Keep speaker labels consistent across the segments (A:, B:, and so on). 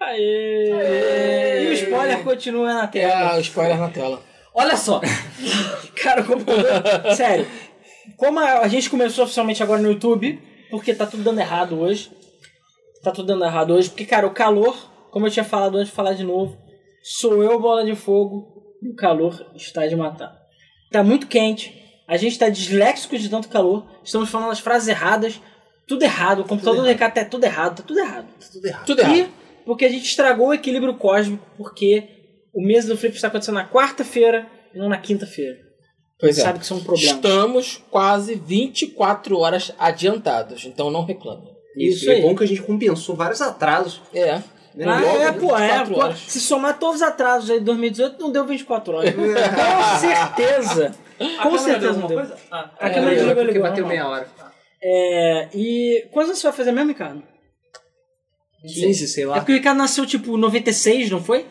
A: Aê!
B: Aê!
A: E o spoiler continua na
B: É
A: tela.
B: a spoiler na tela.
A: Olha só! Cara, o computador. Sério. Como a, a gente começou oficialmente agora no YouTube, porque tá tudo dando errado hoje. Tá tudo dando errado hoje, porque, cara, o calor, como eu tinha falado antes, vou falar de novo. Sou eu, bola de fogo, e o calor está de matar. Tá muito quente, a gente tá disléxico de tanto calor, estamos falando as frases erradas, tudo errado, o computador do recado tá tudo errado, tá tudo errado.
C: Tá tudo errado.
B: Tudo errado.
A: E porque a gente estragou o equilíbrio cósmico, porque o mês do flip está acontecendo na quarta-feira e não na quinta-feira.
B: Pois é.
A: Sabe que isso é um problema.
B: Estamos quase 24 horas adiantados, então não reclame.
A: Isso
C: e
A: aí.
C: é bom que a gente compensou vários atrasos.
B: É.
C: Né?
A: Ah,
B: Logo,
A: é, pô, é,
B: 24
A: pô.
B: horas.
A: Se somar todos os atrasos aí de 2018, não deu 24 horas. com certeza. Com certeza não deu.
D: Ah,
A: A
B: câmera
A: câmera desligou,
C: É, porque
A: ligou.
C: bateu
A: normal.
C: meia hora.
A: É, e quando você vai fazer mesmo, Ricardo?
C: 15, sei
A: É
C: lá.
A: porque o Ricardo nasceu tipo 96, não foi?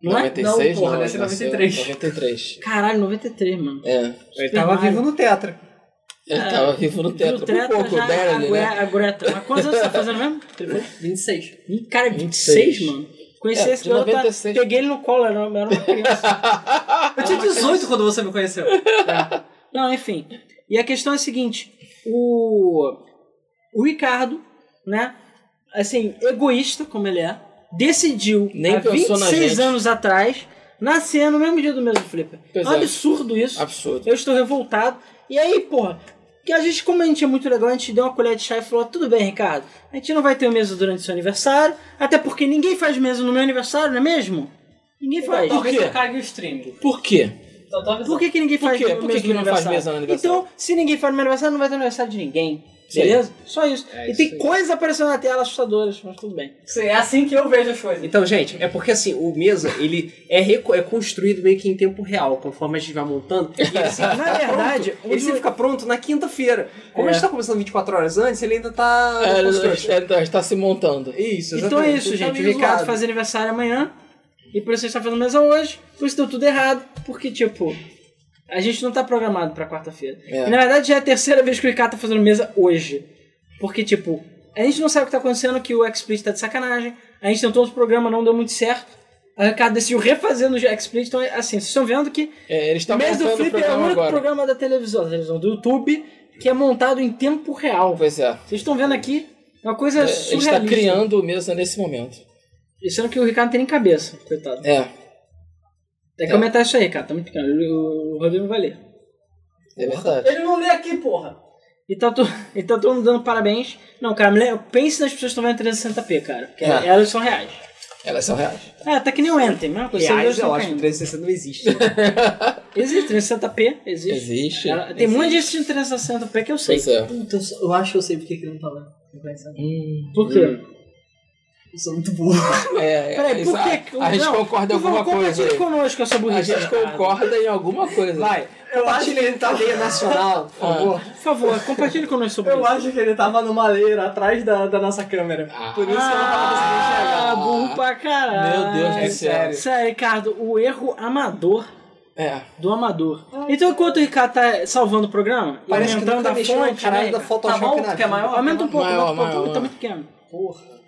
A: Não é?
B: 96,
C: Não, porra,
B: não,
C: deve ser
B: nasceu
C: 93.
B: 93.
A: Caralho, 93, mano.
B: É.
C: Ele tava
A: Primário.
C: vivo no Tetra.
B: Ele tava vivo no teto.
A: Viu,
B: Por
A: Treta
B: pouco,
A: já,
B: o Bernie, né?
A: a, Greta. Mas quantos anos você tá fazendo mesmo?
C: 26.
A: Ih, Um Cara, 26,
B: 26.
A: mano. Conheci
B: É,
A: esse
B: de
A: garoto,
B: 96.
A: peguei ele no colo, era uma, era uma criança.
D: Eu
A: Ah,
D: tinha 18 quando você me conheceu.
A: Não, enfim. E a questão é a seguinte, o, o Ricardo, né, assim, egoísta como ele é, decidiu
B: Nem
A: há
B: pensou na
A: 26
B: gente.
A: anos atrás nascer no mesmo dia do mesmo Flipper.
B: Pois
A: é um
B: é.
A: absurdo isso.
B: Absurdo.
A: Eu estou revoltado. E aí, porra, que a gente, como a gente é muito legal, a gente deu uma colher de chá e falou: tudo bem, Ricardo, a gente não vai ter mesa durante seu aniversário, até porque ninguém faz mesa no meu aniversário, não é mesmo? Ninguém
B: Então,
A: faz.
D: Talvez
B: quê?
D: eu cague o stream.
B: Por quê?
D: Tal- Talvez
A: Por que, que ninguém
B: Por
A: faz
B: quê?
A: mesa
B: Por
A: no
B: que
A: meu
B: que não faz
A: aniversário?
B: mesa no aniversário?
A: Então, se ninguém faz no meu aniversário, não vai ter aniversário de ninguém.
B: Sim.
A: Beleza? Só isso.
C: É
A: e
C: isso
A: tem
C: aí.
A: coisas aparecendo na tela assustadoras, mas tudo bem.
D: Sim, É assim que eu vejo as coisas.
C: Então, gente, é porque assim, o mesa, ele é, reco- é construído meio que em tempo real, conforme a gente vai montando. E ele
B: Assim,
C: se-
A: Na É verdade,
C: Pronto, ele
A: onde-
B: um-
C: sempre fica pronto na quinta-feira. Como
A: É.
C: a gente tá começando 24 horas antes, ele ainda tá.
B: É,
C: no
B: ele-
C: construction.
B: ele- ele está se montando.
C: Isso,
A: Então é isso,
C: Ele tá
A: gente. O
C: meio
A: Ricardo
C: zoado.
A: faz aniversário amanhã. E por isso a gente tá fazendo mesa hoje. Por isso deu tudo errado. Porque, tipo, a gente não tá programado pra quarta-feira.
B: É.
A: E, Na verdade, já é a terceira vez que o Ricardo tá fazendo mesa hoje. Porque, tipo, a gente não sabe o que tá acontecendo, que o XSplit tá de sacanagem. A gente tentou outro programa, não deu muito certo. Aí O Ricardo decidiu refazer no XSplit. Então, assim, vocês estão vendo que
B: É, ele está
A: o mês do
B: montando o
A: Flip é o
B: programa
A: único
B: agora.
A: programa da televisão, da televisão, do YouTube, que é montado em tempo real.
B: Pois é.
A: Vocês estão vendo aqui uma coisa
B: Ele está
A: surrealista.
B: tá criando o mesa nesse momento.
A: E sendo que o Ricardo não tem nem cabeça, coitado.
B: É,
A: Tem que
B: É.
A: comentar isso aí, cara. Tá muito pequeno. O o Rodrigo não vai ler.
B: é verdade.
D: Ele não lê aqui, porra.
A: E tá, to... e tá todo mundo dando parabéns. Não, cara, me lembra- pense nas pessoas que estão vendo 360p, cara. Porque
B: É.
A: elas são reais.
B: Elas são reais.
A: Ah, tá que nem o Anthem, mesma coisa. servidores
C: Aliás, eu
A: estão
C: acho que
A: caindo.
C: 360 não existe.
A: Existe, 360p, existe.
B: Existe.
A: Ela- Tem muito disso de 360p que eu sei.
B: Pois é.
D: Puta, eu só- eu acho que eu sei porque que ele não tá lendo. Tô pensando.
B: Hum,
A: Por quê?
D: Eu sou muito burro.
B: é, é,
A: Peraí, por
B: exato.
A: que...
B: A gente
A: não,
B: concorda em
A: por favor,
B: alguma coisa.
A: compartilhe
B: aí.
A: conosco essa
B: A
A: burrice.
B: gente
A: Ricardo.
B: concorda em alguma coisa.
C: Vai, eu acho que ele tá meio nacional, por favor.
A: Por favor, compartilhe conosco sobre
D: Ah. Eu
A: isso.
D: acho que ele tava no maleiro atrás da, da nossa câmera.
B: Ah.
D: Por isso que eu não tava conseguindo enxergar.
A: Ah, burro pra caralho.
B: Meu Deus do
A: É
B: céu.
A: sério. Sério, Ricardo, o erro amador
B: É.
A: do amador. Então, enquanto o Ricardo tá salvando o programa, e
C: Parece que
A: aumentando
C: nunca
A: a
C: mexeu no
A: fonte,
C: caralho
A: né,
C: da
A: cara?
D: Tá
C: Photoshop
D: bom?
C: na
D: Que é
C: vida.
D: maior?
A: aumenta um pouco,
B: Maior,
A: aumenta um pouco,
B: maior, Uhum.
A: tá muito pequeno.
D: um
C: Porra.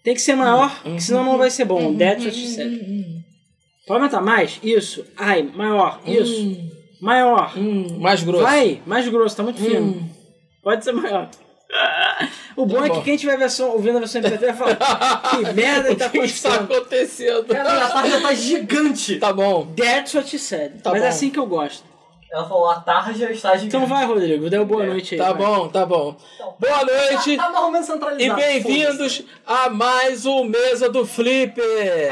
A: Tem que ser maior, que senão não vai ser bom. That's what she said. Pode aumentar mais? Isso. Ai, maior. Isso.
B: Hum,
A: Maior.
B: hum, mais grosso.
A: Vai, mais grosso, tá muito fino.
B: Hum.
A: Pode ser maior. O bom é que
B: Tá bom.
A: quem tiver versão, ouvindo a versão MP3 vai falar: Que merda
B: O
A: que
B: que
A: tá
B: está
A: acontecendo?
B: acontecendo?
D: Cara, a tarja tá gigante.
B: Tá bom.
A: That's what she said.
B: Tá
A: Mas é
B: bom.
A: assim que eu gosto.
D: Ela falou, a tarja está gigante.
A: Então vai, Rodrigo, deu boa noite aí.
B: Tá
A: vai.
B: bom, tá bom. Boa noite
D: Tá mais ou menos
B: e
D: centralizado.
B: bem-vindos a mais um Mesa do Flipper.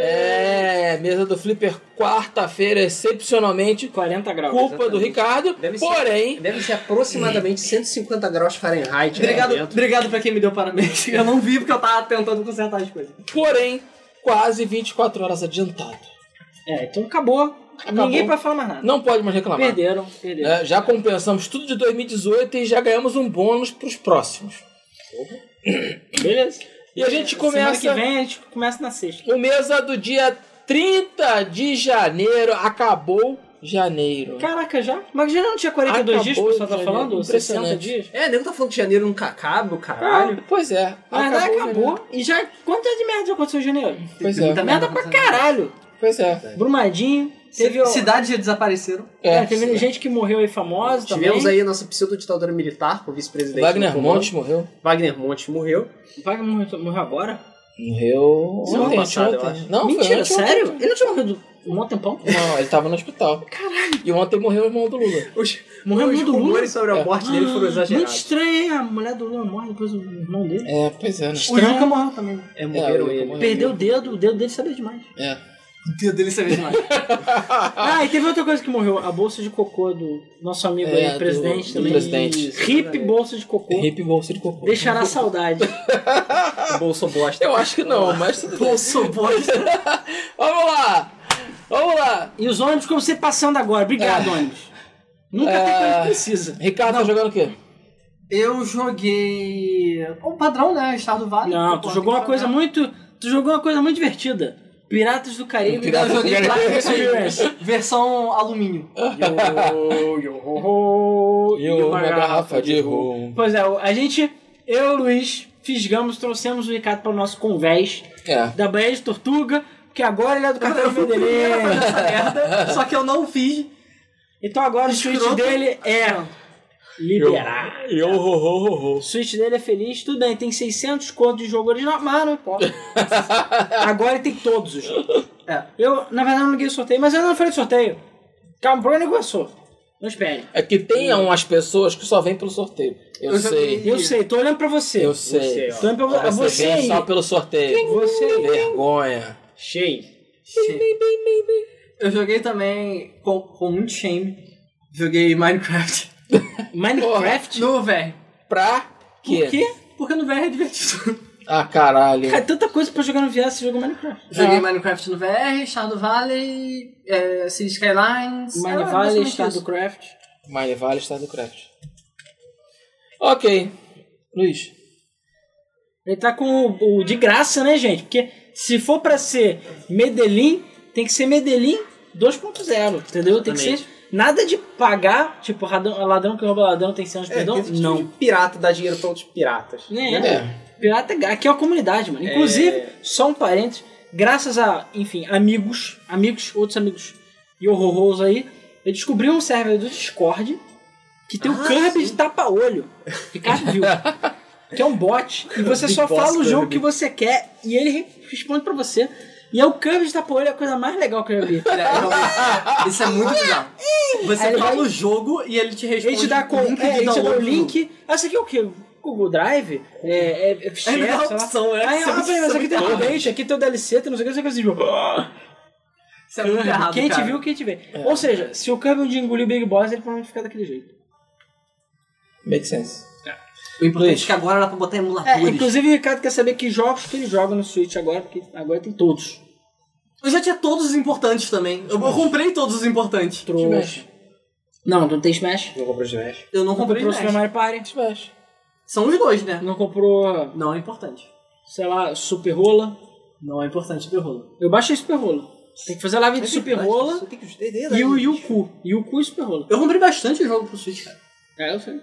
B: É, Mesa do Flipper, quarta-feira, excepcionalmente,
A: 40 graus.
B: culpa do Ricardo,
C: Deve ser.
B: porém,
C: Deve ser aproximadamente 150 graus Fahrenheit. né,
D: Obrigado,
C: dentro.
D: obrigado pra quem me deu parabéns. Eu não vi porque eu tava tentando consertar as coisas.
B: porém, quase 24 horas adiantado.
A: É, então acabou.
B: Acabou.
A: Ninguém pra falar mais nada.
B: Não pode mais reclamar.
A: Perderam, perderam.
B: É, já compensamos tudo de 2018 e já ganhamos um bônus para os próximos.
A: Beleza?
B: É. E a
A: Semana
B: gente
A: que
B: começa
A: vem a gente começa na sexta.
B: o mesa do dia 30 de janeiro. Acabou Janeiro.
A: Caraca, já? Mas já não tinha 42 dias que o pessoal tá
B: Acabou de
A: falando?
B: janeiro.
A: 60
B: Impressionante.
A: dias?
C: É, nego tá falando que janeiro nunca acaba, o
D: Ah,
C: caralho.
B: Pois é.
A: Mas já Ah, acabou.
B: janeiro.
A: E já. Quanta de merda já aconteceu em janeiro?
B: Pois é.
C: Muita
A: Merda pra caralho.
B: Pois é.
A: Brumadinho. Teve. o-
D: Cidades já desapareceram.
A: É, teve
B: sim.
A: gente que morreu aí famosa
C: Tivemos
A: também.
C: aí a nossa pseudo-ditadura militar, com o vice-presidente.
B: Wagner
C: no comando.
B: Monte morreu.
C: Wagner Monte morreu.
A: Wagner morreu, morreu agora?
B: Morreu
C: Semana
B: ontem,
C: passada,
B: ontem.
C: eu acho.
B: Não, foi
A: Mentira,
B: ontem,
A: sério?
B: ontem.
A: Ele não tinha morrido um bom tempão?
B: Não, ele tava no hospital. Caralho. E ontem morreu o irmão do Lula.
C: Os,
A: Morreu
C: os
A: muito Lula? Ah,
C: rumores sobre a
B: É.
D: Ah,
C: morte dele foram
A: Muito
C: exagerados.
A: estranho, hein? A mulher do Lula morre depois o irmão dele.
B: É, pois é, né?
D: O Juca morreu também.
C: É, morreram
B: É, eu-
C: ele.
B: eu-
A: Perdeu o dedo, o dedo dele sabia demais.
B: É.
D: O dedo dele sabia demais.
A: Ah, e teve outra coisa que morreu, a bolsa de cocô do nosso amigo
B: É,
A: aí, presidente
B: do- do
A: também.
B: presidente.
A: Isso, Hip bolsa de cocô.
B: Hip bolsa de cocô.
A: Deixará saudade.
C: Bolso bosta.
B: Eu acho que não, mas tudo bem.
D: Bolso bosta.
B: Vamos lá! Vamos lá!
A: E os ônibus como você tá passando agora. Obrigado,
B: Ah.
A: ônibus. Nunca tem coisa que precisa.
B: Ricardo tá jogando o quê?
D: Eu joguei. O padrão, né? Star do Vale.
A: Não,
D: Pô,
A: tu jogou
D: tem
A: uma
D: que
A: coisa
D: jogar.
A: muito. Tu jogou uma coisa muito divertida. Piratas do Caribe.
B: Piratas
D: Eu
B: do
D: joguei
B: Caribe.
D: Black
A: Experience.
D: Experience. Versão alumínio.
A: Yo, yo, ho, ho,
B: E uma garrafa de rum.
A: Pois é, a gente, eu e o Luiz, fisgamos, trouxemos o Ricardo para o nosso convés
B: É.
A: da Baía de Tortuga, que agora ele é do cartão de Medellín.
D: Essa merda. Só que eu não fiz.
A: Então agora o
D: Escroto.
A: switch dele é liberar.
B: Eu, ho, ho, ho,
A: O switch dele é feliz, tudo bem, tem 600 conto de jogo original, mas não importa. agora ele tem todos os jogos.
D: É.
A: Eu, na verdade, não liguei o sorteio, mas eu não falei de sorteio. Calma, o é Bruno negociou. Não espere.
B: É que tem umas pessoas que só vêm pelo sorteio. Eu,
D: Eu
B: sei.
D: joguei-
A: Eu sei, tô olhando pra você.
B: Eu sei.
A: Tô olhando pra
B: Você,
A: você. Você
B: vem
A: aí.
B: só pelo sorteio.
A: Você aí.
B: Vergonha.
C: Cheio.
D: Eu joguei também com, com muito shame. Joguei Minecraft.
A: Minecraft?
D: No VR.
B: Pra quê?
A: Por quê?
D: Porque no VR é divertido.
B: Ah, caralho.
A: Cara, é tanta coisa pra jogar no VR, você joga Minecraft.
D: Joguei
B: Ah.
D: Minecraft no VR, Shadow Valley, é, City Skylines.
A: Mine
D: é,
A: Valley,
D: basicamente
A: Estado
D: isso.
A: Craft.
B: Mine Vale está do craft. tá Ok. Luiz.
A: Ele tá com o, o de graça, né, gente? Porque se for pra ser Medellín, tem que ser Medellín 2.0, entendeu? Tem que ser nada de pagar, tipo, ladrão, ladrão que rouba ladrão tem 100 anos de
C: É,
A: perdão?
C: tem esse tipo
A: Não.
C: de pirata dá dinheiro pra outros piratas. Né?
A: Nem
B: É.
A: é. Pirata é ga- aqui é uma comunidade, mano. Inclusive,
D: É.
A: só um parênteses, graças a, enfim, amigos, amigos, outros amigos e horrorosos aí, eu descobri um server do Discord que tem o
C: Ah,
A: Kirby de tapa-olho. Ricardo viu. que é um bot. E você só
C: Big boss
A: fala o jogo
C: Kirby.
A: que você quer e ele re- responde pra você. E é o Kirby de tapa-olho, é a coisa mais legal que eu já vi.
D: É, realmente. Isso é muito bizarro.
A: Ah, é. Aí
D: Você
A: ele
D: fala
A: vai-
D: o jogo e ele te responde.
A: Ele te dá,
D: o
A: com,
D: link
A: é,
D: de
A: ele te dá o
D: download do jogo.
A: link. Ah, isso aqui é o quê? Google Drive? É, é, é
D: Aí ele
A: share,
D: dá
A: sei lá.
D: opção, é.
A: Aí,
D: Isso é
A: ah,
D: muito-
A: peraí, mas aqui
D: isso é
A: tem
D: muito
A: um
D: errado.
A: update, aqui tem o DLC, tem não sei o que, não sei o que, não sei o que.
D: Isso é muito errado,
A: Quem te
D: cara. É.
A: viu, quem te vê. Ou seja, se o Kirby um dia engolir o Big Boss, ele provavelmente fica daquele jeito.
B: Make sense.
D: O importante
B: Tá. Luiz.
D: é que agora dá pra botar
A: É,
D: emuladores.
A: inclusive o Ricardo quer saber que jogos que ele joga no Switch agora, porque agora tem todos.
D: Eu já tinha todos os importantes também. Eu, eu comprei todos os importantes.
A: Trouxe. Não, não tem
B: é
A: Smash.
C: Não comprou Smash.
D: Eu não
A: Não
D: comprei
A: comprou
D: os
A: Super Mario Party.
B: Smash.
D: São os dois, né?
A: Não comprou,
D: Não é importante.
A: sei lá, Super Rola.
D: Não é importante Super Rola.
A: Eu baixei Super Rola. Tem que fazer a live
D: É
A: de Super Rola
B: né,
A: e o Yuku. Yuku e Super Rola.
D: Eu comprei bastante jogo pro Switch, cara.
A: É, eu sei.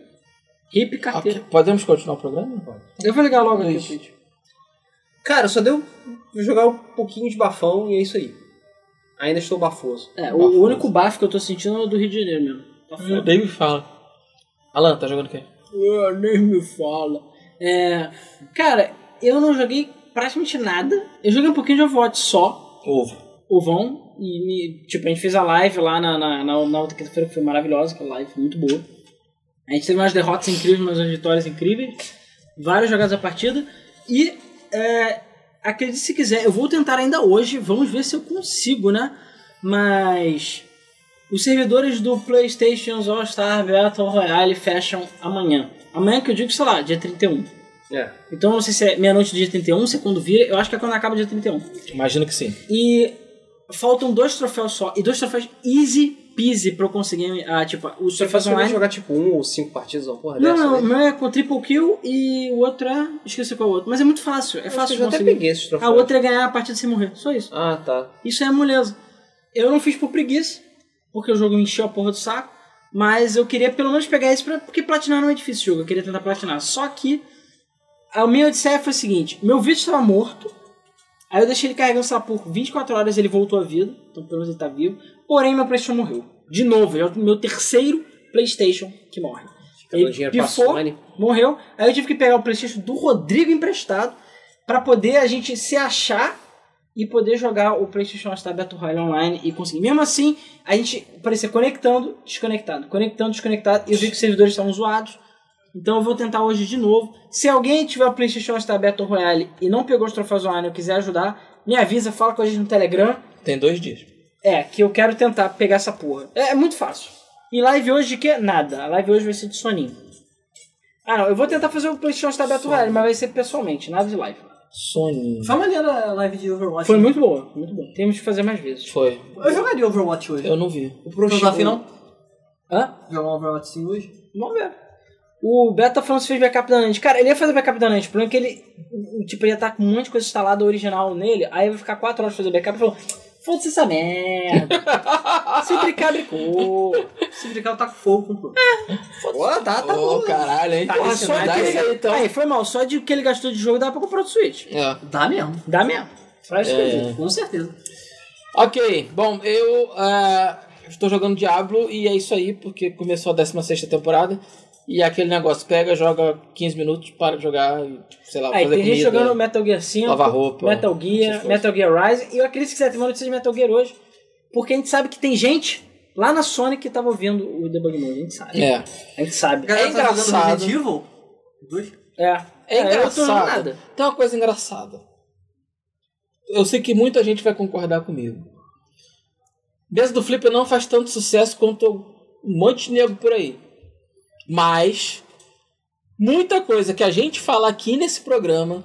A: Hip carteira.
B: Ok. Podemos continuar o programa?
A: Eu vou ligar logo aqui.
B: Luiz.
A: gente.
C: Cara, só deu jogar um pouquinho de bafão e é isso aí. Ainda estou bafoso.
A: É, o
B: Bafoso.
A: único bafo que eu tô sentindo é o do Rio de Janeiro mesmo. Tá foda.
B: Daí me fala. Alan, tá jogando o quê?
A: Ah, nem me fala. É, cara, eu não joguei praticamente nada. Eu joguei um pouquinho de Overwatch só,
B: Ovo.
A: o Von. E, e, tipo, a gente fez a live lá na, na, na, na outra quinta-feira, que foi maravilhosa, aquela live foi muito boa. A gente teve umas derrotas incríveis, umas vitórias incríveis. Várias jogadas da partida. E, é, acredite se quiser, eu vou tentar ainda hoje. Vamos ver se eu consigo, né? Mas... Os servidores do PlayStation All Star Battle Royale fecham amanhã. Amanhã que eu digo, sei lá, dia 31.
C: É.
A: Então, não sei se é meia-noite do dia 31, se é quando vira, eu acho que é quando acaba o dia 31.
B: Imagino que sim.
A: E faltam dois troféus só, e dois troféus easy peasy pra eu conseguir, ah, tipo, os
C: Você faz
A: troféus online.
C: jogar tipo um ou cinco partidas uma porra
A: Não,
C: dessa, né?
A: não, não é com triple kill e o outro é, esqueci qual é o outro, mas é muito fácil, é
C: Eu
A: fácil de
C: acho que eu até
A: conseguir. Ah,
C: peguei esses
A: A
C: troféus.
A: outra é ganhar a partida sem morrer, só isso.
C: Ah, tá.
A: Isso é moleza. Eu não fiz por preguiça. porque o jogo me encheu a porra do saco. Mas eu queria pelo menos pegar esse pra, porque platinar não é difícil o jogo, eu queria tentar platinar. Só que a minha odisseia foi o seguinte: meu vídeo estava morto, aí eu deixei ele carregando sei lá, por 24 horas ele voltou à vida, então pelo menos ele tá vivo. Porém, meu PlayStation morreu. De novo, é o meu terceiro PlayStation que morre.
C: Pegou
A: Ele
C: dinheiro pra
A: pifou.
C: Sony.
A: Morreu. Aí eu tive que pegar o PlayStation do Rodrigo emprestado pra poder a gente se achar e poder jogar o PlayStation All-Star Battle Royale online e conseguir. Mesmo assim, a gente parecia conectando, desconectado, conectando, desconectado. E eu vi que os servidores estavam zoados. Então eu vou tentar hoje de novo. Se alguém tiver o PlayStation All-Star Battle Royale e não pegou os troféus online ou quiser ajudar, me avisa, fala com a gente no Telegram.
B: Tem dois dias.
A: É, que eu quero tentar pegar essa porra. É, é muito fácil. E live hoje de quê? Nada. A live hoje vai ser de soninho. Ah, não. Eu vou tentar fazer o PlayStation Star Battle Royale, mas vai ser pessoalmente, nada de live.
B: Assim. Sony.
D: Foi maneira a live de Overwatch.
A: Foi muito boa, muito boa. Temos que fazer mais vezes.
B: Foi.
D: Eu jogaria Overwatch hoje.
B: Eu não vi.
D: O Pro desafio não?
A: Hã?
D: Jogar um Overwatch sim hoje?
A: Vamos ver. O Beta falando se fez backup da NAND. Cara, ele ia fazer backup da NAND. O problema é que ele, tipo, ele ia estar com um monte de coisa instalada original nele, aí vai ficar 4 horas pra fazer backup e falou: foda-se essa merda. Se brincar, brincou.
D: Se brincar, eu taco fogo tá com o Pro.
B: Ó, tá, tá bom. caralho, hein?
A: Porra, só
B: Dá
A: aquele-
B: isso aí, então.
A: Aí, foi mal. Só de o que ele gastou de jogo dá pra comprar o Switch.
B: É.
D: Dá mesmo.
A: Dá mesmo. Faz isso
B: É.
A: mesmo.
D: Com certeza.
B: Ok, bom, eu ah, estou jogando Diablo e é isso aí, porque começou a 16 temporada. E é aquele negócio, pega, joga 15 minutos, para de jogar, e, tipo, sei lá,
A: Aí,
B: fazer
A: tem
B: comida,
A: gente jogando Metal Gear 5,
B: lavar roupa.
A: Metal
B: essas
A: Gear,
B: coisas.
A: Metal Gear Rise. E eu acredito que você vai notícia de Metal Gear hoje. Porque a gente sabe que tem gente lá na Sony que tava ouvindo o Debug Mode. A gente sabe.
B: É.
A: A gente sabe.
D: A galera
B: É
D: tá jogando
B: engraçado.
D: Resident Evil? Dois?
A: É.
B: É
A: eu não tô jogando
B: engraçado.
A: nada.
B: Tem uma coisa engraçada. Eu sei que muita gente vai concordar comigo. Dessa do Flipper não faz tanto sucesso quanto um monte de nego por aí. Mas muita coisa que a gente fala aqui nesse programa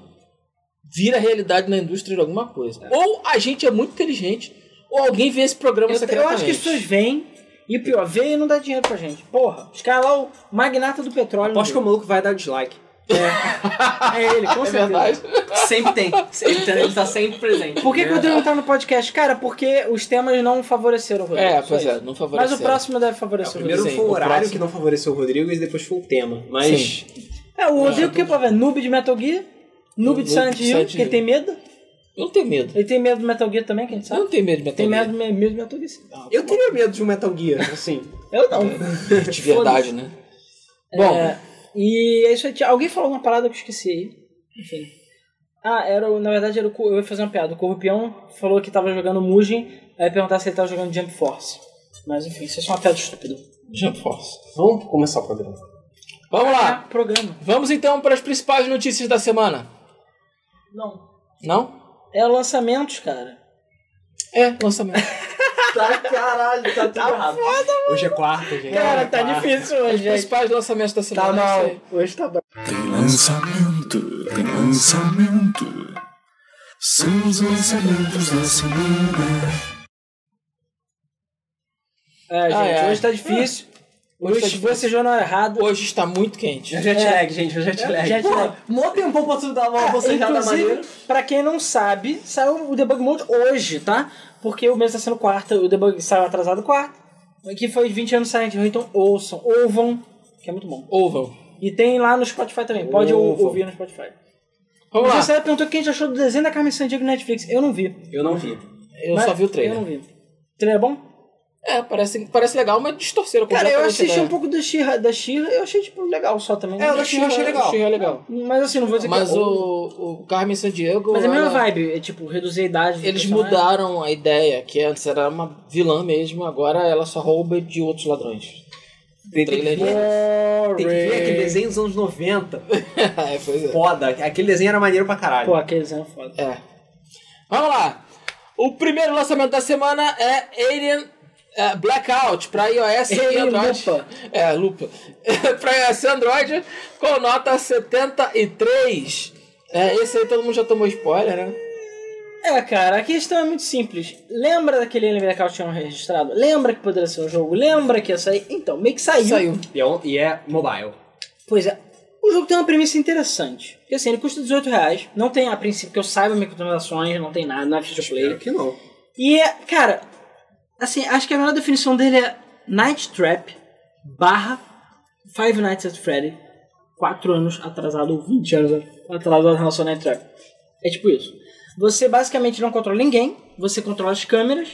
B: vira realidade na indústria de alguma coisa. Ou a gente é muito inteligente, ou alguém vê esse programa
A: Eu, eu
B: secretamente.
A: acho que é as pessoas vêm. E pior, vêm e não dá dinheiro pra gente. Porra, os caras lá, o magnata do petróleo.
C: Aposto que o
A: não
C: maluco vai dar dislike.
A: deu. é ele, com
B: É
A: certeza.
B: verdade.
D: Sempre tem. Sempre tem. Ele tá sempre presente.
A: Por que,
C: É.
A: que o Rodrigo não tá no podcast? Cara, porque os temas não favoreceram o Rodrigo.
B: É,
A: Só
B: pois
A: isso.
B: é, não favorece.
A: Mas o próximo deve favorecer o
C: Primeiro
A: Rodrigo.
C: foi É
B: Sim,
C: o
B: o
C: horário
B: próximo.
C: que não favoreceu o Rodrigo e depois foi o tema. Mas
A: É, o Rodrigo que é pra ver? Noob de Metal Gear, Noob de
B: Noob
A: Silent
B: de
A: Hill,
B: Silent
A: que ele
B: Hill.
A: tem medo.
B: Eu não tenho medo.
A: Ele tem medo do Metal Gear também, quem
B: Eu
A: sabe?
B: não tenho medo de Metal
A: Tem
B: Gear.
A: medo, medo do Metal Gear sim.
C: eu teria medo de um Metal Gear, assim.
A: Eu não.
B: de verdade, né? Bom,
A: É, e é isso aí. Tia. Alguém falou uma parada que eu esqueci aí. Enfim. Ah, era, o- na verdade era o, Cu- eu ia fazer uma piada. O Corrupião falou que tava jogando Mugen, aí ia perguntar se ele tava jogando Jump Force. Mas enfim, isso é só uma piada estúpida.
B: Jump Force.
C: Vamos começar o programa.
B: Vamos lá.
A: Ah, programa.
B: Vamos então para as principais notícias da semana.
A: Não.
B: Não?
A: É lançamentos, cara.
B: É, lançamento.
D: Tá caralho, tá tudo errado.
C: Hoje é quarta, gente.
A: Cara, tá
C: Quarta.
A: difícil hoje,
B: Os
A: gente.
B: principais lançamentos da semana. é isso aí.
A: Hoje tá mal.
E: Tem lançamento, tem lançamento. São os lançamentos da semana.
A: É, gente,
B: Ah, é.
A: hoje tá difícil.
B: Hoje
A: Hoje,
B: tá difícil.
A: você já não é errado.
B: Hoje está muito quente.
D: é
C: Jet lag, gente. Jet lag.
A: É. Jet lag.
D: Pô, mó tempão pra tu dar uma bocejada maneira.
A: tá Inclusive, pra quem não sabe, saiu o Debug Mode hoje, tá? Porque o mês tá sendo quarta, o Debug saiu atrasado quarta. Que foi 20 anos Silent Hill, então ouçam, ouvam, que é muito bom.
B: Oval.
A: E tem lá no Spotify também, pode ou-
C: Ouvam.
A: ouvir no Spotify.
B: Vamos lá.
A: Você perguntou o que a gente achou do desenho da Carmen Sandiego no Netflix. Eu não vi.
C: Eu não vi.
B: Eu
A: Mas-
B: só vi o
A: Eu não
B: trailer.
A: vi. O trailer é bom?
B: É, parece, parece legal, mas distorceram
A: Cara, eu
B: completamente a
A: assisti
B: ideia.
A: um pouco da Shira, da Shira eu achei, tipo, legal só também.
C: É, eu achei- eu achei legal.
B: Achei legal.
A: Mas assim, não vou dizer
B: Mas
A: que...
B: o, o Carmen Sandiego...
A: Mas é a mesma
B: ela-
A: vibe, é tipo, reduzir a idade. do
B: Eles
A: personagem.
B: mudaram a ideia, que antes era uma vilã mesmo, agora ela só rouba de outros ladrões.
C: Tem, tem que
B: Trailer
C: ver, tem que ver
A: Boring.
C: aquele desenho dos anos 90.
B: é, pois é.
C: Foda. Aquele desenho era maneiro pra caralho.
A: Pô, aqueles eram foda.
B: É. Vamos lá. O primeiro lançamento da semana é Alien é, Blackout para iOS e
A: Alien
B: Android.
A: Lupa.
B: É, lupa. para iOS e Android com nota 73. É, esse aí todo mundo já tomou spoiler, né?
A: É, cara, a questão é muito simples. Lembra daquele Alien Blackout que tinham registrado? Lembra que poderia ser um jogo? Lembra que ia sair? Então, meio que saiu.
B: Saiu.
C: E, é,
D: um,
C: on- e é mobile.
A: Pois é. O jogo tem uma premissa interessante. Porque assim, ele custa 18 reais. Não tem, a princípio, que eu saiba microtransações, não tem nada, não é free to play.
C: que não.
A: E, é, cara, Assim, acho que a melhor definição dele é Night Trap barra Five Nights at Freddy. 4 anos atrasado ou 20 anos atrasado em relação ao Night Trap. É tipo isso. Você basicamente não controla ninguém, você controla as câmeras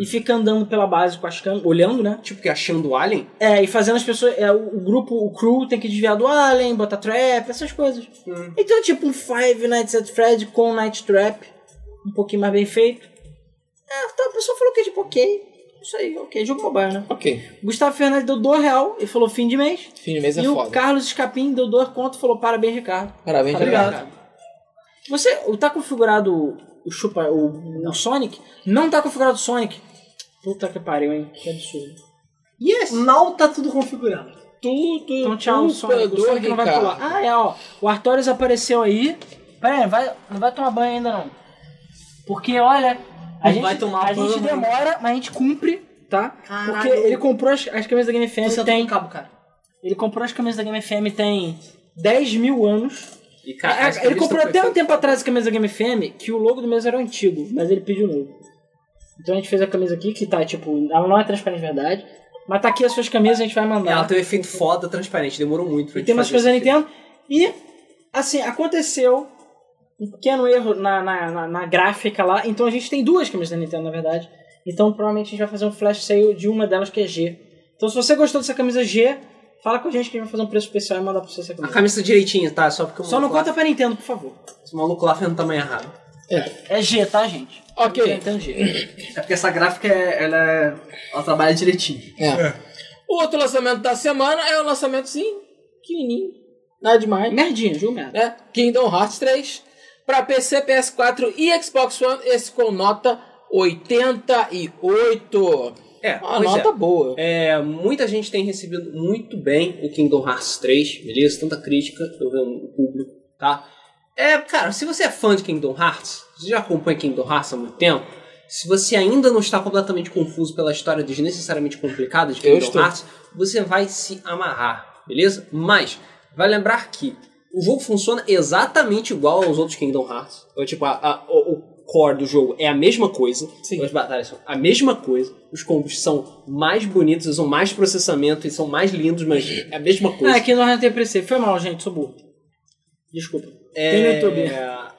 A: e fica andando pela base com as câmeras, olhando, né?
D: Tipo que achando o Alien?
A: É, e fazendo as pessoas. É, o, o grupo, o crew tem que desviar do Alien, botar trap, essas coisas. Então é tipo um Five Nights at Fred com Night Trap, um pouquinho mais bem feito. É, tá, a pessoa falou que é tipo ok. Isso aí, ok, jogo mobile, né?
B: Ok.
A: Gustavo Fernandes deu dois real e falou fim de mês.
B: Fim de mês é
A: e o
B: foda.
A: Carlos Escapim deu dois conto e falou parabéns, Ricardo.
B: Parabéns,
A: Obrigado.
B: Ricardo.
A: Você tá configurado o- o chupa o, o Sonic? Não tá configurado o Sonic. Puta que pariu, hein? Que absurdo.
F: Yes! Não tá tudo configurado.
B: Tudo.
A: Então tchau,
B: culpa
A: Sonic. O
B: do
A: Sonic não vai
B: Ricardo.
A: pular. Ah, é, ó. O Artorias apareceu aí. Pera aí, vai, não vai tomar banho ainda não. Porque, olha, a,
F: Não
A: gente,
F: vai tomar
A: a
F: banho,
A: gente
F: hein?
A: demora, mas a gente cumpre, tá?
F: Caralho.
A: Porque ele comprou as, as camisas da Game FM
D: é
F: Você tem
A: tem...
F: cabo, cara.
A: Ele comprou as camisas da Game FM tem 10 mil anos.
D: E,
A: Ah,
D: essa
A: ele
D: lista
A: comprou
D: foi
A: até um
D: feita-
A: tempo atrás a camisa da Game FM que o logo do mesmo era o antigo, mas ele pediu novo. Então a gente fez a camisa aqui que tá tipo, ela não é transparente de verdade, mas tá aqui as suas camisas, a gente vai mandar.
D: Ela tem um efeito foda transparente, demorou muito
A: E
D: pra gente
A: tem umas
D: fazer
A: coisas da
D: esse
A: Nintendo. E, assim, aconteceu um pequeno erro na, na, na- na gráfica lá. Então a gente tem duas camisas da Nintendo, na verdade. Então provavelmente a gente vai fazer um flash sale de uma delas que é G. Então se você gostou dessa camisa G, fala com a gente que a gente vai fazer um preço especial e mandar pra você essa
D: filme. A
A: camisa.
D: camisa direitinha, tá? Só porque o
A: Só não
D: maluco lá-
A: conta pra Nintendo, por favor.
D: Esse maluco lá fez no tamanho errado.
A: É G, tá, gente?
B: Ok.
A: Nintendo G.
F: É porque essa gráfica, é- ela, é- ela trabalha direitinho.
B: É. O outro lançamento da semana é um lançamento, sim, pequenininho. Nada demais.
A: É Merdinha, jogo merda.
B: né? Kingdom Hearts 3 para PC, PS4 e Xbox One, esse com nota 88.
D: É,
B: Uma
D: pois é.
B: nota boa.
D: É, muita gente tem recebido muito bem o Kingdom Hearts 3, beleza? Tanta crítica, tô vendo o público, tá? É, cara, se você é fã de Kingdom Hearts, você já acompanha Kingdom Hearts há muito tempo, se você ainda não está completamente confuso pela história desnecessariamente complicada de
B: Eu
D: Kingdom
B: estou.
D: Hearts, você vai se amarrar, beleza? Mas, vai lembrar que o jogo funciona exatamente igual aos outros Kingdom Hearts. Então, tipo, a- a- o, o core do jogo é a mesma coisa.
B: Sim.
D: As batalhas são a mesma coisa. Os combos são mais bonitos, usam mais processamento e são mais lindos, mas é a mesma
A: Ah,
D: coisa.
A: aqui não tem PC. Foi mal, gente, sou burro. Desculpa.
D: É,
A: Tem no YouTube.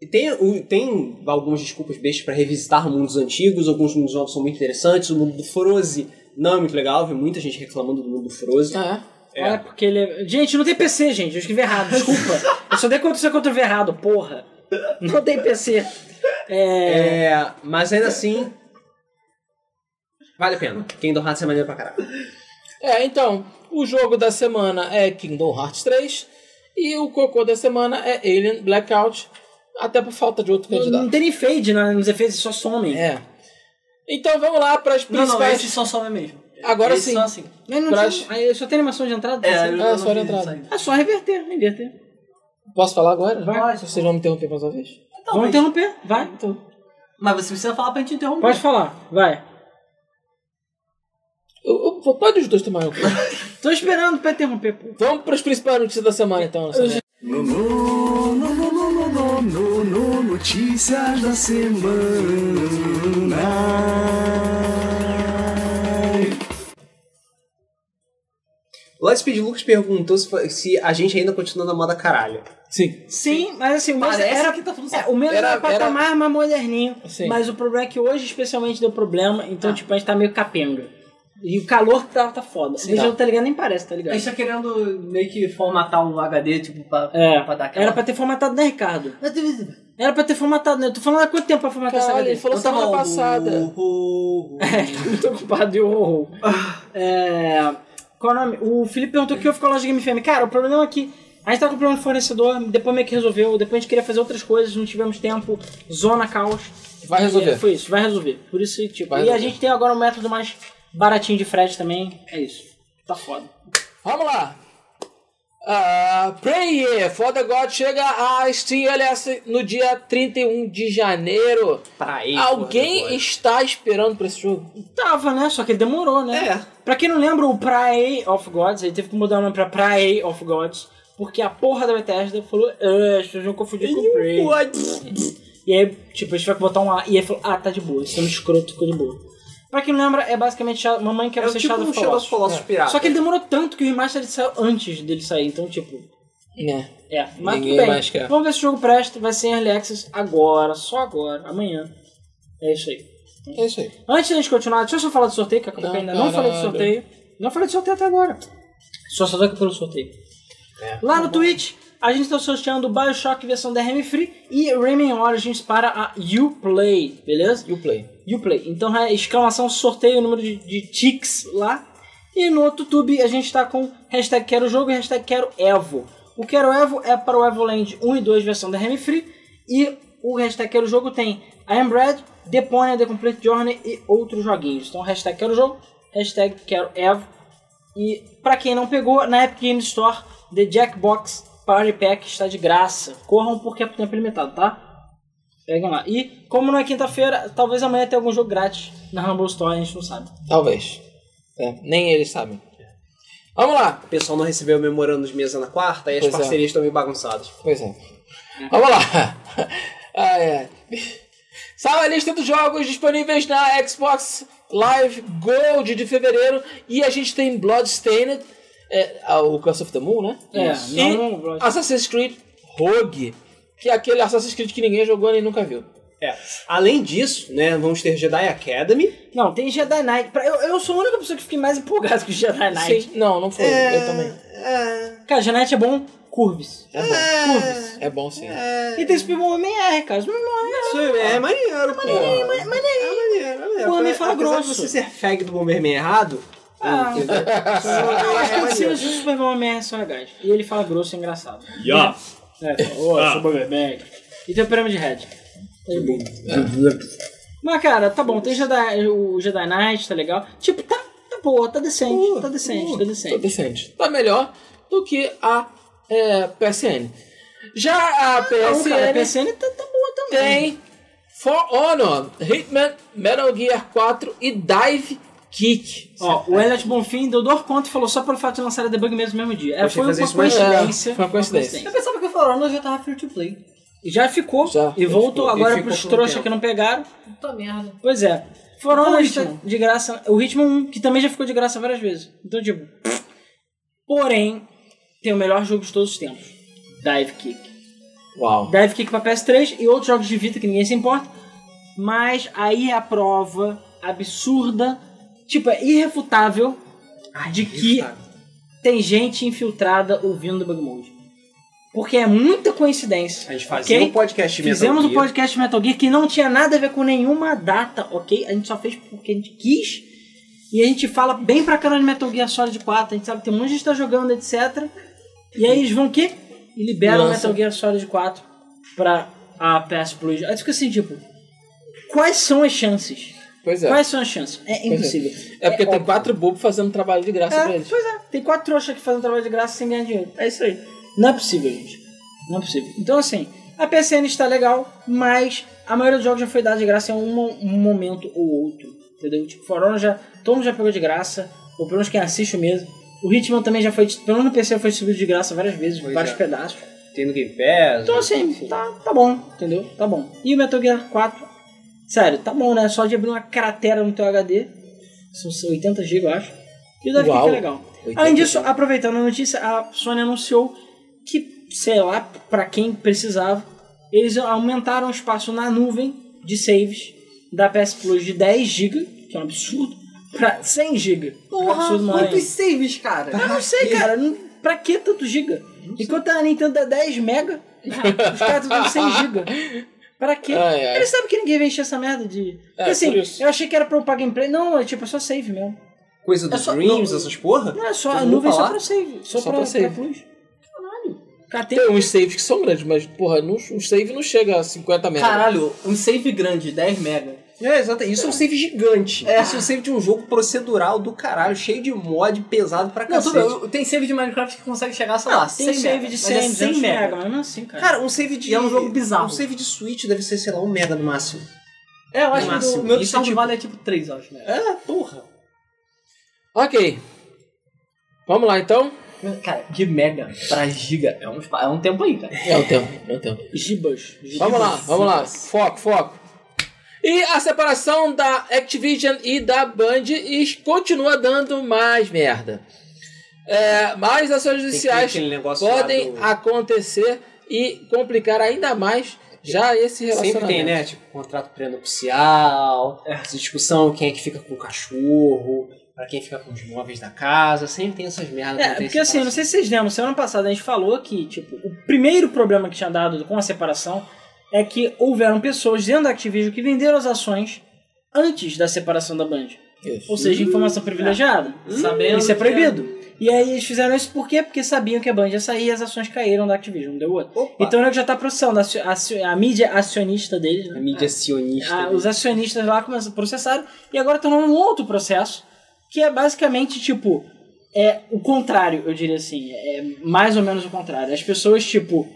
D: e Tem, o- tem algumas desculpas bestas pra revisitar mundos antigos, alguns mundos novos são muito interessantes. O mundo do Froze não é muito legal, vi muita gente reclamando do mundo do Froze.
B: É.
A: É. porque ele é... Gente, não tem PC, gente. Eu escrevi errado, desculpa. Eu só dei conta se eu escrevi errado, porra. Não tem PC. É...
D: É, mas ainda assim, vale a pena. Kingdom Hearts é maneiro pra caralho.
B: É, então, o jogo da semana é Kingdom Hearts 3 e o cocô da semana é Alien Blackout, até por falta de
F: Hum.
B: outro
A: Não, não
B: candidato.
A: tem nem fade né? nos efeitos, só somem.
B: É. Então vamos lá para as
F: Não, não,
B: principais.
F: esse só some mesmo.
B: Agora
F: Esse
B: sim.
F: só assim.
A: Mas não
B: Braço.
A: tem- aí só tem animação de
D: É,
A: entrada?
F: É,
A: tá certo?
B: eu- só
F: vi
B: de entrada.
F: isso aí.
A: É só reverter, reverter.
B: Posso falar agora?
F: Vai.
B: Vocês vão me interromper mais uma vez?
F: Então,
A: Vamos
F: mas,
D: um-
A: interromper, vai.
F: mas você precisa falar pra gente interromper.
A: Pode falar, vai.
B: Eu, eu, pode os dois tomarem o cu.
A: Tô esperando pra interromper, pô.
B: Vamos para as principais notícias da semana, então. Nessa
G: No, no, no, no, no, no, no, no, no, notícias da semana.
D: O Let's Speed Lucas perguntou se, foi- se a gente ainda continua na moda caralho.
B: Sim.
A: Sim, mas assim, o Mesa
F: Parece
A: era,
F: que tá tudo
A: é,
F: certo.
A: o Mesa
B: Era-
A: era, patamar mais moderninho.
B: Sim.
A: Mas o problema é que hoje, especialmente, deu problema. Então, tipo, a gente tá meio capenga. E o calor tá, tá foda. o jogo tá ligado, nem parece, tá
F: A
A: ligado?
F: gente tá querendo meio que formatar o HD, tipo, pra,
A: É,
F: pra dar aquela...
A: era pra ter formatado, né, Ricardo? Era pra ter formatado, né? Eu tô falando há quanto tempo pra formatar essa
B: Caralho,
A: HD?
B: ele falou tá
F: Então tá
B: semana
F: bom.
B: passada.
F: O- o- o-
A: Eu tô ocupado de horror. É, qual o nome? O Felipe perguntou o que eu fico a loja de Game FM. Cara, o problema é que a gente tava com problema de fornecedor, depois meio que resolveu, depois a gente queria fazer outras coisas, não tivemos tempo, zona caos.
B: Vai resolver.
A: É, foi isso, vai resolver. Por isso, tipo, e
B: Vai
A: a
B: resolver.
A: gente tem agora um método mais baratinho de frete também. É isso. Tá foda.
B: Vamos lá. Ah, Prey for the God chega a Steam LS no dia 31 de janeiro.
D: Pra aí,
B: Alguém
D: porra,
B: está esperando pra esse jogo?
A: Tava, né? Só que ele demorou, né? É. Pra quem não lembra, o Prae of Gods, ele teve que mudar o nome pra Prae of Gods, porque a porra da Bethesda falou, ah, vocês vão confundir com o Prey.
D: depois.
A: E aí, tipo, a gente vai botar um A. E aí falou, ah, tá de boa, isso é um escroto, ficou de boa. Pra quem não lembra, é basicamente Shadow- Mamãe Quero
C: É o
A: Ser
C: tipo
A: Shadow
C: um
A: of
C: Shadow
A: Colossus.
C: of Colossus
A: É.
C: pirata.
A: Só que ele demorou tanto que o remaster saiu antes dele sair, então tipo...
B: É.
A: É, mas
B: Ninguém
A: tudo bem.
B: mais quer.
A: Vamos ver se o jogo presta. Vai ser em Early Access agora, só agora, amanhã. É isso aí.
B: É isso aí.
A: Antes da gente continuar, deixa eu só falar do sorteio, que acabou que
B: Não,
A: eu ainda não falei do
B: caralho.
A: sorteio. Não falei do sorteio até agora. Só só toca pelo sorteio. Lá no Twitch, a gente está sorteando Bioshock versão DRM Free e Rayman Origins para a Uplay, beleza?
B: E o Play.
A: Uplay. Então é exclamação sorteio, número de, de tics lá. E no outro YouTube a gente tá com hashtag quero jogo e hashtag quero Evo. O quero Evo é para o Evoland 1 e 2 versão da Remy Free. E o hashtag quero jogo tem I Am Bread, Deponia, The Complete Journey e outros joguinhos. Então hashtag quero jogo, hashtag quero Evo. E pra quem não pegou, na Epic Games Store, The Jackbox Party Pack está de graça. Corram porque é por tempo limitado, tá? Peguem lá. E como não é quinta-feira, talvez amanhã tenha algum jogo grátis na Humble Store, a gente não sabe.
B: Talvez. É, nem eles sabem. Vamos lá.
C: O pessoal não recebeu o memorando de mesa na quarta e as
B: Pois é.
C: parcerias estão meio bagunçadas.
B: Pois é. Vamos lá. Ai, ai. Salve a lista dos jogos disponíveis na Xbox Live Gold de fevereiro. E a gente tem Bloodstained, é, ah, o Curse of the Moon, né?
A: É,
B: e
A: não, Blood-
B: Assassin's Creed Rogue, que é aquele Assassin's Creed que ninguém jogou nem nunca viu.
C: É. Além disso, né, vamos ter Jedi Academy.
A: Não, tem Jedi Knight. Pra- Eu, eu sou a única pessoa que fiquei mais empolgado com Jedi Knight.
B: Sim, não, não foi.
A: É.
B: Eu também.
A: Cara, Jedi Knight é bom, curves.
B: É bom.
A: Curves.
B: É bom sim.
A: E tem Speedball Homem-R, cara. Speedball é
C: Isso é maneiro, pô. É maneiro, é maneiro.
A: O homem fala
C: Apesar
A: grosso.
C: de você ser fag do Bomberman errado,
A: Ah,
C: é
A: as
C: maneiro.
A: cantinas do Superman Homem-R são legais. E ele fala grosso e engraçado.
E: Ya.
A: É, fala, ô, eu sou Bomberman. E tem o Pyramid Head. É bom. Mas, cara, tá bom. Tem Jedi, o Jedi Knight, tá legal. Tipo, tá, tá boa, tá decente, tá decente, tá
B: Tá
A: decente.
B: decente. Tá melhor do que a é, PSN. Já a
A: Não,
B: PSN,
A: Ah, um cara, a PSN tá, tá boa também.
B: tem For Honor, Hitman, Metal Gear 4 e Dive Kick.
A: Ó, o Elliot Bonfim deu dor conta e falou só pelo fato de lançar a debug mesmo no mesmo dia. É,
C: Poxa,
A: foi uma
C: fazer isso mais-
A: coincidência.
B: É, foi uma coincidência.
D: Eu pensava que o Forerunner já tava free to play.
A: Já ficou
B: Já,
A: e
B: já
A: voltou
B: ficou. E
A: agora
B: ficou
A: pros
B: por um
A: trouxas
B: tempo.
A: que não pegaram.
D: Puta merda.
A: Pois é. Foram
D: Qual o
A: nós
D: ritmo?
A: de graça. O ritmo 1, que também já ficou de graça várias vezes. Então, tipo. Porém, tem o melhor jogo de todos os tempos: Dive Kick.
B: Uau.
A: Dive Kick pra PS3 e outros jogos de Vita que ninguém se importa. Mas aí é a prova absurda, tipo, é irrefutável, de que tem gente infiltrada ouvindo o Bug Mode. Porque é muita coincidência.
C: a gente fazia
A: ok?
C: um podcast de
A: Fizemos
C: Metal
A: um
C: Gear.
A: podcast Metal Gear que não tinha nada a ver com nenhuma data, ok? A gente só fez porque a gente quis. E a gente fala bem pra caralho de Metal Gear Solid 4. A gente sabe que tem um monte de gente que tá jogando, etc. E aí eles vão o quê? E liberam
B: Lança.
A: Metal Gear Solid 4 pra a PS Plus. Aí tu fica assim, tipo... Quais são as chances?
B: Pois é.
A: Quais são as chances? É
B: Pois
A: impossível.
B: é porque tem
A: óbvio.
B: quatro bobos fazendo trabalho de graça pra
A: É,
B: eles.
A: pois é. Tem quatro trouxas que fazem trabalho de graça sem ganhar dinheiro. É isso aí. Não é possível, gente. Não é possível. Então, assim, a PSN está legal, mas a maioria dos jogos já foi dada de graça em um, um momento ou outro. Entendeu? Tipo, Forona já. Todo mundo já pegou de graça. Ou pelo menos quem assiste mesmo. O Hitman também já foi. Pelo menos no PC foi distribuído de graça várias vezes,
C: Pois
A: vários
C: é.
A: pedaços.
C: Tem no Game Pass.
A: Então, assim, tá, tá bom, entendeu? Tá bom. E o Metal Gear 4, sério, tá bom, né? Só de abrir uma cratera no teu HD. São 80 GB, eu acho. E deve
B: Uau.
A: ficar é legal. Além disso, aproveitando a notícia, a Sony anunciou que, sei lá, pra quem precisava, eles aumentaram o espaço na nuvem de saves da PS Plus de 10 GB, que é um absurdo, pra 100 GB.
D: Porra,
A: absurdo maior ainda.
D: muitos saves, cara.
A: Eu não sei, cara. Não, pra que tanto giga? Enquanto a Nintendo dá 10 mega, os caras estão 100 giga. Pra quê?
B: Ai, ai.
A: Eles sabem que ninguém vai encher essa merda de... Porque, é,
B: É,
A: assim,
B: por isso.
A: eu achei que era pra eu pagar em play. Não, é tipo, é só save mesmo.
C: Coisa do
A: É só-
C: Dreams,
A: não-
C: essas porra.
A: Não, é só
C: Todo
A: a
C: mundo
A: nuvem é só
C: falar?
A: pra save. Só,
B: Só
A: pra,
B: pra save.
A: pra plus. Caralho. Cara, tem... um
B: Tem um uns saves que são grandes, mas, porra, não, o save não chega a 50 metros.
D: Caralho, um save grande, 10 mega.
C: É, exato. Isso é um save gigante. É. Isso é um save de um jogo procedural do caralho, cheio de mod, pesado pra
D: Não,
C: cacete.
D: tudo, bem, tem save de Minecraft que consegue chegar, sei lá, 100
A: Tem save
D: mega,
A: de
D: mas
A: 100,
D: é 100 mega.
A: mega. Mas não é assim, cara.
C: Cara, um save de.
D: E é um jogo bizarro.
C: Um save de Switch deve ser, sei lá, um mega no máximo.
D: É, eu
C: No
D: acho que
C: máximo.
D: o meu
C: Isso é
D: Sound
C: tipo-
D: Valley é tipo 3, eu acho. Né?
C: É, porra.
B: Ok. Vamos lá, então.
D: Cara, de mega pra giga é um, espa- é um tempo aí, cara.
B: É o tempo, é o tempo.
A: Gibas.
B: Vamos lá, vamos lá. Foco, foco. E a separação da Activision e da Band e continua dando mais merda. É, mais ações judiciais
D: aquele negócio lá
B: podem
D: do-
B: acontecer e complicar ainda mais já esse relacionamento.
D: Sempre tem, né? Tipo, contrato pré-nupcial, essa discussão quem é que fica com o cachorro, pra quem fica com os móveis da casa, sempre tem essas merdas.
A: É,
D: quando tem
A: porque assim, não
D: separação.
A: sei se vocês lembram, semana passada a gente falou que, tipo, o primeiro problema que tinha dado com a separação é que houveram pessoas dentro da Activision que venderam as ações antes da separação da Band.
B: Isso.
A: Ou seja, informação privilegiada.
D: Sabendo
A: Isso é
D: que-
A: proibido. E aí eles fizeram isso por quê? Porque sabiam que a Band ia sair e as ações caíram da Activision, não deu outra.
D: Opa,
A: Então o nego já tá processando a, acio- a acio- a mídia acionista deles,
D: a
A: né?
D: mídia sionista.
A: Ah, os acionistas lá começaram a processar e agora estão num outro processo que é basicamente tipo é o contrário, eu diria assim, é mais ou menos o contrário. As pessoas tipo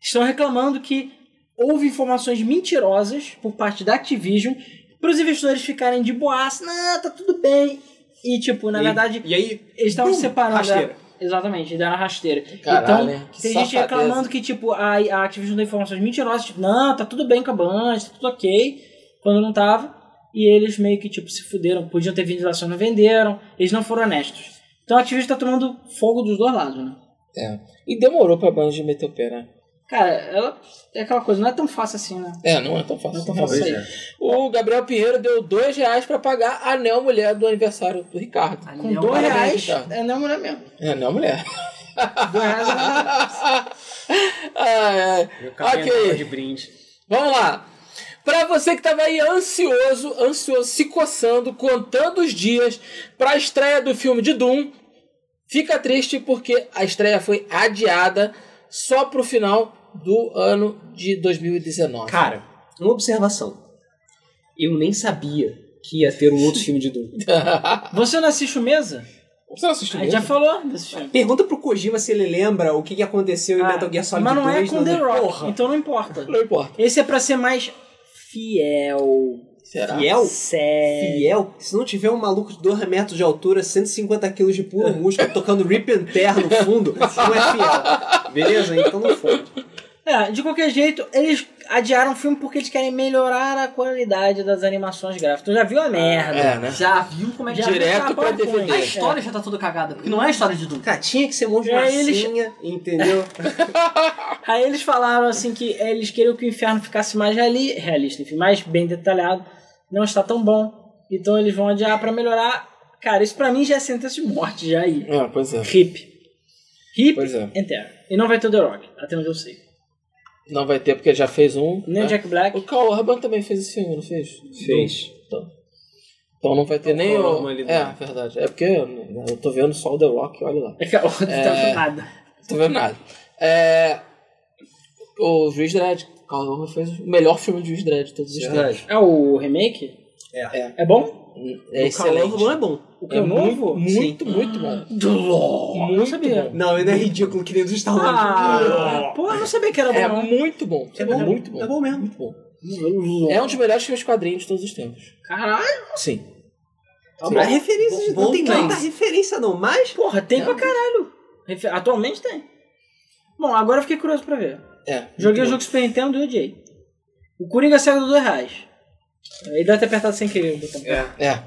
A: estão reclamando que houve informações mentirosas por parte da Activision para os investidores ficarem de boaça, não, tá tudo bem. E tipo, na
D: E-
A: verdade,
D: E aí,
A: eles estavam
D: bum,
A: separando.
D: rasteira.
A: Exatamente, deram a rasteira.
B: Caralho,
A: então,
B: que
A: tem gente
B: safadeza.
A: reclamando que, tipo, a, a Activision deu informações mentirosas, tipo, não, tá tudo bem com a Band, tá tudo ok, quando não tava. E eles meio que, tipo, se fuderam, podiam ter vendido ações, não venderam, eles não foram honestos. Então a Activision tá tomando fogo dos dois lados, né?
B: É. E demorou pra Band meter o pé, né?
A: Cara, ela é aquela coisa, não é tão fácil assim, né?
B: É, não é tão fácil.
A: Não é tão fácil
B: Talvez.
D: né?
A: sair.
B: O Gabriel Pinheiro deu dois reais pra pagar a Neo Mulher do aniversário do Ricardo.
A: Com dois
B: parabéns,
A: reais,
B: Ricardo.
A: é não mulher mesmo.
B: tá? É, Neo Mulher.
A: Dois reais é não.
B: ai, ai.
D: Meu cabelo
B: Ok.
D: tava de brinde.
B: Vamos lá. Pra você que tava aí ansioso, ansioso, se coçando, contando os dias pra estreia do filme de Doom, fica triste porque a estreia foi adiada só pro final do ano de 2019.
D: Cara, uma observação. Eu nem sabia que ia ter um outro filme de Doom.
A: Você não assiste o Mesa?
B: Você não assistiu
A: A gente já falou desse filme.
D: Pergunta pro Kojima se ele lembra o que que aconteceu em
A: Ah,
D: Metal Gear Solid 2.
A: mas não é com The
D: né?
A: Rock,
D: Porra.
A: então não importa.
B: Não importa.
A: Esse é pra ser mais fiel.
B: Será?
D: Fiel?
A: Sério.
D: Fiel? Se não tiver um maluco de 2 metros de altura, 150 quilos de puro músculo, tocando Rip and Tear no fundo, não é fiel. Beleza? Então não foi.
A: É, de qualquer jeito, eles adiaram o filme porque eles querem melhorar a qualidade das animações gráficas. Tu já viu a merda.
B: É, né?
H: Já viu como é que
A: Já
H: é?
A: viu
B: Direto
A: aquela
B: pra
A: PowerPoint.
B: DVD.
H: A história já tá toda cagada, porque não é a história de Doom.
D: Cara, tinha que ser mão de
A: E aí eles-
D: massinha, entendeu?
A: Aí eles falaram assim que eles queriam que o inferno ficasse mais reali- realista, enfim, mais bem detalhado. Não está tão bom. Então eles vão adiar pra melhorar. Cara, isso pra mim já é sentença de morte, já aí.
B: É, pois é.
A: Hip. Hip
B: Pois é.
A: inteiro. E não vai ter o The Rock, até onde eu sei.
B: Não vai ter porque já fez um.
A: Nem o
B: né?
A: Jack Black.
B: O Carl Urban também fez esse filme, não fez?
D: Fez.
B: Então, então não vai ter nem
D: Qual a
B: o... É,
D: normalidade?
B: verdade. É porque eu eu tô vendo só o The Rock, olha lá.
A: É que a outra tá nada.
B: Tô vendo nada. É... O Juiz Dredd. Carl Urban fez o melhor filme de Juiz Dredd de todos os tempos.
A: É o remake?
D: É.
A: É bom?
B: É
D: O
B: excelente.
D: calor é bom.
A: O que é,
B: É
A: novo?
B: muito, muito, muito bom.
A: Do LOL. Não sabia.
D: Não, ainda é ridículo que nem do Star Wars.
A: Ah, pô, eu não sabia que era
B: É
A: bom.
B: muito bom. É
D: bom.
B: muito bom.
D: É bom mesmo.
B: Muito bom. É um dos melhores filmes quadrinhos de todos os tempos.
A: Caralho.
B: Sim.
A: Tá
D: A
A: bom.
D: referência de- não
H: Bom
D: tem tanta
H: três.
D: referência não, mas
A: Porra, tem
B: É.
A: pra caralho. Refe- Atualmente tem. Bom, agora eu fiquei curioso pra ver.
B: É.
A: Joguei
B: muito
A: o
B: bom.
A: jogo Super Nintendo e odiei. O Coringa saiu do dois reais. Ele deve ter apertado sem querer o botão.
B: É.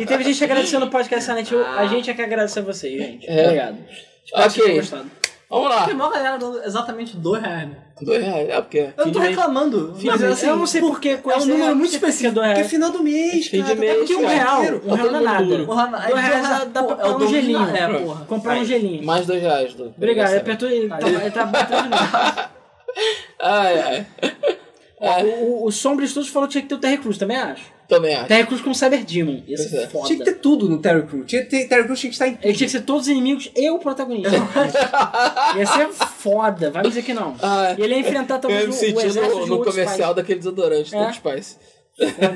A: E teve gente agradecendo o podcast Silent Hill. A gente é que agradece a vocês, gente.
B: É.
A: Obrigado. Espero que vocês tenham
B: Ok.
A: gostado.
B: Vamos lá.
H: Tem mó galera dando exatamente dois reais. né?
B: Dois reais. É porque.
H: Eu não tô
B: Fim de mês.
H: reclamando, mas
A: Mas,
H: assim,
A: eu não sei por que.
H: é um número muito
A: específico. Do
D: porque é final do mês,
B: Fim de
D: cara. tá
B: mês,
A: Porque um
D: tudo
B: cara.
A: real,
D: inteiro.
A: um real não é nada.
H: Porra, aí
A: Dois reais
H: porra,
A: dá- dá pra
H: pô, é
A: comprar
H: o
A: um
H: dobro de
A: gelinho.
H: nada, É, porra.
A: Comprar um gelinho.
B: Mais dois reais. Do...
A: Obrigado, ele
B: aniversário.
A: apertou. Ele tá, ele tá batendo de novo.
B: Ai, ai. É,
A: Ó, O, o, o Sombra Studios falou que tinha que ter o Terry Cruz, também acho.
B: Também acho.
A: Terry Cruz com o Cyber Demon. Ia ser
B: Pois é.
A: foda.
D: Tinha que ter tudo no Terry Crew. Tinha que ter- Terry Crew tinha que estar em
A: Ele tinha que ser todos os inimigos e o protagonista. Ia ser foda, vai me dizer que não.
B: Ah,
A: E ele
H: é
A: ia enfrentar
B: Eu
A: talvez
B: me
A: o, o
B: senti
A: exército
B: no,
A: de
B: no
A: outros
B: comercial daquele desodorante
A: É.
B: do Spice.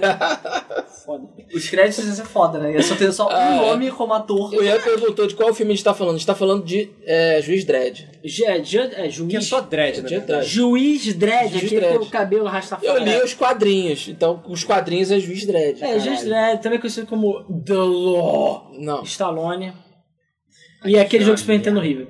A: pais. Foda.
H: Os créditos
D: é
H: ia ser foda, né? Ia só ter só um
B: Ah, é.
H: nome como ator.
B: O Ian perguntou de qual filme a gente tá falando. A gente tá falando de é, Juiz Dredd.
A: Ju- é, ju- é,
D: Que é
A: juiz.
D: só dread, né?
B: Juiz Dredd.
A: Juiz Dredd,
B: Juiz
A: aquele
B: Dredd.
A: com o cabelo rastafari.
B: Eu li os quadrinhos. Então, os quadrinhos é Juiz Dredd.
A: É, Juiz Dredd, também conhecido como The Law. é
B: Não.
A: Stallone. E aquele jogo que Super Nintendo horrível.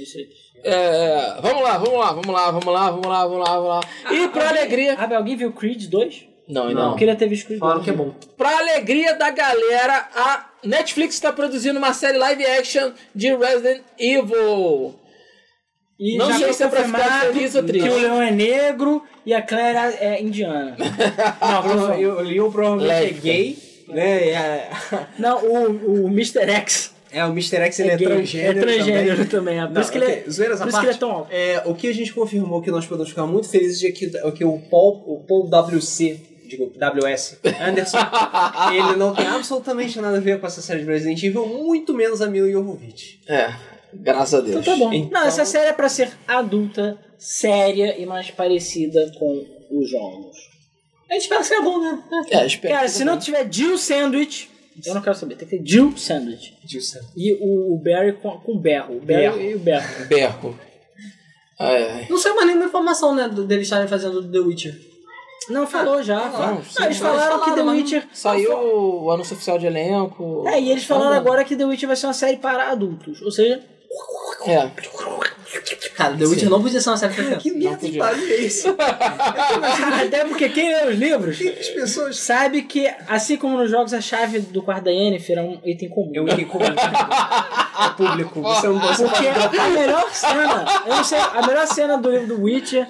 A: Isso aí.
B: É, vamos lá, vamos lá, vamos lá, vamos lá, vamos lá, vamos lá, vamos lá. E pra alegria.
A: Ah, alguém viu Creed 2?
B: Não, ainda
A: Eu
B: não.
A: queria ter visto Creed 2.
C: Falaram que é bom.
B: Pra alegria da galera, a Netflix está produzindo uma série live action de Resident Evil.
A: E
B: Não
A: já
B: sei
A: foi
B: se é pra ficar
A: confirmado
B: feliz ou triste.
A: Que o leão é negro e a Claire é indiana. Não,
D: Eu,
A: prova-
D: eu, o Leon provavelmente é
B: Lésbica.
D: gay, né? E a-
A: não o, o Mr. X
D: é, o Mr. X
A: é,
D: ele é,
A: gay,
D: transgênero.
A: é transgênero também. é. Por
D: Não,
A: isso que ele é,
D: ok, zoeiras à
A: por isso que ele é
D: parte.
A: tão alto.
D: É, o que a gente confirmou que nós podemos ficar muito felizes é que, que o, Paul, o Paul WC, digo, WS, Anderson, ele não tem absolutamente nada a ver com essa série de Resident Evil, muito menos a Mila Jovovich.
B: É, graças a Deus.
A: Então tá bom.
D: Então-
A: Não, essa série é pra ser adulta, séria e mais parecida com os jogos.
D: A gente espera que seja bom, né?
B: É, espero.
A: Cara, se não tiver Jill Sandwich, eu não quero saber. Tem que ter Jill Sandwich.
D: Disso.
A: E o, o Barry com, com o berro. O Barry
D: Berro.
A: e o berro.
B: Berro. Ai, ai.
D: Não saiu mais nenhuma informação, né, do- deles estarem fazendo The Witcher.
A: Não, falou já. falou.
B: não,
A: Ah, Não,
B: sim,
A: eles
D: mas
A: falaram né? que The
D: falaram, mas não-
A: Witcher...
B: Saiu o anúncio oficial de elenco.
A: É, e eles falaram
B: Ah,
A: agora que The Witcher vai ser uma série para adultos. Ou seja,
B: É.
D: Cara, The Witcher não podia ser uma série pra criança.
E: Que merda de
B: podia.
E: pariu é isso?
A: até porque quem lê os livros
E: As pessoas.
A: sabe que, assim como nos jogos, a chave do quarto da Yennefer é um item comum.
D: Eu entendi como é público. Você não você
A: Porque a melhor cena, eu não sei, a melhor cena do livro do Witcher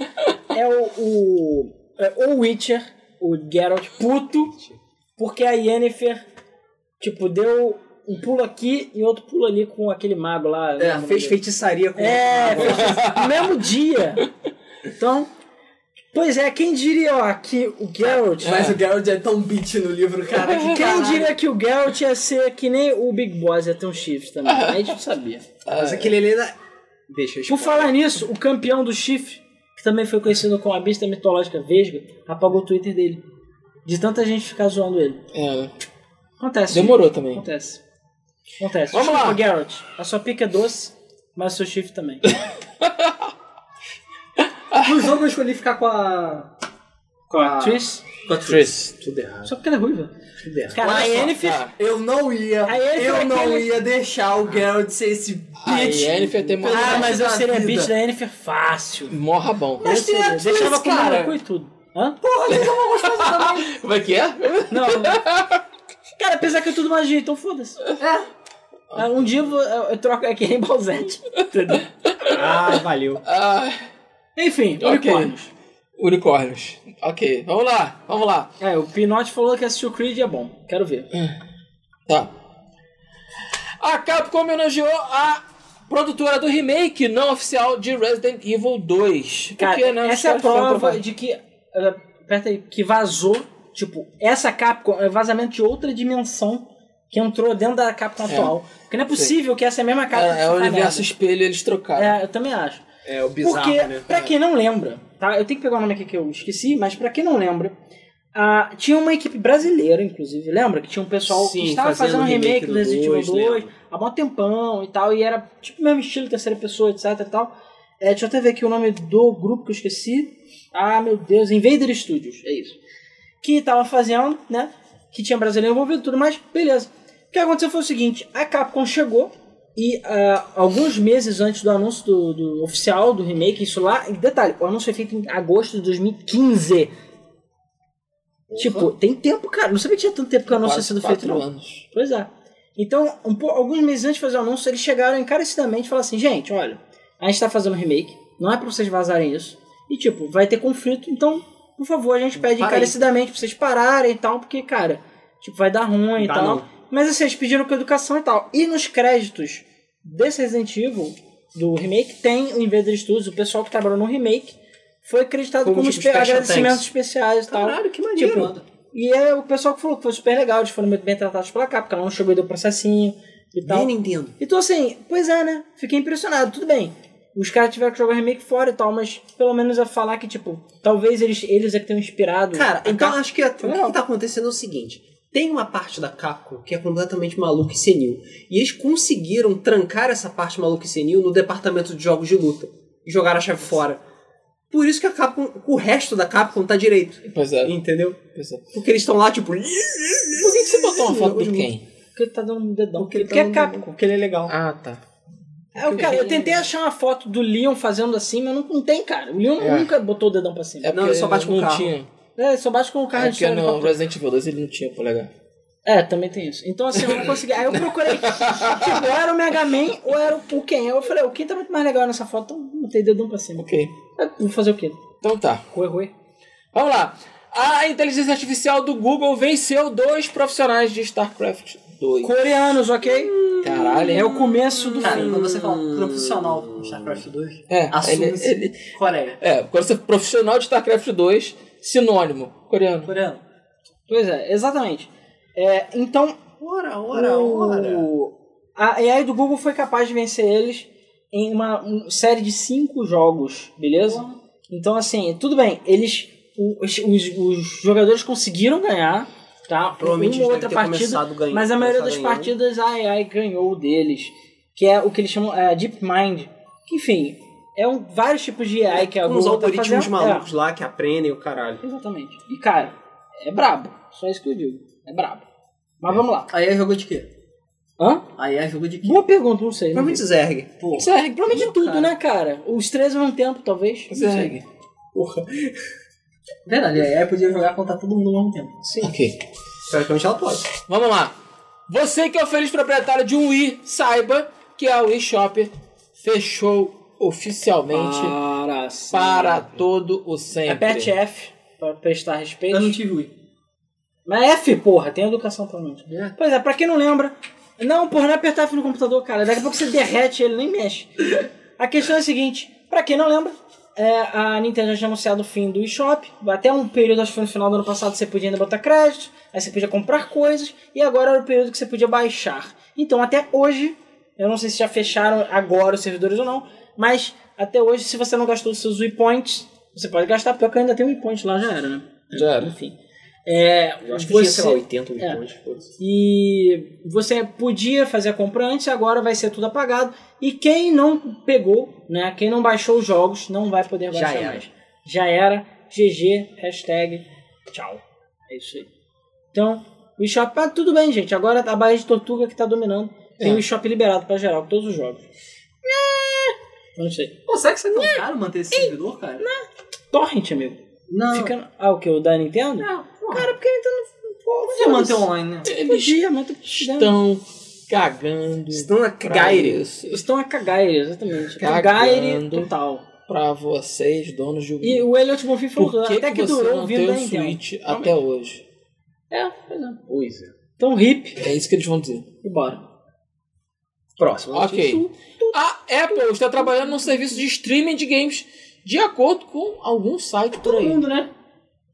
A: é o, o, é o Witcher, o Geralt puto, porque a Yennefer, tipo, deu um pulo aqui e outro pulo ali com aquele mago lá.
D: É, fez feitiçaria com
A: É, no mesmo dia. Então, pois é, quem diria, ó, que o Geralt...
D: Mas o Geralt é tão bitch no livro, cara. Que
A: Quem
D: caralho.
A: diria que o Geralt ia ser que nem o Big Boss ia ter um chifre também? A gente não sabia.
B: É,
D: Mas aquele ali ainda... Deixa eu
A: Por
D: explicar.
A: falar nisso, o campeão do chifre, que também foi conhecido como a besta mitológica Vesga, apagou o Twitter dele. De tanta gente ficar zoando ele.
B: É,
A: Acontece.
B: Demorou também.
A: Acontece. Acontece.
B: Vamos
A: Desculpa,
B: lá.
A: Geralt. A sua pica é doce, mas o seu chifre também.
D: No jogo eu escolhi ficar com a...
A: Com a
D: é?
A: atriz.
D: Com a
B: Tris.
D: Tudo errado.
A: Só porque ela é ruiva.
D: Tudo errado.
A: Cara, a
D: Olha só,
A: Yennefer...
B: tá.
D: Eu não ia,
A: A Yennefer é
D: eu não
A: aquele-
D: ia deixar o Geralt ser esse
B: A
D: bitch.
B: Yennefer tem mó-
A: Ah, mas eu
D: da
A: seria
D: vida.
A: bitch da Yennefer fácil.
B: mó rabão.
A: Eu
D: Mas tem
A: seria.
D: atriz,
A: Deixava com
D: cara.
A: o cu e tudo. Hã?
D: Porra, tem uma gostosa também.
B: Como é que é?
A: Não. Cara, apesar que é tudo magia, então foda-se. É. Um dia eu, vou- eu- eu troco aqui em Balzete. Entendeu?
D: Ah, valeu.
B: Ah,
A: Enfim,
B: Ok.
A: unicórnios.
B: unicórnios. Ok, vamos lá, vamos lá.
A: É, o Pinote falou que assistiu Creed e é bom. Quero ver.
B: Tá. A Capcom homenageou a produtora do remake não oficial de Resident Evil 2.
A: Cara,
B: Porque, né, os
A: essa é a
B: caras foram
A: prova
B: provar-
A: de que. eh, Aperta aí. Que vazou. Tipo, essa Capcom é vazamento de outra dimensão que entrou dentro da Capcom atual. Porque não é possível que essa é a mesma Capcom.
B: É, é o
A: que faz
B: universo
A: merda.
B: espelho, eles trocaram.
A: É, eu também acho.
D: É o bizarro,
A: Porque,
D: né?
A: pra quem não lembra, tá? Eu tenho que pegar o nome aqui que eu esqueci, mas pra quem não lembra, ah, tinha uma equipe brasileira, inclusive, lembra? Que tinha um pessoal
D: Sim,
A: que estava fazendo
D: fazendo
A: um remake
D: remake
A: do
D: do
A: Resident Evil
D: dois, Tá
A: 2
D: lembro.
A: há mó tempão e tal, e era tipo o mesmo estilo, terceira pessoa, etc e tal. É, deixa eu até ver aqui o nome do grupo que eu esqueci. Ah, meu Deus, Invader Studios, é isso. Que tava fazendo, né? Que tinha brasileiro envolvido e tudo mais, beleza. O que aconteceu foi o seguinte: a Capcom chegou e ah, alguns meses antes do anúncio do, do oficial do remake, isso lá. E detalhe, o anúncio foi feito em agosto de 2015. Tipo, tem tempo, cara. Não sabia que tinha tanto tempo que o anúncio tinha sido
B: Quase quatro
A: feito, não.
B: anos.
A: Pois é. Então, um po- alguns meses antes de fazer o anúncio, eles chegaram encarecidamente e falaram assim: gente, olha, a gente tá fazendo um remake, não é pra vocês vazarem isso. E, tipo, vai ter conflito, então, por favor, a gente pede
D: Para aí.
A: encarecidamente pra vocês pararem e tal, porque, cara, tipo, vai dar ruim e
D: Dá
A: tal.
D: não.
A: Mas, assim, eles pediram com educação e tal. E nos créditos desse Resident Evil, do remake, tem o Invader Studios, o pessoal que trabalhou no remake, foi acreditado como,
D: Como, tipo,
A: espe-
D: special
A: agradecimentos
D: thanks.
A: especiais e tal.
D: Caralho, que maneiro.
A: Tipo, E é o pessoal que falou que foi super legal, eles foram muito bem tratados pela capa, porque ela não chegou e deu processinho e tal.
D: Nem Nintendo.
A: Então assim, pois é, né? Fiquei impressionado, tudo bem. Os caras tiveram que jogar remake fora e tal, mas pelo menos é falar que, tipo, talvez eles, eles é que tenham inspirado.
D: Cara,
A: a
D: então
A: Capcom.
D: acho que até- o que, que tá acontecendo é o seguinte. Tem uma parte da Capcom que é completamente maluca e senil. E eles conseguiram trancar essa parte maluca e senil no departamento de jogos de luta. E jogaram a chave fora. Por isso que a Capcom, o resto da Capcom tá direito.
B: Pois é,
D: Entendeu?
B: pois é.
D: Porque eles estão lá, tipo...
B: Por que, que você botou uma foto do
D: Jogo de
B: Ken?
A: Porque ele tá dando um dedão.
D: Porque
A: Porque,
D: ele
A: ele
D: tá
A: quer
D: dando um
A: Capcom.
D: Porque ele é legal.
B: Ah, tá.
A: É, eu, cara, eu tentei achar uma foto do Leon fazendo assim, mas não, não tem, cara. O Leon
B: É.
A: nunca botou o dedão pra cima.
B: É
A: É,
B: porque
D: ele só bate com o
B: não
D: carro.
B: Tinha.
A: ele só bate com o carro
B: É
A: de
B: porque
A: som no
B: no
A: papel.
B: Resident Evil 2 ele não tinha polegar.
A: É, também tem isso. Então assim, eu não consegui. Aí eu procurei. tipo, ou era o Mega Man ou era o o Ken. Eu falei, o Ken tá muito mais legal nessa foto, então botei dedão pra cima.
B: Ok.
A: É, Vou fazer o quê?
B: Então tá.
A: Rui, rui.
B: Vamos lá. A inteligência artificial do Google venceu dois profissionais de StarCraft 2.
A: Coreanos, ok?
B: Caralho, hein?
A: É o começo do
D: Cara,
A: fim.
D: quando você fala profissional no StarCraft 2,
B: É,
D: assume-se
B: ele-
D: Coreia.
B: É, quando você é profissional de StarCraft 2, sinônimo, coreano.
D: Coreano.
A: Pois é, exatamente. É, então,
D: Ora, ora,
A: o-
D: ora.
A: A AI do Google foi capaz de vencer eles em uma um- série de cinco jogos, beleza? Então, assim, tudo bem, eles. o- Os, os- os jogadores conseguiram ganhar, tá?
D: Provavelmente
A: uma ou
D: eles devem
A: outra
D: ter
A: partida,
D: começado ganhando.
A: mas a maioria das
D: começado ganhando.
A: partidas a AI ganhou deles, que é o que eles chamam é, Deep Mind. Que, enfim, é um, vários tipos de AI que a
D: Com os
A: Google tá
D: né? É, algoritmos
A: fazendo.
D: malucos lá que aprendem o caralho.
A: É, exatamente. E, cara, é brabo. Só isso que eu digo. É brabo. Mas vamos lá.
D: Aí é jogo de quê?
A: Hã?
D: Aí é jogo de quê?
A: Boa pergunta, não sei. né? Não
D: Provavelmente Zerg. é Pô.
A: Isso é problema de tudo,
D: cara.
A: né, cara? Os três ao mesmo tempo, talvez. Não sei.
B: Segue.
D: Verdade, aí ela podia jogar contra todo mundo ao mesmo tempo. Sim.
B: Ok.
D: Teoricamente ela pode.
B: Vamos lá. Você que é o feliz proprietário de um Wii, saiba que a Wii Shop fechou oficialmente
A: Para,
B: para todo o sempre.
A: Aperte F pra prestar respeito.
D: É, Eu não tive Wii.
A: Mas é F, porra, tem educação pelo menos.
D: É.
A: Pois é, pra quem não lembra. Não, porra, não é apertar F no computador, cara. Daqui a pouco você derrete ele, nem mexe. A questão é a seguinte: pra quem não lembra, é, a Nintendo já tinha anunciado o fim do eShop. Até um período, acho que foi no final do ano passado, você podia ainda botar crédito, aí você podia comprar coisas, e agora era o período que você podia baixar. Então, até hoje, eu não sei se já fecharam agora os servidores ou não, mas até hoje, se você não gastou os seus Wii Points, você pode gastar, porque eu ainda tenho Wii Points lá, já era, né?
B: Já era.
A: Enfim. É,
D: Eu acho que
A: você...
D: tinha, sei lá, 80 Wii
A: É.
D: Points. foda-se.
A: E você podia fazer a compra antes, agora vai ser tudo apagado. E quem não pegou, né? Quem não baixou os jogos, não vai poder
D: Já
A: baixar
D: era.
A: mais. Já era. GG, hashtag, tchau. É isso aí. Então, o eShop... Ah, tudo bem, gente. Agora a Bahia de Tortuga que tá dominando. Tem
B: É.
A: o eShop liberado pra geral, todos os jogos. É, Não sei.
D: Pô, será que você é tão caro manter esse servidor, cara?
A: Torrent, amigo.
D: Não.
A: Fica... no- Ah, o que? O da Nintendo?
D: Não, porra.
A: Cara, porque a Nintendo... Pô,
D: Ah, podia manter online, né?
B: Eles
A: Podia, mas... tá-
B: estão cagando
D: Estão na
B: pra
D: é Gaire.
B: isso.
A: Estão a cagaire, exatamente.
B: Cagando.
A: Cagaire total.
B: Pra vocês, donos de
A: E
B: Wii.
A: o Elliot Bonfim falou,
B: Por que,
A: até que,
B: que você
A: durou
B: não
A: o vindo
B: tem
A: da
B: o
A: Nintendo.
B: Switch até hoje?
A: É, pois é.
D: Pois é.
A: Então, hip
B: É isso que eles vão dizer.
A: e bora.
D: Próximo.
B: Ok. A Apple está trabalhando num serviço de streaming de games de acordo com algum site por aí.
D: né?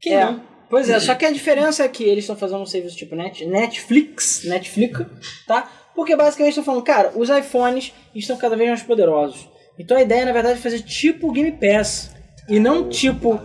A: Quem é. Pois é, só que a diferença é que eles estão fazendo um serviço tipo Net- Netflix, Netflix, tá? Porque basicamente estão falando, cara, os iPhones estão cada vez mais poderosos. Então a ideia, na verdade, é fazer tipo o Game Pass e não tipo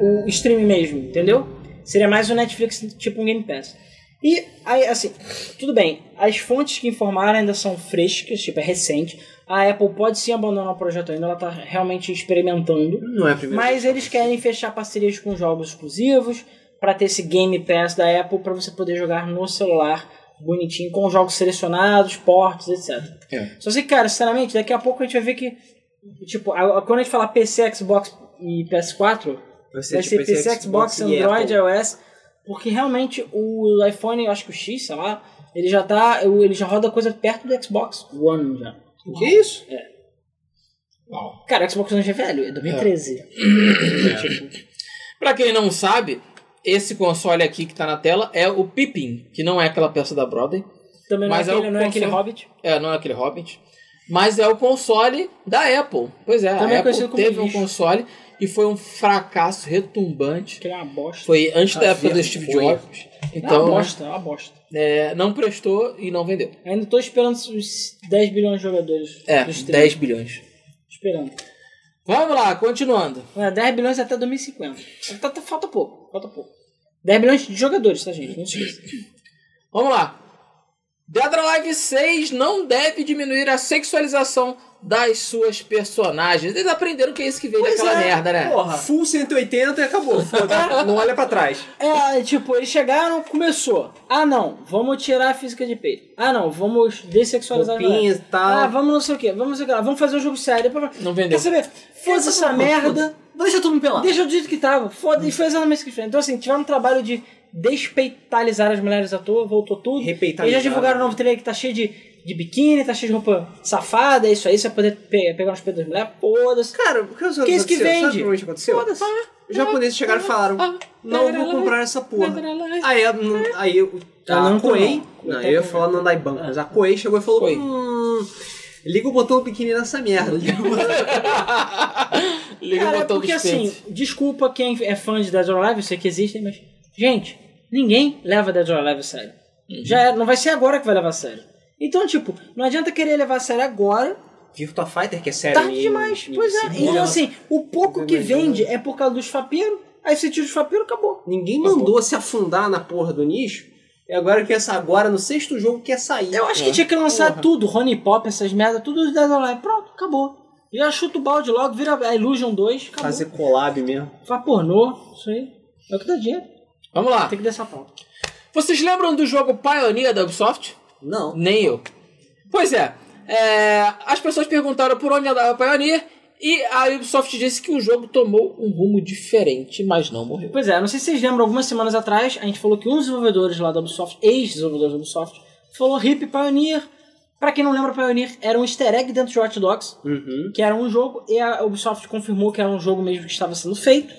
A: o stream mesmo, entendeu? Seria mais o Netflix tipo um Game Pass. E aí, assim, tudo bem, as fontes que informaram ainda são frescas, tipo, é recente. A Apple pode sim abandonar o projeto ainda, ela tá realmente experimentando.
D: Não é a primeira.
A: Mas eles querem fechar parcerias com jogos exclusivos pra ter esse Game Pass da Apple pra você poder jogar no celular bonitinho, com jogos selecionados, portes, etc.
B: É.
A: Só sei, que, cara, sinceramente, daqui a pouco a gente vai ver que, tipo, a- a- quando a gente falar PC, Xbox e PS4,
D: Vai tipo
A: vai ser PC, Xbox,
D: e
A: Android, é
D: Apple.
A: iOS, porque realmente o iPhone, eu acho que o X, sei lá, ele já tá, ele já roda coisa perto do Xbox One já.
D: O que é isso?
B: Uau.
A: Cara, o Xbox One já é velho, é 2013. Tipo,
B: Pra quem não sabe, esse console aqui que tá na tela é o Pippin, que não é aquela peça da Broadway.
A: também não,
B: Mas
A: é
B: é o
A: aquele, não é aquele
B: console-
A: Hobbit.
B: É, não é aquele Hobbit. Mas é o console da Apple. Pois é,
A: Também
B: a Apple
A: conhecido como
B: teve um
A: lixo.
B: console e foi um fracasso retumbante.
A: Que é uma bosta.
B: Foi antes da
D: A
B: época do
D: vergonha.
B: Steve Jobs.
A: é uma
B: Então,
A: Ah, bosta, é uma bosta.
B: é, não prestou e não vendeu.
A: Ainda tô esperando os 10 bilhões de jogadores.
B: É,
A: dos
B: 10 bilhões.
A: Esperando.
B: Vamos lá, continuando.
A: É, 10 bilhões até 2050. Tá, tá- falta pouco, falta pouco. 10 bilhões de jogadores, tá, gente? Não esqueça.
B: Vamos lá. Dead or Alive 6 não deve diminuir a sexualização das suas personagens. Eles aprenderam que é isso que veio daquela merda,
D: É.
B: né?
C: Porra.
D: Full 180 e acabou. Foda-se. Não olha pra trás.
A: É, tipo, eles chegaram, começou. Ah, não, vamos tirar a física de peito. Ah, não, vamos dessexualizar a
D: Roupinhas
A: galera.
D: e tal.
A: Ah, vamos não sei o que, vamos não sei o que lá, vamos fazer um jogo sério. Depois...
B: Não vendeu.
A: Quer saber? Fez essa merda,
C: Deixa todo mundo pelado.
A: deixa do jeito que tava, foda, e foi exatamente o que fez. Então, assim, tiveram um trabalho de despeitalizar as mulheres à toa, voltou tudo.
D: Repeitalizar.
A: Eles já divulgaram o novo trailer que tá cheio de, de biquíni, tá cheio de roupa safada, é isso aí, você vai poder pe- pegar uns peitos das mulheres, foda-se.
D: Cara, o que os
A: é Que isso que
D: aconteceu? Sabe
A: vende?
D: provavelmente aconteceu?
A: Foda-se.
D: Os japoneses chegaram e falaram, não vou comprar essa porra. Aí, a- n- aí o-
A: Ah,
D: a
A: não,
D: Koei,
A: não.
D: não, eu ia falar não da Iban, mas a Koei chegou e falou,
B: Koei.
D: hum, liga o botão do biquíni nessa merda. Liga o botão.
B: Liga
A: é Cara,
B: o
A: é
B: botão
A: porque
B: dos peitos.
A: assim, desculpa quem é fã de Dead or Alive, eu sei que existem, mas. Gente, ninguém leva Dead or Alive a sério.
D: Uhum.
A: Já era, não vai ser agora que vai levar a sério. Então, tipo, não adianta querer levar a sério agora,
D: Virtua Fighter, que é sério.
A: tarde
D: em-
A: demais.
D: em
A: Pois é.
D: cinco né?
A: Então,
D: anos.
A: assim, o pouco que vende é por causa dos fapeiros, aí você tira os fapeiros, acabou.
D: Ninguém mandou se afundar na porra do nicho. E agora que essa agora no sexto jogo quer sair. É.
A: Eu acho que tinha que lançar tudo, Rony Pop, essas merdas, tudo de Dead or Alive. Pronto, acabou. Já chuta o balde logo, vira a Illusion 2, acabou.
D: fazer collab mesmo.
A: Faz pornô, isso aí. É o que dá dinheiro.
B: Vamos lá.
A: Tem que dar essa pauta.
B: Vocês lembram do jogo Pioneer da Ubisoft?
D: Não.
B: Nem eu. Pois é, é, as pessoas perguntaram por onde andava a Pioneer e a Ubisoft disse que o jogo tomou um rumo diferente, mas não morreu.
A: Pois é, não sei se vocês lembram, algumas semanas atrás, a gente falou que um dos desenvolvedores lá da Ubisoft, ex-desenvolvedores da Ubisoft, falou Hip Pioneer. Pra quem não lembra, Pioneer era um easter egg dentro de Hot Dogs, que era um jogo, e a Ubisoft confirmou que era um jogo mesmo que estava sendo feito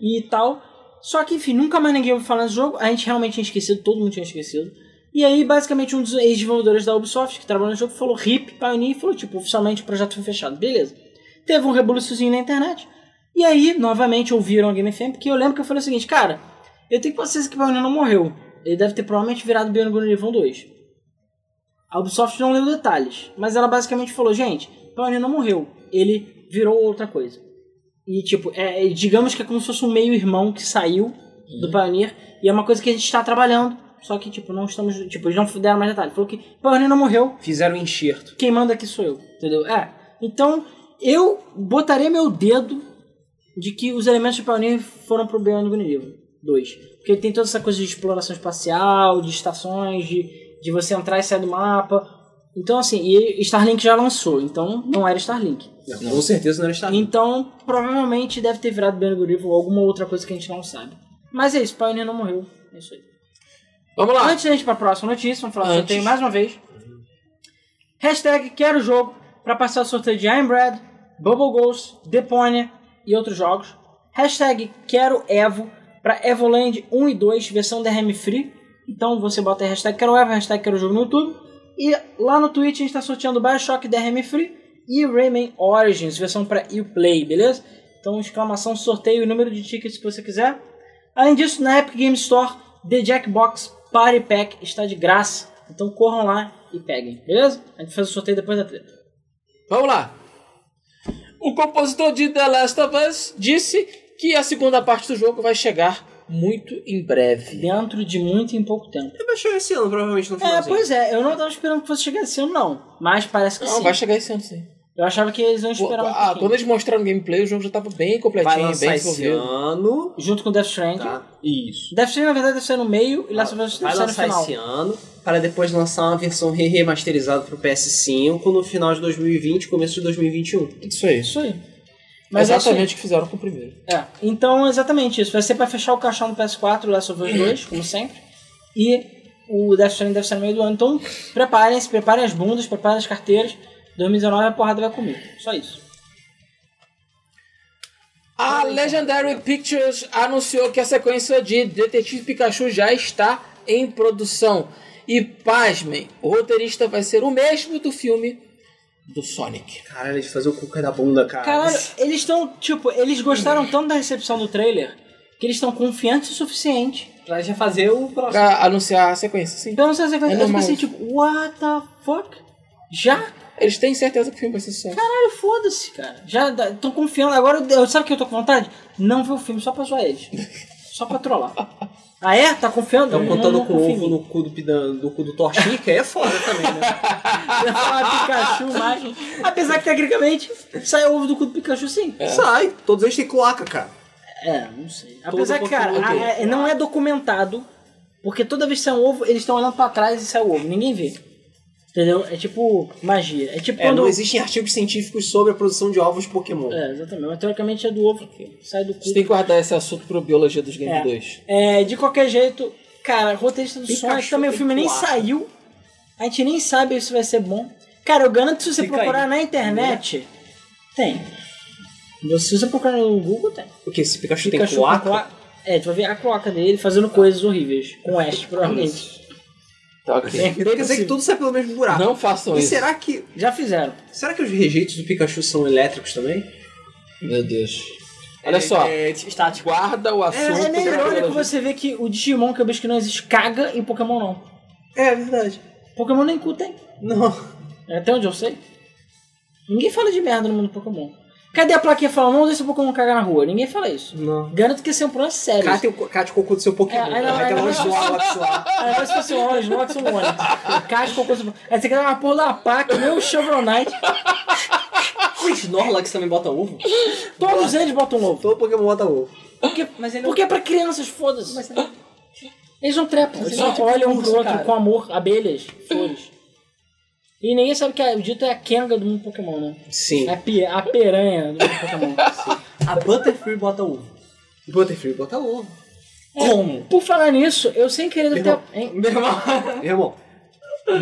A: e tal. Só que, enfim, nunca mais ninguém ouviu falar nesse jogo, a gente realmente tinha esquecido, todo mundo tinha esquecido. E aí, basicamente, um dos ex-desenvolvedores da Ubisoft que trabalhou no jogo falou Hip Pioneer e falou, tipo, oficialmente o projeto foi fechado. Beleza. Teve um rebuliçozinho na internet. E aí, novamente, ouviram a Game FM, porque eu lembro que eu falei o seguinte, cara, eu tenho com certeza que o Pioneer não morreu. Ele deve ter provavelmente virado Beyond Good and Evil 2. A Ubisoft não leu detalhes, mas ela basicamente falou, gente, Pioneer não morreu. Ele virou outra coisa. E, tipo, é, é- digamos que é como se fosse um meio-irmão que saiu do Pioneer, e é uma coisa que a gente está trabalhando, só que, tipo, não estamos... Tipo, eles não deram mais detalhes. Falou que Pioneer não morreu,
D: Fizeram um enxerto.
A: quem manda aqui sou eu, entendeu? É. Então, eu botaria meu dedo de que os elementos de Pioneer foram pro Beyond Green Livro 2. Porque ele tem toda essa coisa de exploração espacial, de estações, de, de você entrar e sair do mapa. Então, assim, e Starlink já lançou, então não era Starlink.
D: Não, com certeza não era Star
A: Então, provavelmente deve ter virado Beyond Green Evil ou alguma outra coisa que a gente não sabe. Mas é isso, Pioneer não morreu. É isso aí.
B: Vamos lá.
A: Antes da gente ir pra próxima notícia, vamos falar do
B: Antes.
A: sorteio mais uma vez. Hashtag quero o jogo pra passar o sorteio de I'm Bread, Bubble Ghost, Deponia e outros jogos. Hashtag quero Evo pra Evoland 1 e 2, versão DRM Free. Então você bota aí hashtag quero Evo, hashtag quero jogo no YouTube. E lá no Twitch a gente tá sorteando Bioshock DRM Free e Rayman Origins, versão pra Uplay, beleza? Então exclamação sorteio e número de tickets que você quiser. Além disso, na Epic Games Store, The Jackbox Party Pack está de graça. Então corram lá e peguem, beleza? A gente faz o sorteio depois da treta.
B: Vamos lá. O compositor de The Last of Us disse que a segunda parte do jogo vai chegar muito em breve.
A: Dentro de muito em pouco tempo.
D: Deve chegar esse ano, provavelmente, no
A: É,
D: finalzinho.
A: pois é, eu não tava esperando que fosse chegar esse ano, não. Mas parece que
B: Não,
A: sim.
B: vai chegar esse ano sim.
A: Eu achava que eles iam esperar um
B: ah,
A: pouquinho.
B: quando eles mostraram o gameplay, o jogo já tava bem
A: é,
D: Vai
B: completinho,
D: lançar
B: bem
D: esse
B: desenvolvido.
D: ano.
A: Junto com Death Stranding.
D: Tá? Isso.
A: Death Stranding, na verdade, deve ser no meio e Last of Us
D: Vai
A: deve ser
D: lançar
A: no final.
D: esse ano, para depois lançar uma versão re- remasterizada pro PS5 no final de 2020, começo de 2021.
B: Isso aí.
A: Isso aí.
B: Mas
A: Mas é isso aí.
B: Exatamente o que fizeram com o primeiro.
A: É, então exatamente isso. Vai ser pra fechar o caixão do PS4, Last of Us 2, como sempre. E o Death Stranding deve ser no meio do ano. Então preparem-se, preparem as bundas, preparem as carteiras. 2019 a porrada vai comer. Só isso.
B: A Legendary Pictures anunciou que a sequência de Detetive Pikachu já está em produção. E pasmem, o roteirista vai ser o mesmo do filme do Sonic.
D: Caralho, de fazer o cuca da bunda, cara.
A: Caralho, eles estão, tipo, eles gostaram tanto da recepção do trailer que eles estão confiantes o suficiente
D: Pra já fazer o próximo.
B: Pra anunciar a sequência, sim.
A: Então, vocês vão
B: É
A: eu fico
B: normal
A: assim,
B: isso.
A: tipo, what the fuck? Já?
B: Eles têm certeza que o filme vai ser sucesso.
A: Caralho, foda-se, cara. Já dá- tô confiando. Agora, eu, sabe o que eu tô com vontade? Não ver o filme só pra zoar eles. Só pra trollar. Ah é? Tá confiando?
D: Estão
A: Não,
D: contando
A: não
D: com
A: confio
D: o
A: em
D: ovo
A: mim.
D: no cu do, pidan- do cu do Tochica, é foda também, né?
A: Você fala Pikachu mais. Apesar que tecnicamente sai ovo do cu do Pikachu sim.
D: Sai, todos eles têm cloaca, cara.
A: É, não sei. Apesar que,
B: Todo
A: cara,
B: Pokémon
A: a- é- não é documentado, porque toda vez que sai um ovo, eles estão olhando pra trás e sai o ovo. Ninguém vê. Entendeu? É tipo magia. É tipo
D: É,
A: quando.
D: não existem artigos científicos sobre a produção de ovos Pokémon.
A: É, exatamente. Mas teoricamente é do ovo que sai do cu.
B: Você tem que guardar esse assunto pro Biologia dos Game
A: É.
B: 2.
A: É, de qualquer jeito, cara, roteirista do
D: Pikachu
A: Sonic também, o
D: tem
A: filme nem
D: cloaca.
A: saiu. A gente nem sabe se vai ser bom. Cara, eu garanto que se você
D: Fica
A: procurar
D: aí. Né?
A: na internet, tem. Se você procurar no Google, tem.
D: O que? Esse Pikachu,
A: Pikachu
D: tem cloaca?
A: com cloaca. É, tu vai ver a cloaca dele fazendo coisas horríveis. Com Ash, provavelmente.
B: Tá ok.
D: Quer dizer que tudo sai pelo mesmo
A: Tá.
D: buraco.
B: Não façam
D: e
B: isso.
D: será que.
A: Já fizeram.
D: Será que os rejeitos do Pikachu são elétricos também?
B: Meu Deus. Olha só.
H: É, estático.
B: Guarda o
A: É,
B: assunto.
A: é meio
B: pro
A: irônico
B: Biologia-
A: você ver que o Digimon, que é o bicho que não existe, caga e Pokémon não.
D: É verdade.
A: Pokémon nem cu tem.
D: Não.
A: É Até onde eu sei. Ninguém fala de merda no mundo do Pokémon. Cadê a plaquinha falando, não deixa o Pokémon cagar na rua? Ninguém fala isso.
D: Não.
A: Garanto que esse é um problema sério.
D: Cate o, cate o cocô do seu Pokémon.
A: É, aí não,
D: vai
A: aí
D: ter
A: não,
D: um
A: não.
D: Snorlax lá.
A: Ah, agora se fosse um Orange, não fosse um Orange. Casca ou coisa... Aí você quer dar uma porra da pá, que nem o Chevron Knight.
D: O Snorlax também bota ovo?
A: Todos eles botam um ovo.
D: Todo Pokémon bota ovo.
A: Porque,
H: Mas ele
A: porque é pra crianças, foda-se. Eles não trepam, eles só olham um pro outro com amor, abelhas, flores. E ninguém sabe que a- o Dito é a Kenga do mundo Pokémon, né?
D: Sim.
A: A, pi- a piranha do mundo Pokémon.
D: A Butterfree bota ovo. Butterfree bota ovo.
A: Como? Por falar nisso, eu sem querer
D: Meu
A: até. hein?
D: Meu irmão.
A: É.
D: Meu irmão.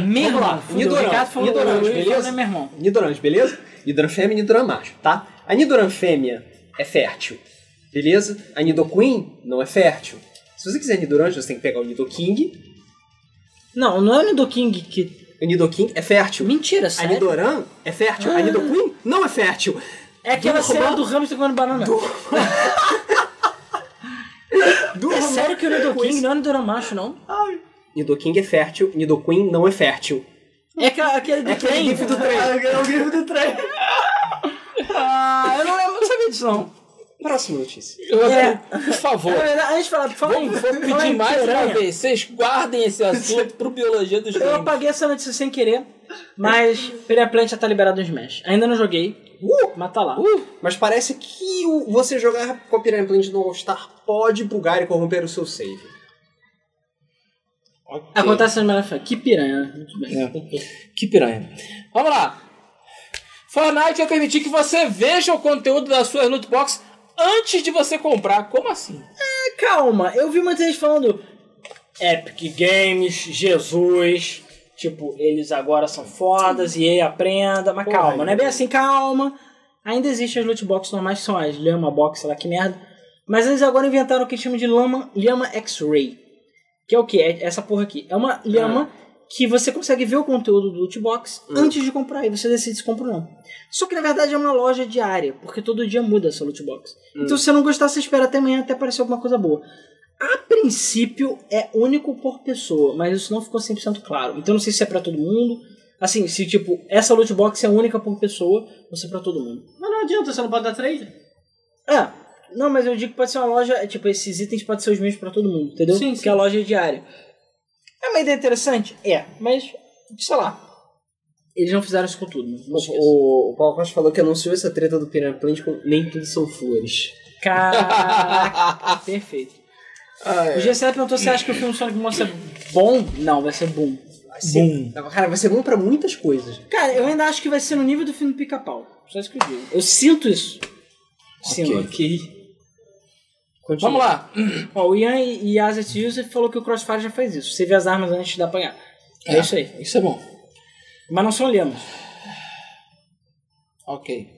A: Meu irmão,
H: Então,
A: fudeu.
D: Nidoran,
A: O Ricardo falou
D: Nidoran,
A: eu falei,
D: beleza?
A: né, meu irmão.
D: Nidorange, beleza? Nidoran fêmea e Nidoran macho, tá? A Nidoran fêmea é fértil, beleza? A Nidoqueen não é fértil. Se você quiser Nidorange, você tem que pegar o Nidoking.
A: Não, não é o Nidoking que.
D: O Nidoking é fértil.
A: Mentira,
D: A
A: sério. Ah.
D: Nidoran é fértil. A Nidoqueen não é fértil.
A: É aquela
D: Do
A: cena
D: Romano-
A: do hamster comendo banana.
D: Do
A: É sério que o Nidoking não é Nidoran macho, não?
D: Nidoking é fértil, Nidoqueen não é fértil.
A: É aquela- aquele do
D: É aquele
A: trem.
D: gif do trem. É o gif do trem.
A: Ah, eu não lembro, não sabia disso, não.
D: Próxima notícia.
B: Eu-
A: É.
B: Por favor.
A: Na verdade, antes de falar, fala aí.
B: Vou pedir mais
D: né?
B: uma vez. Vocês guardem esse assunto pro Biologia dos
A: Eu
B: Games.
A: apaguei essa notícia sem querer, mas Pereira Plant já tá liberado no Smash. Ainda não joguei,
D: Uh!
A: mas tá lá.
D: Mas parece que o- você jogar com a Piranha Plant no All Star pode bugar e corromper o seu save.
A: Acontece na melhor Que piranha, né? Muito bem.
B: Que piranha. Vamos lá. Fortnite vai permitir que você veja o conteúdo das suas loot box antes de você comprar. Como assim?
A: Calma, eu vi muita gente falando Epic Games, Jesus, tipo, eles agora são fodas e aí aprenda, mas
D: Porra,
A: calma,
D: aí.
A: não é bem assim, calma. Ainda existem as loot boxes normais, que são as Lama Box, sei lá que merda. Mas eles agora inventaram o que eles chamam de Lama, Lama X-Ray. Que é o que? É essa porra aqui. É uma Lama que você consegue ver o conteúdo do loot box antes de comprar e você decide se compra ou não. Só que na verdade é uma loja diária, porque todo dia muda essa loot box. Então se você não gostar, você espera até amanhã até aparecer alguma coisa boa. A princípio é único por pessoa, mas isso não ficou 100% claro. Então não sei se é pra todo mundo. Assim, se tipo, essa loot box é única por pessoa, ou se é pra todo mundo.
H: Mas não adianta, você não pode dar trade?
A: Ah, não, mas eu digo que pode ser uma loja, é, tipo, esses itens podem ser os mesmos pra todo mundo, entendeu?
H: Sim,
A: Porque
H: sim.
A: a loja é diária. É uma ideia interessante? É, mas, sei lá. Eles não fizeram isso com tudo, né? Não sei isso.
D: O, o Paulo Costa falou que anunciou essa treta do Piranha Plant com Nem Tudo São Flores.
A: Caraca, perfeito. O GCL perguntou se acha que o filme Sonic Boom vai ser bom. Não, vai ser bom.
D: Vai ser, Cara, vai ser bom pra muitas coisas.
A: Cara, eu ainda acho que vai ser no nível do filme Pica-Pau. Só isso que eu digo. Eu sinto isso. Sinto.
B: Vamos lá.
A: Ó, o Ian e Yazet Yusuf falou que o Crossfire já faz isso. Você vê as armas antes de apanhar. É,
B: É.
A: isso aí.
B: Isso é bom.
A: Mas não são lemos.
B: Ok.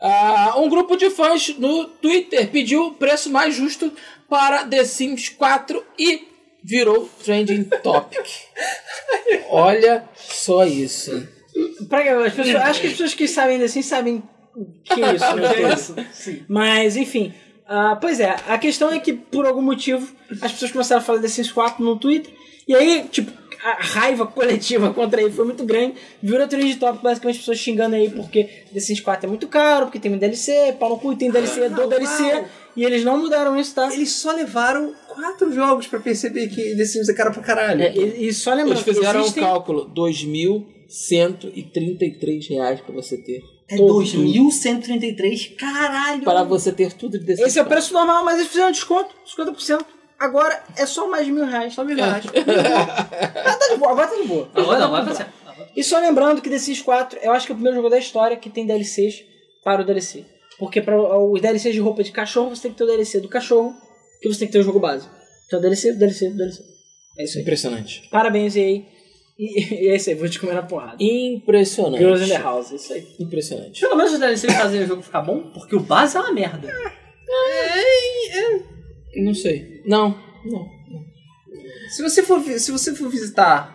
B: Ah, um grupo de fãs no Twitter pediu o preço mais justo para The Sims 4 e virou trending topic. Olha só isso.
A: Pra, as pessoas, acho que as pessoas que sabem assim sabem o que é isso. né? Mas, enfim. ah, pois é, a questão é que, por algum motivo, as pessoas começaram a falar desses quatro no Twitter. E aí, tipo, a raiva coletiva contra ele foi muito grande. Virou trend topic, basicamente as pessoas xingando aí porque The Sims 4 é muito caro, porque tem um DLC, pau no cu, tem DLC, é do DLC. E eles não mudaram isso, tá?
D: Eles só levaram quatro jogos pra perceber que The Sims é cara pra caralho.
A: É, e, e só lembrando
B: Eles fizeram
A: existem-
B: um cálculo: R$ 2.133 reais pra você ter.
H: É
B: todo
H: 2.133, caralho!
B: Para você ter tudo desse
A: Esse é o preço normal, mas eles fizeram um desconto, 50%. Agora é só mais mil reais. Só mil reais. Ah, tá de boa, agora tá de boa.
C: Agora não, vai passar.
A: E só lembrando que desses quatro, eu acho que é o primeiro jogo da história que tem DLCs para o DLC. Porque para os DLCs de roupa de cachorro, você tem que ter o DLC do cachorro, que você tem que ter o jogo base. Então DLC, DLC, DLC. É isso aí.
B: Impressionante.
A: Parabéns, EA. E, e é isso aí, vou te comer na porrada.
B: Impressionante.
A: Girls in the House, é isso aí.
B: Impressionante.
H: Pelo menos os DLCs fazem o jogo ficar bom, porque o base é uma merda.
B: Não sei. Não, não.
D: Se, você for, vi- se você for visitar Tá.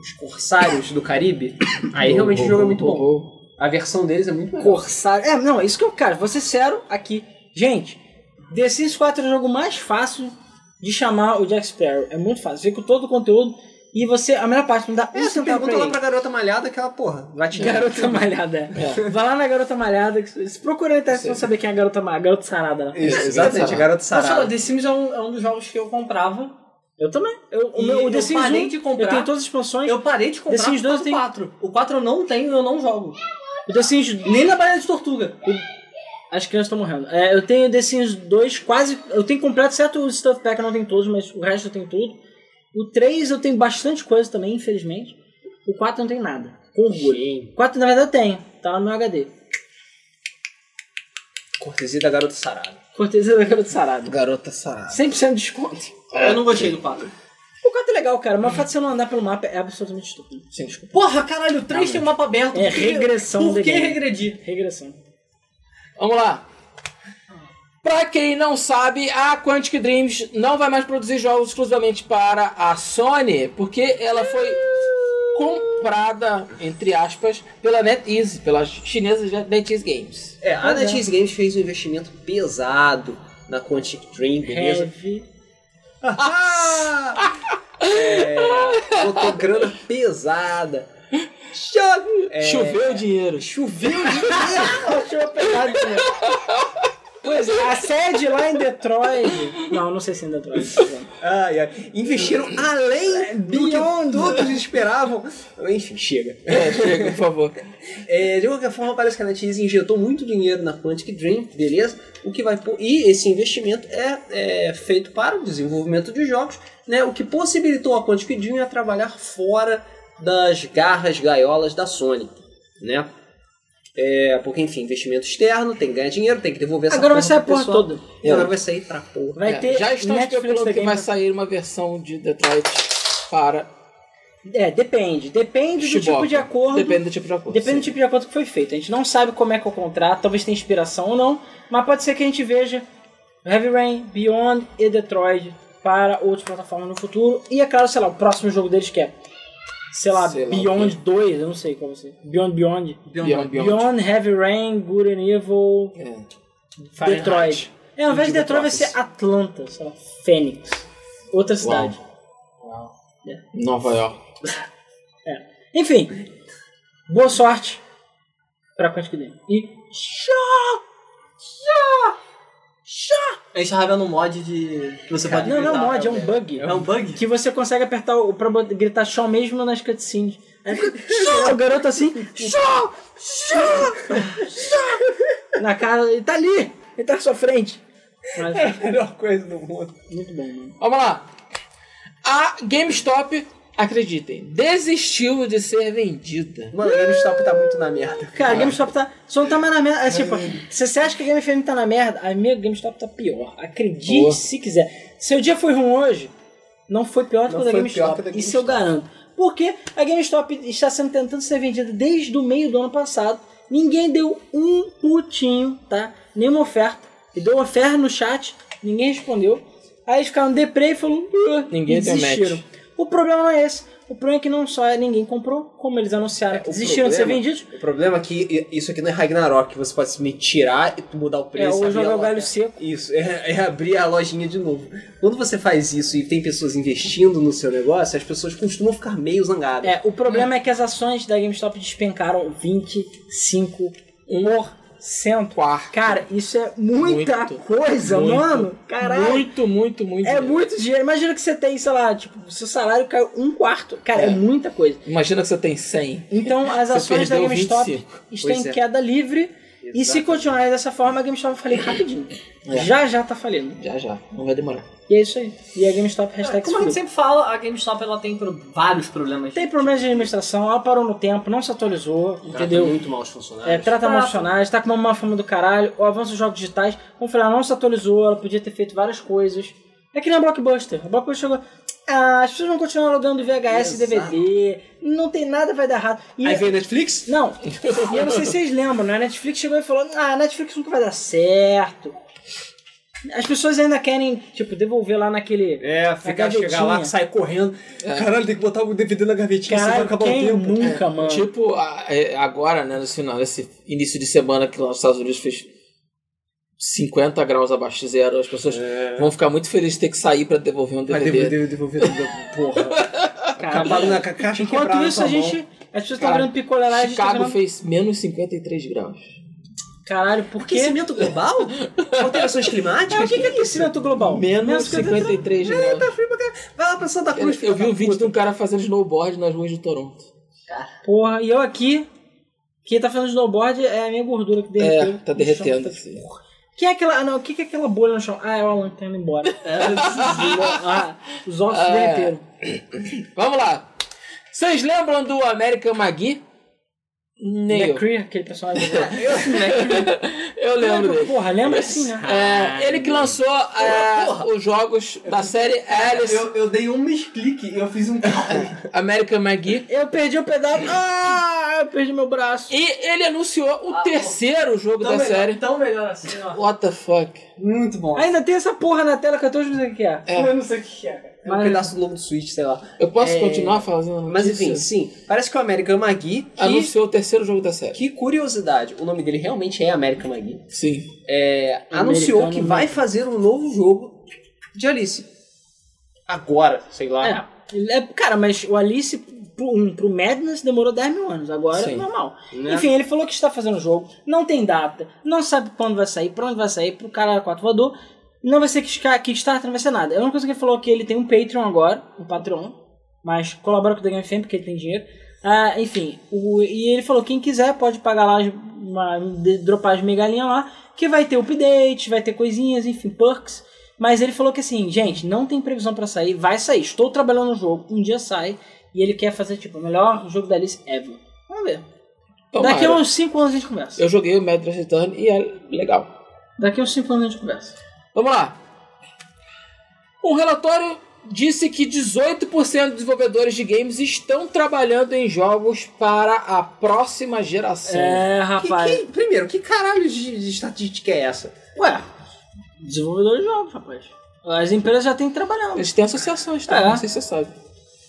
D: os Corsários do Caribe, aí realmente o jogo é muito bom. A versão deles é muito boa.
A: Corsário. É, não, é isso que eu quero. Vou ser sincero aqui. Gente, The Sims 4 é o jogo mais fácil de chamar o Jack Sparrow. É muito fácil. Vem com todo o conteúdo e você, a melhor parte, não dá um
D: É, você
A: centavo pra
D: pergunta lá
A: ele.
D: pra garota malhada que ela, porra, vai te
A: Garota Malhada.
H: É.
A: Vai lá na Garota Malhada. que Se procura na internet, vocês vão saber quem é a Garota Malhada. Garota Sarada. né?
D: Isso, exatamente, a garota
H: Nossa,
D: sarada.
H: The Sims é um, é um dos jogos que eu comprava.
A: Eu também. Eu, o
H: E
A: meu, o
H: eu
A: The Sims
H: parei
A: 1,
H: de comprar.
A: eu tenho todas as expansões.
H: Eu parei de comprar
A: The Sims
H: por causa
A: 2
H: do
A: tem-
H: 4. O 4 eu não tenho, eu não jogo.
A: O The Sims...
H: Nem na Baía de Tortuga.
A: As crianças estão morrendo. É, eu tenho The Sims 2 quase... Eu tenho completo, exceto o Stuff Pack, eu não tenho todos, mas o resto eu tenho tudo. O 3 eu tenho bastante coisa também, infelizmente. O 4 eu não tenho nada. Com orgulho. O 4 na verdade eu tenho. Tá lá no meu HD.
D: Cortesia da garota sarada.
A: Cortesia da Garota Sarada.
B: Garota sarada.
A: 100% de desconto.
H: Eu não gostei do 4.
A: O 4 é legal, cara, mas o fato de você não andar pelo mapa é absolutamente estúpido.
B: Sim, desculpa.
H: Porra, caralho, o 3 tem um mapa aberto.
A: É
H: Por que-
A: regressão
H: Por que
A: dele.
H: regredir?
A: Regressão.
B: Vamos lá. Pra quem não sabe, a Quantic Dreams não vai mais produzir jogos exclusivamente para a Sony, porque ela foi comprada, entre aspas, pela NetEase, pela chinesa NetEase Games.
D: É, a NetEase Games fez um investimento pesado na Quantic Dream, beleza?
A: Heavy.
D: É, botou grana pesada. Chove! É,
B: Choveu dinheiro.
D: Choveu de
A: Achou pesado demais. né? Pois é, a sede lá em Detroit. Não, não sei se é em Detroit.
D: Ai, ai. Investiram além do que
A: Beyond.
D: todos esperavam. Enfim, chega.
B: É, chega, por favor.
D: É, de qualquer forma, parece que a NetEase injetou muito dinheiro na Quantic Dream, beleza? O que vai pôr- e esse investimento é, é, feito para o desenvolvimento de jogos, né? O que possibilitou a Quantic Dream a trabalhar fora das garras gaiolas da Sony, né? É, porque enfim, investimento externo, tem que ganhar dinheiro, tem que devolver essa
A: Agora vai
D: porra
A: sair a
D: pro
A: porra
D: pessoal.
A: toda.
D: Agora vai sair pra porra.
A: Vai
B: É,
A: ter.
B: já
A: Netflix
B: estão
A: né? da
B: especulando que
A: Game
B: vai
A: Pass.
B: sair uma versão de Detroit para
A: É, depende. Depende do
B: Chiboka.
A: tipo de acordo.
B: Depende do tipo de acordo.
A: Depende do tipo de acordo que foi feito. A gente não sabe como é que é o contrato, talvez tenha inspiração ou não, mas pode ser que a gente veja Heavy Rain, Beyond e Detroit para outras plataformas no futuro. E é claro, sei lá, o próximo jogo deles que é, sei lá,
B: Sei lá,
A: Beyond 2, eu não sei qual vai ser. Beyond Beyond.
B: Beyond, Beyond.
A: Beyond, Heavy Rain, Good and Evil,
B: É.
A: Detroit. É, ao invés de Detroit vai ser Atlanta, sei lá, Phoenix. Outra cidade.
B: Nova York.
A: Enfim, boa sorte pra Quantic Dream. E
H: A gente tá vendo um mod de. que você pode.
A: Não, não,
H: gritar,
A: mod, é um
H: né?
A: bug.
H: É um bug?
A: Que você consegue apertar o pra bot- gritar show mesmo nas cutscenes. Aí fica show, o garoto assim, show, show, show. Na cara, ele tá ali, ele tá na sua frente. Mas,
D: melhor coisa do mundo.
A: muito bom, mano.
B: Vamos lá. A GameStop, acreditem, desistiu de ser vendida.
D: Mano, o GameStop tá muito na merda.
A: Cara, a GameStop tá. Só não tá mais na merda. É, tipo, se você acha que a Game FM tá na merda, amigo, a GameStop tá pior. Acredite
B: Boa.
A: se quiser. Seu dia foi ruim hoje, não foi pior do
D: Não
A: que o da
D: foi pior que
A: GameStop.
D: o da
A: Isso eu garanto. Porque a GameStop está sendo tentando ser vendida desde o meio do ano passado. Ninguém deu um putinho, tá? Nenhuma oferta. E deu oferta no chat, ninguém respondeu. Aí eles ficaram deprê e falaram. "Ah",
B: Ninguém
A: e
B: deu match.
A: desistiram. O problema não é esse. O problema é que não só ninguém comprou, como eles anunciaram que
D: É, o
A: desistiram de ser
D: problema-
A: vendidos.
D: O problema é que i- isso aqui não é Ragnarok, que você pode se tirar e tu mudar o
A: É,
D: preço.
A: ou
D: abrir a
A: jogar o
D: lo-
A: galho seco.
D: Isso, é, é abrir a lojinha de novo. Quando você faz isso e tem pessoas investindo no seu negócio, as pessoas costumam ficar meio zangadas.
A: É, o problema é que as ações da GameStop despencaram
B: Um
A: 25%.
B: Quarto.
A: Cara, isso é muita
B: Muito.
A: coisa,
B: Muito.
A: mano. Caralho.
B: Muito, muito, muito.
A: É
B: dinheiro.
A: muito dinheiro. Imagina que você tem, sei lá, tipo, seu salário caiu um quarto. Cara, é, muita coisa.
B: Imagina que você tem 100.
A: Então as
B: Você
A: ações da
B: perdeu
A: GameStop
B: 25.
A: estão
D: Pois
A: em
D: é.
A: queda livre. É, E se continuar dessa forma, a GameStop vai falir rapidinho. Já já tá falindo.
B: Já, já. Não vai demorar.
A: E é isso aí. E a GameStop hashtag
H: Como a gente
A: se fudeu.
H: sempre fala, a GameStop ela tem pro- vários problemas.
A: Tem problemas de administração, ela parou no tempo, não se atualizou, entendeu?
D: muito mal os funcionários.
A: É, trata
H: Tá.
A: emocionais, tá com uma má fama do caralho, o avanço dos jogos digitais, como eu falei, ela não se atualizou, ela podia ter feito várias coisas. É que nem a Blockbuster. A Blockbuster chegou. Ah, as pessoas vão continuar alugando VHS e DVD, não tem nada, vai dar errado. E
D: Aí vem Netflix?
A: Não, e eu não sei se vocês lembram, né? A Netflix chegou e falou: ah, a Netflix nunca vai dar certo. As pessoas ainda querem, tipo, devolver lá naquele.
D: É,
A: A
D: ficar,
A: gavetinha. É.
D: chegar lá, sai correndo. Caralho, tem que botar o DVD na gavetinha, senão vai
A: Caralho,
D: acabar
A: quem
D: o tempo. é,
A: nunca, mano?
B: Tipo, a- é, agora, né, nesse final, nesse início de semana que lá nos Estados Unidos fez 50 graus abaixo de zero, as pessoas
A: É.
B: vão ficar muito felizes de ter que sair pra devolver um
D: Vai
B: DVD.
D: devolver, devolver, devolver, porra.
A: Cara,
D: Acabaram na ca- caixa
A: Enquanto
D: quebrada
A: isso,
D: na
A: a
D: tua mão.
A: gente. As pessoas estão
B: Cara,
A: virando picolé lá e a gente tá
B: Chicago
A: virando-
B: fez menos 53 graus.
A: Caralho, por quê?
D: Aquecimento global? Alterações
A: É, o
D: climáticas?
A: que que é aquecimento global?
B: Menos
A: que-
B: 53
A: É, tá
B: graus.
D: Vai lá pra Santa
B: Eu
D: Cruz. filha
B: vi um
D: da
B: vídeo
D: puta.
B: de um cara fazendo snowboard nas ruas de Toronto.
A: Porra, e eu aqui. Quem tá fazendo snowboard é a minha gordura que derreteu.
B: É, tá
A: no chão.
B: derretendo. assim.
A: Que é aquela. Ah, não, o que, que é aquela bolha no chão? Ah, é uma lanterna embora. ah, os ossos
B: Ah, é.
A: derreteram.
B: Vamos lá. Vocês lembram do American Magui? Nem eu.
A: McCree, aquele personagem.
B: Eu lembro dele.
A: Porra, lembra assim, né?
B: É, ele que lançou é, os jogos da série Alice,
H: Eu, eu dei um misclick e eu fiz um cálculo.
B: American Magui.
A: Eu perdi o pedaço. Ah, eu perdi meu braço.
B: E ele
A: Ah,
B: anunciou o terceiro jogo
A: Tá
B: da
H: melhor,
B: série.
H: tão melhor assim, ó.
B: What the fuck?
H: Muito bom.
A: Ainda tem essa porra na tela que eu tô não sei o que é.
B: É.
H: Eu não sei o que é. cara.
D: É um pedaço do logo do Switch, sei lá.
B: Eu posso
D: É,
B: continuar fazendo
D: Mas
B: notícia?
D: enfim, sim. Parece que o American Magui, que,
A: Ah,
B: Anunciou o terceiro jogo da série.
D: que curiosidade, o nome dele realmente é American Magui,
B: Sim.
D: é, anunciou que vai fazer um novo jogo de Alice. Agora, sei lá.
A: É, ele é- cara, mas o Alice pro, um, pro Madness demorou 10 mil anos, agora é
B: Sim.
A: normal.
D: Né?
A: Enfim, ele falou que está fazendo o jogo, não tem data, não sabe quando vai sair, pra onde vai sair, pro cara 4 voador, não vai ser Kickstar- Kickstarter, não vai ser nada. A única coisa que ele falou é que ele tem um Patreon agora, um Patreon, mas colabora com o The Game Fam porque ele tem dinheiro. Ah, enfim, o- e ele falou: quem quiser pode pagar lá, as- uma, de- dropar as megalinhas lá, que vai ter update, vai ter coisinhas, enfim, perks. Mas ele falou que assim, gente, não tem previsão pra sair, vai sair. Estou trabalhando no jogo, um dia sai, e ele quer fazer, tipo, o melhor jogo da Alice ever. Vamos ver.
B: Tomara.
A: Daqui a uns 5 anos a gente conversa.
B: Eu joguei o Metroid Return e é legal.
A: Daqui a uns 5 anos a gente conversa.
B: Vamos lá. Um relatório disse que 18% dos desenvolvedores de games estão trabalhando em jogos para a próxima geração.
A: É,
D: Que-
A: rapaz.
D: que- primeiro, que caralho de, de estatística é essa?
A: Ué, desenvolvedor de jogos, rapaz. As empresas já têm que trabalhar.
B: Eles têm associações, tá?
A: É.
B: Não sei se você sabe.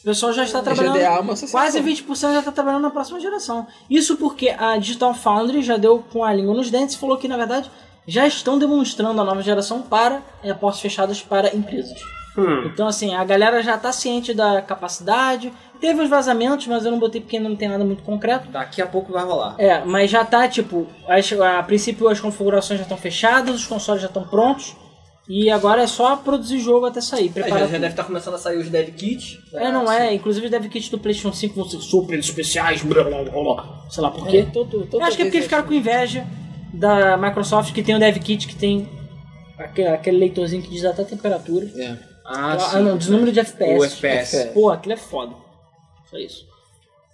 A: O pessoal já está trabalhando.
B: GDA é uma associação.
A: Quase 20% já está trabalhando na próxima geração. Isso porque a Digital Foundry já deu com a língua nos dentes e falou que, na verdade, já estão demonstrando a nova geração para é, portas fechadas para empresas.
D: Hum,
A: Então, assim, a galera já está ciente da capacidade. Teve os vazamentos, mas eu não botei porque ainda não tem nada muito concreto.
D: tá, Daqui a pouco vai rolar.
A: É, mas já tá, tipo, as- a princípio as configurações já estão fechadas, os consoles já estão prontos. E agora é só produzir jogo até sair.
H: Já, já
A: Preparar
H: deve
A: tudo.
D: tá
H: estar começando a sair os dev kits.
A: É, não é. Inclusive deve kit do PlayStation 5 vão ser super especiais, blá blá blá blá. Sei lá por quê.
B: Eu tô- tô- tô-
A: Eu acho que é porque
B: tô-
A: ficaram com inveja da Microsoft que tem o dev kit que tem aquele, aquele leitorzinho que diz até a temperatura.
B: É.
A: Ah, não, é diz o número de FPS.
D: O FPS.
A: Pô, aquilo é foda. Só isso.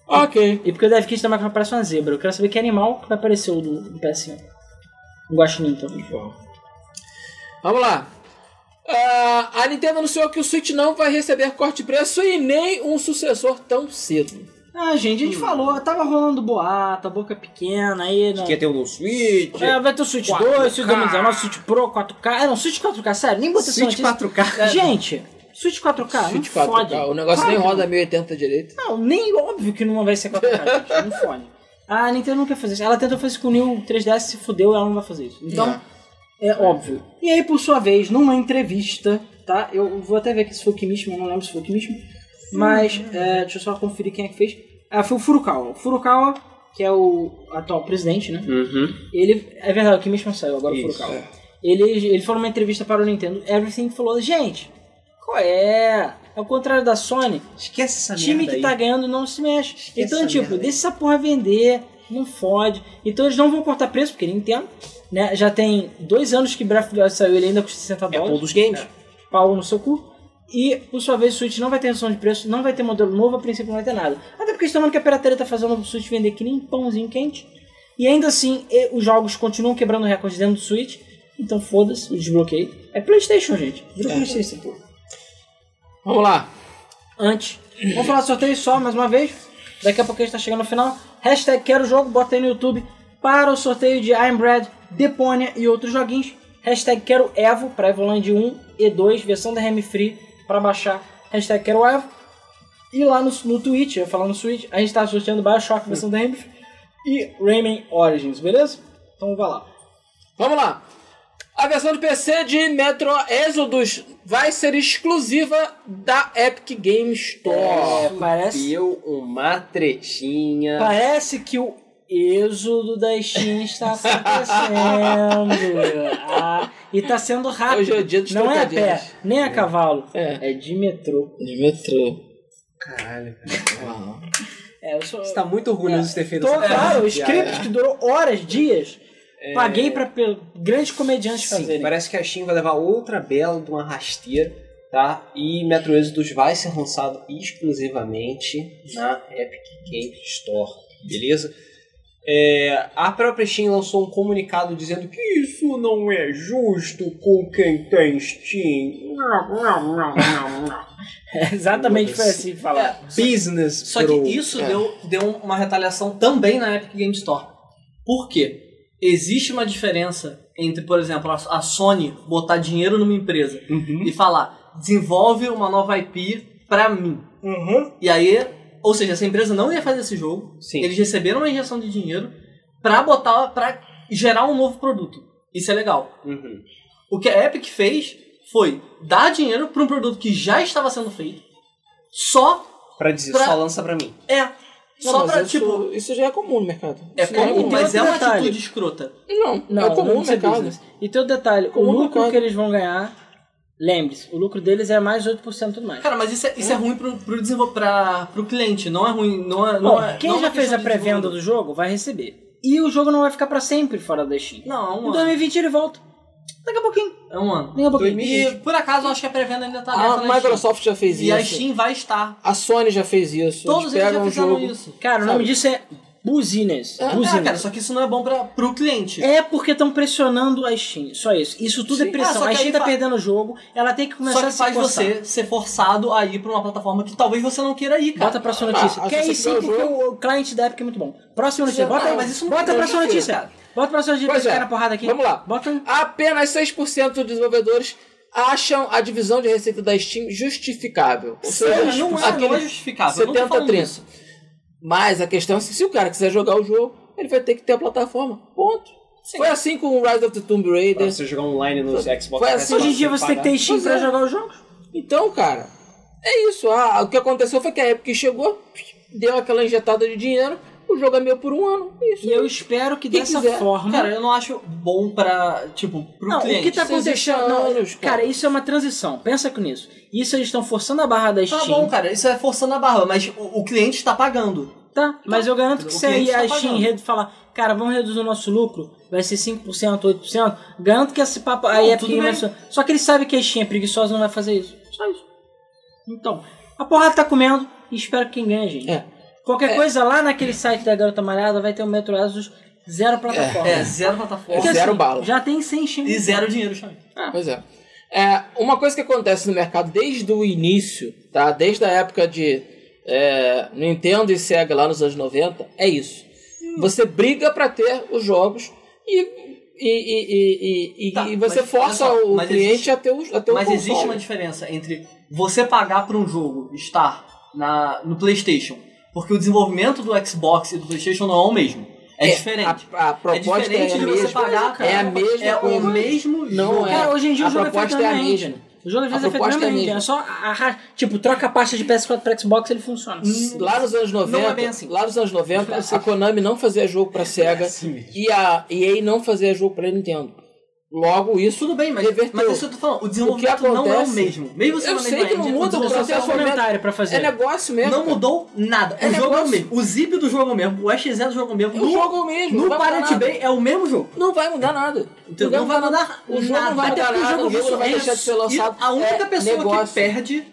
B: Ok.
A: E porque o dev kit da Microsoft parece uma zebra. Eu quero saber que animal que vai aparecer o do, do PS5. O Guaxinim também.
B: Vamos lá. Ah, a Nintendo anunciou que o Switch não vai receber corte de preço e nem um sucessor tão cedo.
A: Ah, gente, a gente falou, tava rolando boato, a boca pequena aí. Não.
D: Que ia ter um no Switch.
A: É, vai ter o Switch É, 2, Switch 2019, Switch Pro, 4K. Ah, não, Switch 4K, sério, nem botei essa
D: Switch
A: notícia.
D: 4K.
A: Gente, Switch 4K,
B: Switch
A: não fode.
B: 4K. O negócio nem
A: Claro que
B: roda 1080 direito.
A: Não, nem óbvio que não vai ser 4K, gente, não fode. Ah, A Nintendo não quer fazer isso. Ela tentou fazer isso com o New 3DS, se fudeu, ela não vai fazer isso. Então, é óbvio. E aí, por sua vez, numa entrevista, tá? Eu vou até ver aqui se foi o Kimishima, eu não lembro se foi o Kimishima. Mas, é, deixa eu só conferir quem é que fez. Ah, foi o Furukawa. O Furukawa, que é o atual presidente, né?
D: Uhum.
A: Ele, é verdade, o Kimishima saiu, agora o Furukawa. Ele, ele falou numa entrevista para o Nintendo Everything e falou, gente, qual é? Ao contrário da Sony,
D: Esquece essa
A: time
D: merda
A: que
D: aí.
A: tá ganhando não se mexe. então,
D: essa
A: tipo,
D: merda aí.
A: deixa essa porra vender, não fode. Então eles não vão cortar preço, porque Nintendo, né? Já tem dois anos que Breath of the Wild saiu, ele ainda custa 60
D: É um
A: dólares.
D: dos games.
A: Pau no seu cu. E, por sua vez, o Switch não vai ter redução de preço, não vai ter modelo novo, a princípio não vai ter nada. Até porque eles estão vendo que a pirataria tá fazendo o Switch vender que nem pãozinho quente. E ainda assim, e- os jogos continuam quebrando recordes dentro do Switch. Então foda-se, eu desbloqueei. É Playstation, gente. Vira Playstation, pô
B: Vamos lá.
A: antes. Vamos falar de sorteio só mais uma vez. Daqui a pouco a gente tá chegando no final. Hashtag quero jogo, bota aí no YouTube para o sorteio de I'm Bread, Deponia e outros joguinhos. Hashtag quero Evo para Evoland 1 e 2, versão da RM Free para baixar. Hashtag quero Evo. E lá no, no Twitch, eu ia falar no Switch, a gente tá sorteando Bioshock, versão da RM Free e Rayman Origins, beleza? Então vai lá.
B: Vamos lá. A versão do PC de Metro Exodus vai ser exclusiva da Epic Game Store.
A: É, parece,
D: Deu uma tretinha.
A: Parece que o êxodo da Steam está acontecendo. Ah, e está sendo rápido.
B: Hoje é o dia dos
A: Não é a pé,
B: trocadilhos.
A: nem a cavalo.
B: É.
A: É de metrô.
B: De Metro.
D: Caralho.
B: Uau.
A: É, eu sou...
D: Você tá muito orgulhoso de ter feito
A: Tô,
D: essa
A: claro, o
D: piada.
A: script que durou horas, dias.
B: É.
A: Paguei para grandes comediantes
D: Sim,
A: fazerem.
D: parece que a Steam vai levar outra bela de uma rasteira, tá? E Metro Exodus vai ser lançado exclusivamente na Epic Game Store, beleza? É, a própria Steam lançou um comunicado dizendo que isso não é justo com quem tem Steam.
A: Exatamente foi assim que falaram.
D: Business
H: Só que
D: Pro.
H: isso
B: É.
H: deu, deu uma retaliação também na Epic Game Store. Por quê? Existe uma diferença entre, por exemplo, a a Sony botar dinheiro numa empresa
B: Uhum.
H: e falar, desenvolve uma nova IP pra mim. E aí, ou seja, essa empresa não ia fazer esse jogo,
D: Uhum. Sim.
H: eles receberam uma injeção de dinheiro pra botar, pra gerar um novo produto. Isso é legal.
D: Uhum.
H: O que a Epic fez foi dar dinheiro pra um produto que já estava sendo feito, só
D: Pra dizer,
H: Pra-
D: só lança pra mim.
H: é.
B: Não,
H: só
B: mas
H: pra,
B: isso,
H: tipo.
B: Isso já é comum no mercado.
H: É
B: Isso já
H: comum,
A: e tem
H: mas
A: outro
H: é uma
A: detalhe.
H: atitude escrota.
B: Não, é o comum no
A: vamos ser
B: mercado.
A: business. E tem o detalhe,
B: Comum né,
A: o
B: no
A: lucro
B: mercado.
A: que eles vão ganhar, lembre-se, o lucro deles é mais 8% do mais.
H: Cara, mas isso é, isso é ruim pro, pro, desenvol- pra, pro cliente, não é ruim. Não é, não
A: Bom,
H: é-
A: quem
H: não é
A: já
H: uma
A: fez
H: questão
A: a
H: de
A: pré-venda
H: desenvolvedor.
A: do jogo vai receber. E o jogo não vai ficar pra sempre fora da Steam.
H: Não,
A: Em
H: um ano.
A: 2020 ele volta. Daqui a pouquinho.
H: É um ano.
A: Daqui a pouquinho.
H: E por acaso eu acho que a pré-venda ainda tá
A: Ah,
H: aberta
B: A
H: na
B: Microsoft já fez
H: Steam. E a
B: isso.
H: Steam vai estar.
B: A Sony já fez isso. eles
H: Todos eles já
B: pegam
H: fizeram
B: um jogo.
H: isso.
A: Cara, o
B: Sabe?
A: nome disso é Business.
B: É,
H: Ah, cara,
A: Business.
H: só que isso não é bom pra, pro cliente.
A: É porque estão pressionando a Steam. Só isso. Isso tudo é
H: Sim. Ah,
A: pressão.
H: só que
A: a Steam
H: aí
A: tá
H: fa-
A: perdendo o jogo. Ela tem que começar
H: só que
A: a se
H: faz
A: coçar.
H: você ser forçado a ir pra uma plataforma que talvez você não queira ir, cara.
A: Bota a próxima notícia.
B: Ah,
A: que aí
B: se você
A: sim,
B: pegar o
A: porque
B: jogo-
A: o, o cliente da Epic é muito bom. Próxima notícia.
B: Ah,
A: Bota,
B: mas isso não
A: bota a
B: tem
A: próxima
B: nada a ver,
A: notícia.
B: cara.
A: Bota a próxima notícia pra
B: Pois
A: esse
B: é.
A: cara porrada aqui.
B: Vamos lá.
A: Bota. um-
B: Apenas 6% dos desenvolvedores acham a divisão de receita da Steam justificável. Ou
H: Cara,
B: seja, tipo,
H: não é,
B: aquele
H: não é justificável. eu não tô falando
B: 70-30.
H: isso.
B: Mas a questão é se, se o cara quiser jogar o jogo, ele vai ter que ter a plataforma. Ponto. Foi assim com o Rise of the Tomb
D: Pra
B: Raider.
H: Tá.
D: você jogar online no Xbox.
B: Foi assim.
A: Hoje em dia você tem que ter Steam
B: Pois
A: pra
B: é.
A: jogar os jogos.
B: Então, cara, é isso. Ah, o que aconteceu foi que a Epic chegou, deu aquela injetada de dinheiro, o jogo é meu por um ano. Isso.
A: E eu espero que
B: Quem
A: dessa
B: quiser.
A: forma.
H: Cara, eu não acho bom pra, tipo, pro
A: Não,
H: cliente.
A: o que tá
B: Isso existe
A: acontecendo. não,
B: há anos, cara.
A: cara. isso é uma transição. Pensa com nisso. Isso eles estão forçando a barra da
H: Tá
A: Steam.
H: bom, cara, isso é forçando a barra, mas o, o cliente tá pagando.
A: Tá, mas eu garanto
H: O
A: que se aí
H: cliente tá
A: a Steam
H: pagando.
A: Red falar, cara, vamos reduzir o nosso lucro, vai ser 5%, 8%, garanto que esse papo aí
H: Não,
A: é
H: tudo
A: pequeno, mas- Só que ele sabe que a Steam é preguiçosa não vai fazer isso. Só isso. Então, a porrada tá comendo e espero que quem ganha, gente.
B: É.
A: Qualquer coisa lá naquele site da Garota Malhada vai ter o Metro Exodus zero plataforma.
H: É, zero plataforma.
A: Porque, assim,
B: É zero bala.
A: Já tem 100 Steam.
H: E zero dinheiro também.
B: Pois é. É, Uma coisa que acontece no mercado desde o início, tá? Desde a época de é, Nintendo e
H: Hum.
B: Sega lá nos anos 90, é isso. Você briga pra ter os jogos e E, e, e, e,
H: Tá,
B: e você
H: mas
B: força
H: olha só,
B: o
H: mas
B: cliente
H: existe-
B: a ter o, a ter o
H: Mas
B: console.
H: existe uma diferença entre você pagar por um jogo estar na, no PlayStation, porque o desenvolvimento do Xbox e do PlayStation não é o mesmo. É, diferente.
B: A, a
H: É
B: proposta é,
H: diferente
B: a
H: de você
B: mesma.
H: pagar.
B: É a mesma
H: É o
B: coisa.
H: mesmo
B: Não
H: jogo.
B: é.
A: Cara, hoje em dia
B: a
A: o jogo é feito
B: proposta
A: na
B: é a
A: minha
B: mesma.
H: né?
A: O jogo às
B: A
A: vezes é feito na
B: proposta é
A: mesma,
B: mesmo.
A: é só arra... Tipo, troca a pasta de PS4 pra Xbox ele funciona.
B: Hum, Lá nos anos 90,
H: Não é bem assim.
B: lá nos anos 90, a Konami não fazia jogo pra Sega e a EA não fazia jogo pra Nintendo. Logo isso
H: Tudo bem, mas,
B: reverteu.
H: mas isso eu tô falando. O desenvolvimento não é o
B: acontece-
H: mesmo. Mesmo você
B: Eu
H: na
B: sei
H: mesma
B: que não
H: engine,
B: muda,
H: o
A: É Só
H: desenvolvimento
A: tem
B: processo
A: comentário pra fazer.
B: um é negócio mesmo.
H: Não
B: cara.
H: mudou nada.
B: É
H: o jogo é o
B: negócio.
H: mesmo. O zip do jogo é o mesmo. O XZ do jogo é o mesmo.
B: É o jogo mesmo.
H: No
B: não vai
H: Pirate
B: mudar nada.
H: Bay é o mesmo jogo.
B: Não vai mudar nada.
H: Entendeu? Não Então vai mudar
B: Então, O jogo não vai
H: nada.
A: Até
B: mudar
A: porque o
B: nada.
A: jogo
B: O jogo não vai
A: vai
B: deixar de ser lançado.
H: é E a única
B: é
H: pessoa
B: negócio.
H: que perde.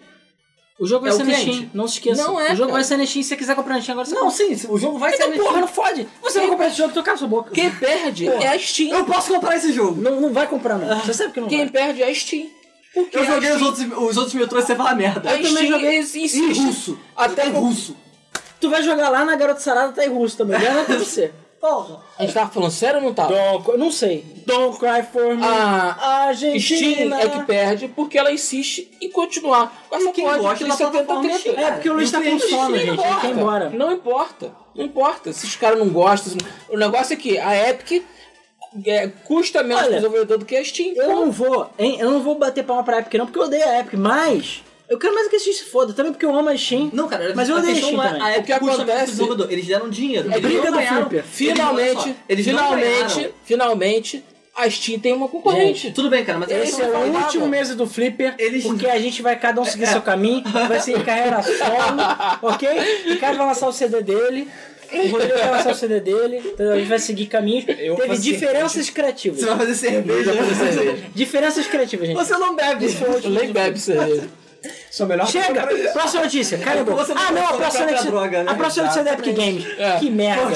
A: O jogo vai
H: É o
A: ser na
H: cliente.
A: Steam, não se esqueça.
B: Não é,
A: o jogo
B: cara.
A: vai ser na Steam, se você quiser comprar na Steam agora, você
H: Não,
A: compra.
H: sim, o jogo vai
A: Então
H: ser.
A: porra, não fode. Você vai comprar esse jogo, tu cala sua boca.
B: Quem perde é a Steam.
H: Eu posso comprar esse jogo.
A: Não, não vai comprar, não. Você sabe que não
B: Ah, Quem
A: vai.
B: perde é a Steam. Porque
H: Eu
B: a
H: joguei
B: Steam-
H: os outros, os outros metrôs e você fala merda.
B: A Steam
H: Em
B: insiste.
H: russo.
B: Até
H: em
B: com-
H: russo.
A: Tu vai jogar lá na Garota Sarada, tá em russo também. Não é pra você.
H: Porra.
B: A gente tava falando sério ou não tava? Ah,
A: Don't, cry- não sei. Don't cry for me.
B: A Steam
A: Argentina.
B: é que perde porque ela insiste em continuar com essa
H: quem
B: porra de
H: gosta da
B: 370
H: plataforma
B: treta.
H: chega.
A: É, porque o Luiz
H: É, Não
A: tá
H: tem-
A: com sono, gente. Ele quer ir embora.
B: Não importa. Não importa. Se os caras não gostam. se não- O negócio é que a Epic é, custa menos
A: Olha,
B: pro desenvolvedor do que a Steam.
A: Eu não vou, hein? Eu não vou bater palma pra Epic, não, porque eu odeio a Epic, mas. Eu quero mais que a Steam se foda, também porque eu amo a Steam.
H: Não, cara,
A: Mas eu
H: a
A: odeio
H: questão
A: Steam
H: não é
A: também.
H: a
B: O que
H: época custa
B: acontece-
H: pro desenvolvedor. Eles deram dinheiro.
A: É
H: Eles
A: briga
H: não
A: do
H: ganharam.
A: Flipper.
H: Eles, olha
B: Finalmente,
H: só, eles não
B: finalmente,
H: ganharam.
B: finalmente, a Steam tem uma concorrente.
H: Tudo bem, cara, mas eles
B: Esse
A: Esse
H: são
A: é o
B: saudável.
A: último mês do Flipper,
H: Eles- É.
A: porque a gente vai cada um seguir seu caminho, vai ser carreira solo, ok? O cara vai lançar o CD dele, o Rodrigo vai lançar o CD dele, entendeu? A gente vai seguir caminhos. Teve
H: faço
A: diferenças criativas.
H: Você vai fazer cerveja.
A: Diferenças criativas, gente.
H: Você não bebe.
B: Eu nem bebe cerveja.
H: Sou melhor
A: Chega! Próxima notícia, cala a boca.
H: Você não
A: Ah, não, a
H: pode
A: próxima
H: comprar
A: notícia.
H: droga, né?
A: A próxima notícia é da Epic Games. Que merda.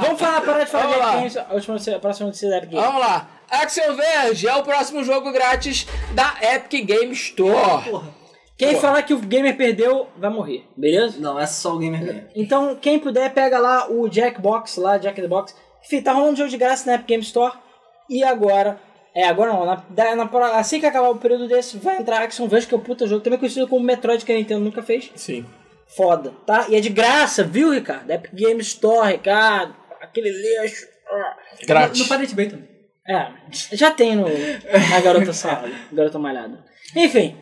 A: Vamos falar, parar de falar
B: Vamos
A: da
B: lá.
A: Epic Games. A, última notícia, a próxima notícia é da Epic Games.
B: Vamos lá. Action Verge é o próximo jogo grátis da Epic Game Store.
A: Quem falar que o gamer perdeu, vai morrer, beleza?
H: Não, é só o gamer ganha.
A: Então, quem puder, pega lá o Jackbox, lá, Jack the Box. Enfim, tá rolando jogo de graça na Epic Games Store. E agora... É, agora não. na- da- na- assim que acabar o período desse, vai entrar Action Verge, que é o puta jogo. Também conhecido como Metroid, que a Nintendo nunca fez.
B: Sim.
A: Foda, tá? E é de graça, viu, Ricardo? Epic Games Store, Ricardo. Aquele lixo. Ah.
H: No Pirate Bay também.
A: É, já tem no, na garota salada, garota malhada. Enfim,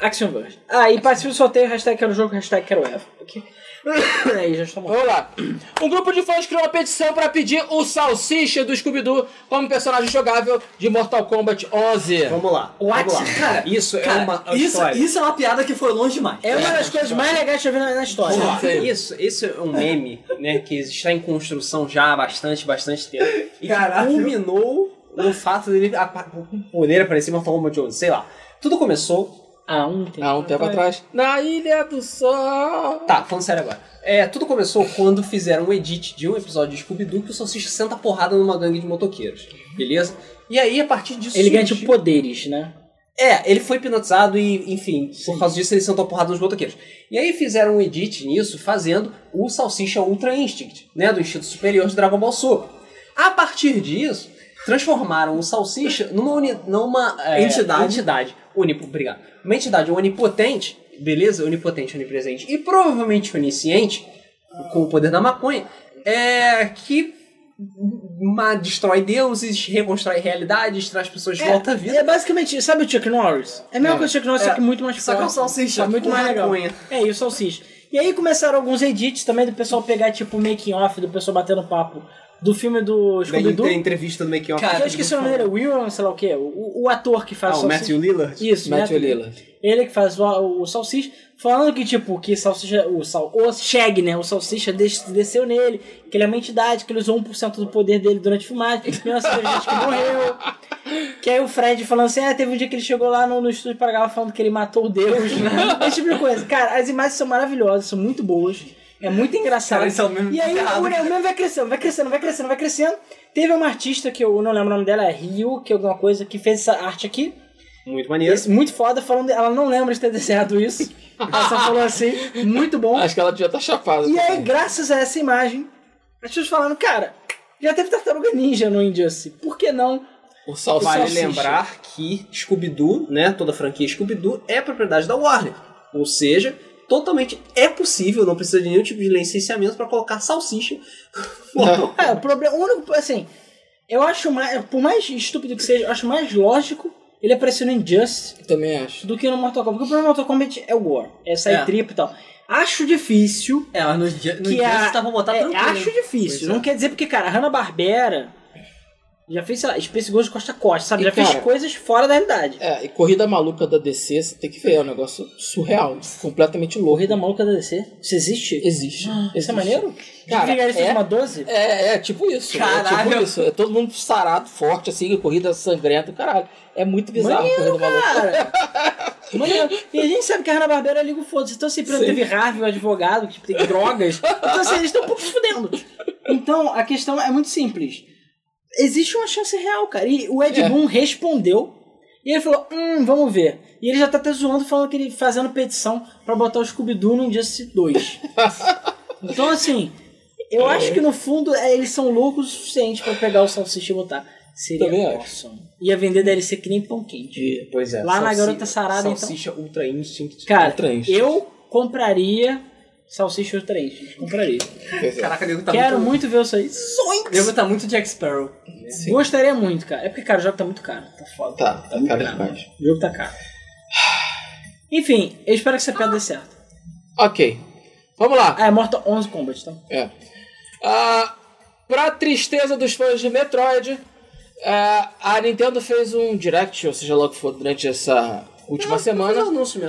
A: Action Verge. Ah, e participa do sorteio, hashtag quero jogo, hashtag quero Eva. ok? Aí já estou morto.
B: Vamos lá. Um grupo de fãs criou uma petição para pedir o Salsicha do Scooby-Doo como personagem jogável de Mortal Kombat 11.
D: Vamos lá.
A: What?
D: Vamos lá.
H: Cara,
D: isso é
H: Cara,
D: uma uma
H: isso,
D: história.
H: isso é uma piada que foi longe demais.
A: É uma das coisas mais legais que eu vi na, na história.
B: Vamos lá.
D: Isso, isso é um meme, né, que está em construção já há bastante, bastante tempo. E
H: Caralho.
D: que culminou no fato dele apa- poder aparecer em Mortal Kombat 11, sei lá. Tudo começou...
A: Ah, um tempo.
B: Há um tempo atrás. Na Ilha do Sol.
D: Tá, falando sério agora. É, tudo começou quando fizeram um edit de um episódio de Scooby-Doo que o Salsicha senta a porrada numa gangue de motoqueiros, beleza? E aí, a partir disso...
A: Ele ganha
D: surgiu-
A: tipo poderes, né?
D: É, ele foi hipnotizado e, enfim, por causa disso ele sentou a porrada nos motoqueiros. E aí fizeram um edit nisso, fazendo o Salsicha Ultra Instinct, né? Do Instinto Superior de Dragon Ball Super. A partir disso, transformaram o Salsicha numa, uni- numa, é,
H: Entidade.
D: entidade onip- obrigado. Uma entidade onipotente, beleza? Onipotente, onipresente e provavelmente onisciente, com o poder da maconha, é que ma- destrói deuses, reconstrói realidades, traz pessoas de volta à vida.
A: É basicamente, sabe o Chuck Norris? É a mesma
D: É.
A: coisa que o Chuck Norris, só que muito mais
H: Só que é um
A: forte.
H: salsicha,
A: É muito
H: com
A: mais legal.
H: maconha.
A: É, e o salsicha. E aí começaram alguns edits também do pessoal pegar, tipo, making off, do pessoal batendo papo do filme do Scooby-Doo.
D: entrevista do Make Off.
A: Que Eu esqueci o nome dele, é William, sei lá o quê. O, o ator que faz
D: Ah,
A: o
D: o
A: salsicha.
D: Matthew Lillard?
A: Isso,
B: Matthew Lillard.
A: Ele que faz o, o salsicha. Falando que, tipo, que salsicha, o, sal, o Shag, né? O salsicha des- desceu nele, que ele é uma entidade, que ele usou 1% do poder dele durante a filmagem, mesmo assim, teve gente que morreu. Que aí o Fred falando assim, ah, teve um dia que ele chegou lá no, no estúdio para gravar falando que ele matou o Deus. Esse tipo de coisa. Cara, as imagens são maravilhosas, são muito boas. É muito engraçado.
H: Cara, isso é o mesmo
A: e aí
H: errado.
A: o, o meme vai crescendo, vai crescendo, vai crescendo, vai crescendo. Teve uma artista que eu não lembro o nome dela, é Rio, que é alguma coisa, que fez essa arte aqui.
D: Muito maneiro.
A: Esse- muito foda, falando. Ela não lembra de ter desenhado isso. Ela só falou assim, muito bom.
B: Acho que ela devia estar chapada.
A: E aí,
B: também.
A: graças a essa imagem, as pessoas falando, cara, Já teve Tartaruga Ninja no Injustice. Por que não?
B: O Salsicha.
C: Vale lembrar que Scooby-Doo, né, toda a franquia Scooby-Doo é propriedade da Warner. Ou seja, totalmente é possível, não precisa de nenhum tipo de licenciamento para colocar salsicha. Bom,
A: É, o problema. O único. Assim. Eu acho mais. Por mais estúpido que seja, eu acho mais lógico ele aparecer no Injustice
B: Eu também acho.
A: do que no Mortal Kombat. Porque o problema do Mortal Kombat é o War. É sair
H: É.
A: trip e tal. Acho difícil.
H: É, mas no dia, no
A: que
H: dia
A: a,
H: você tá pra botar
A: é,
H: tranquilo.
A: acho difícil.
H: Pois é.
A: não quer dizer porque, cara, a Hanna-Barbera já fez, sei lá, Space Ghost Costa a Costa, sabe?
B: E,
A: já
B: cara,
A: fez coisas fora da realidade.
B: É, e corrida maluca da DC, você tem que ver, é um negócio surreal, completamente louco.
A: Corrida Maluca da DC? Isso existe?
B: Existe.
A: Isso
B: existe.
A: é maneiro?
B: Cara,
A: Cara, isso
B: é-
A: é... uma 12?
B: É, é tipo isso. É tipo
H: Caralho.
B: isso. É todo mundo sarado, forte, assim, corrida sangrenta, caralho. É muito bizarro
A: Maneiro,
B: corrida maluca.
A: Cara, maneiro. E a gente sabe que a Hanna-Barbera liga o foda-se. Então, assim, por exemplo, teve Harvey, o advogado, que tem drogas. Então, assim, eles estão um pouco se fudendo. Então, a questão é muito simples. Existe uma chance real, cara. E o Ed
B: É.
A: Boon respondeu. E ele falou, hum, vamos ver. E ele já tá até zoando, falando que ele fazendo petição pra botar o Scooby-Doo no Injustice 2. então, assim, eu acho que no fundo é, eles são loucos o suficiente pra pegar o Salsicha e botar.
B: Também
A: Seria
B: acho.
A: awesome. Ia vender DLC que nem pão quente.
C: pois é.
A: Lá na
C: salsicha-
A: Garota Sarada, então.
C: Salsicha Ultra Instinct.
A: Cara,
B: Ultra Instinct.
A: eu compraria Salsicha Ultra Instinct. Compraria.
B: Pois é.
H: Caraca, o nego tá
A: Quero
H: muito...
A: muito ver isso aí.
H: O nego tá muito Jack Sparrow.
B: Sim.
A: Gostaria muito, cara. É porque, cara, o jogo tá muito caro. Tá foda.
B: Tá, tá cara demais.
A: O jogo tá caro. Enfim, eu espero que essa piada dê certo.
B: Ok. Vamos lá.
A: Ah, é Mortal 11 Kombat, tá?
B: É. Ah, pra tristeza dos fãs de Metroid, ah, a Nintendo fez um direct, ou seja lá o que for, durante essa última semana.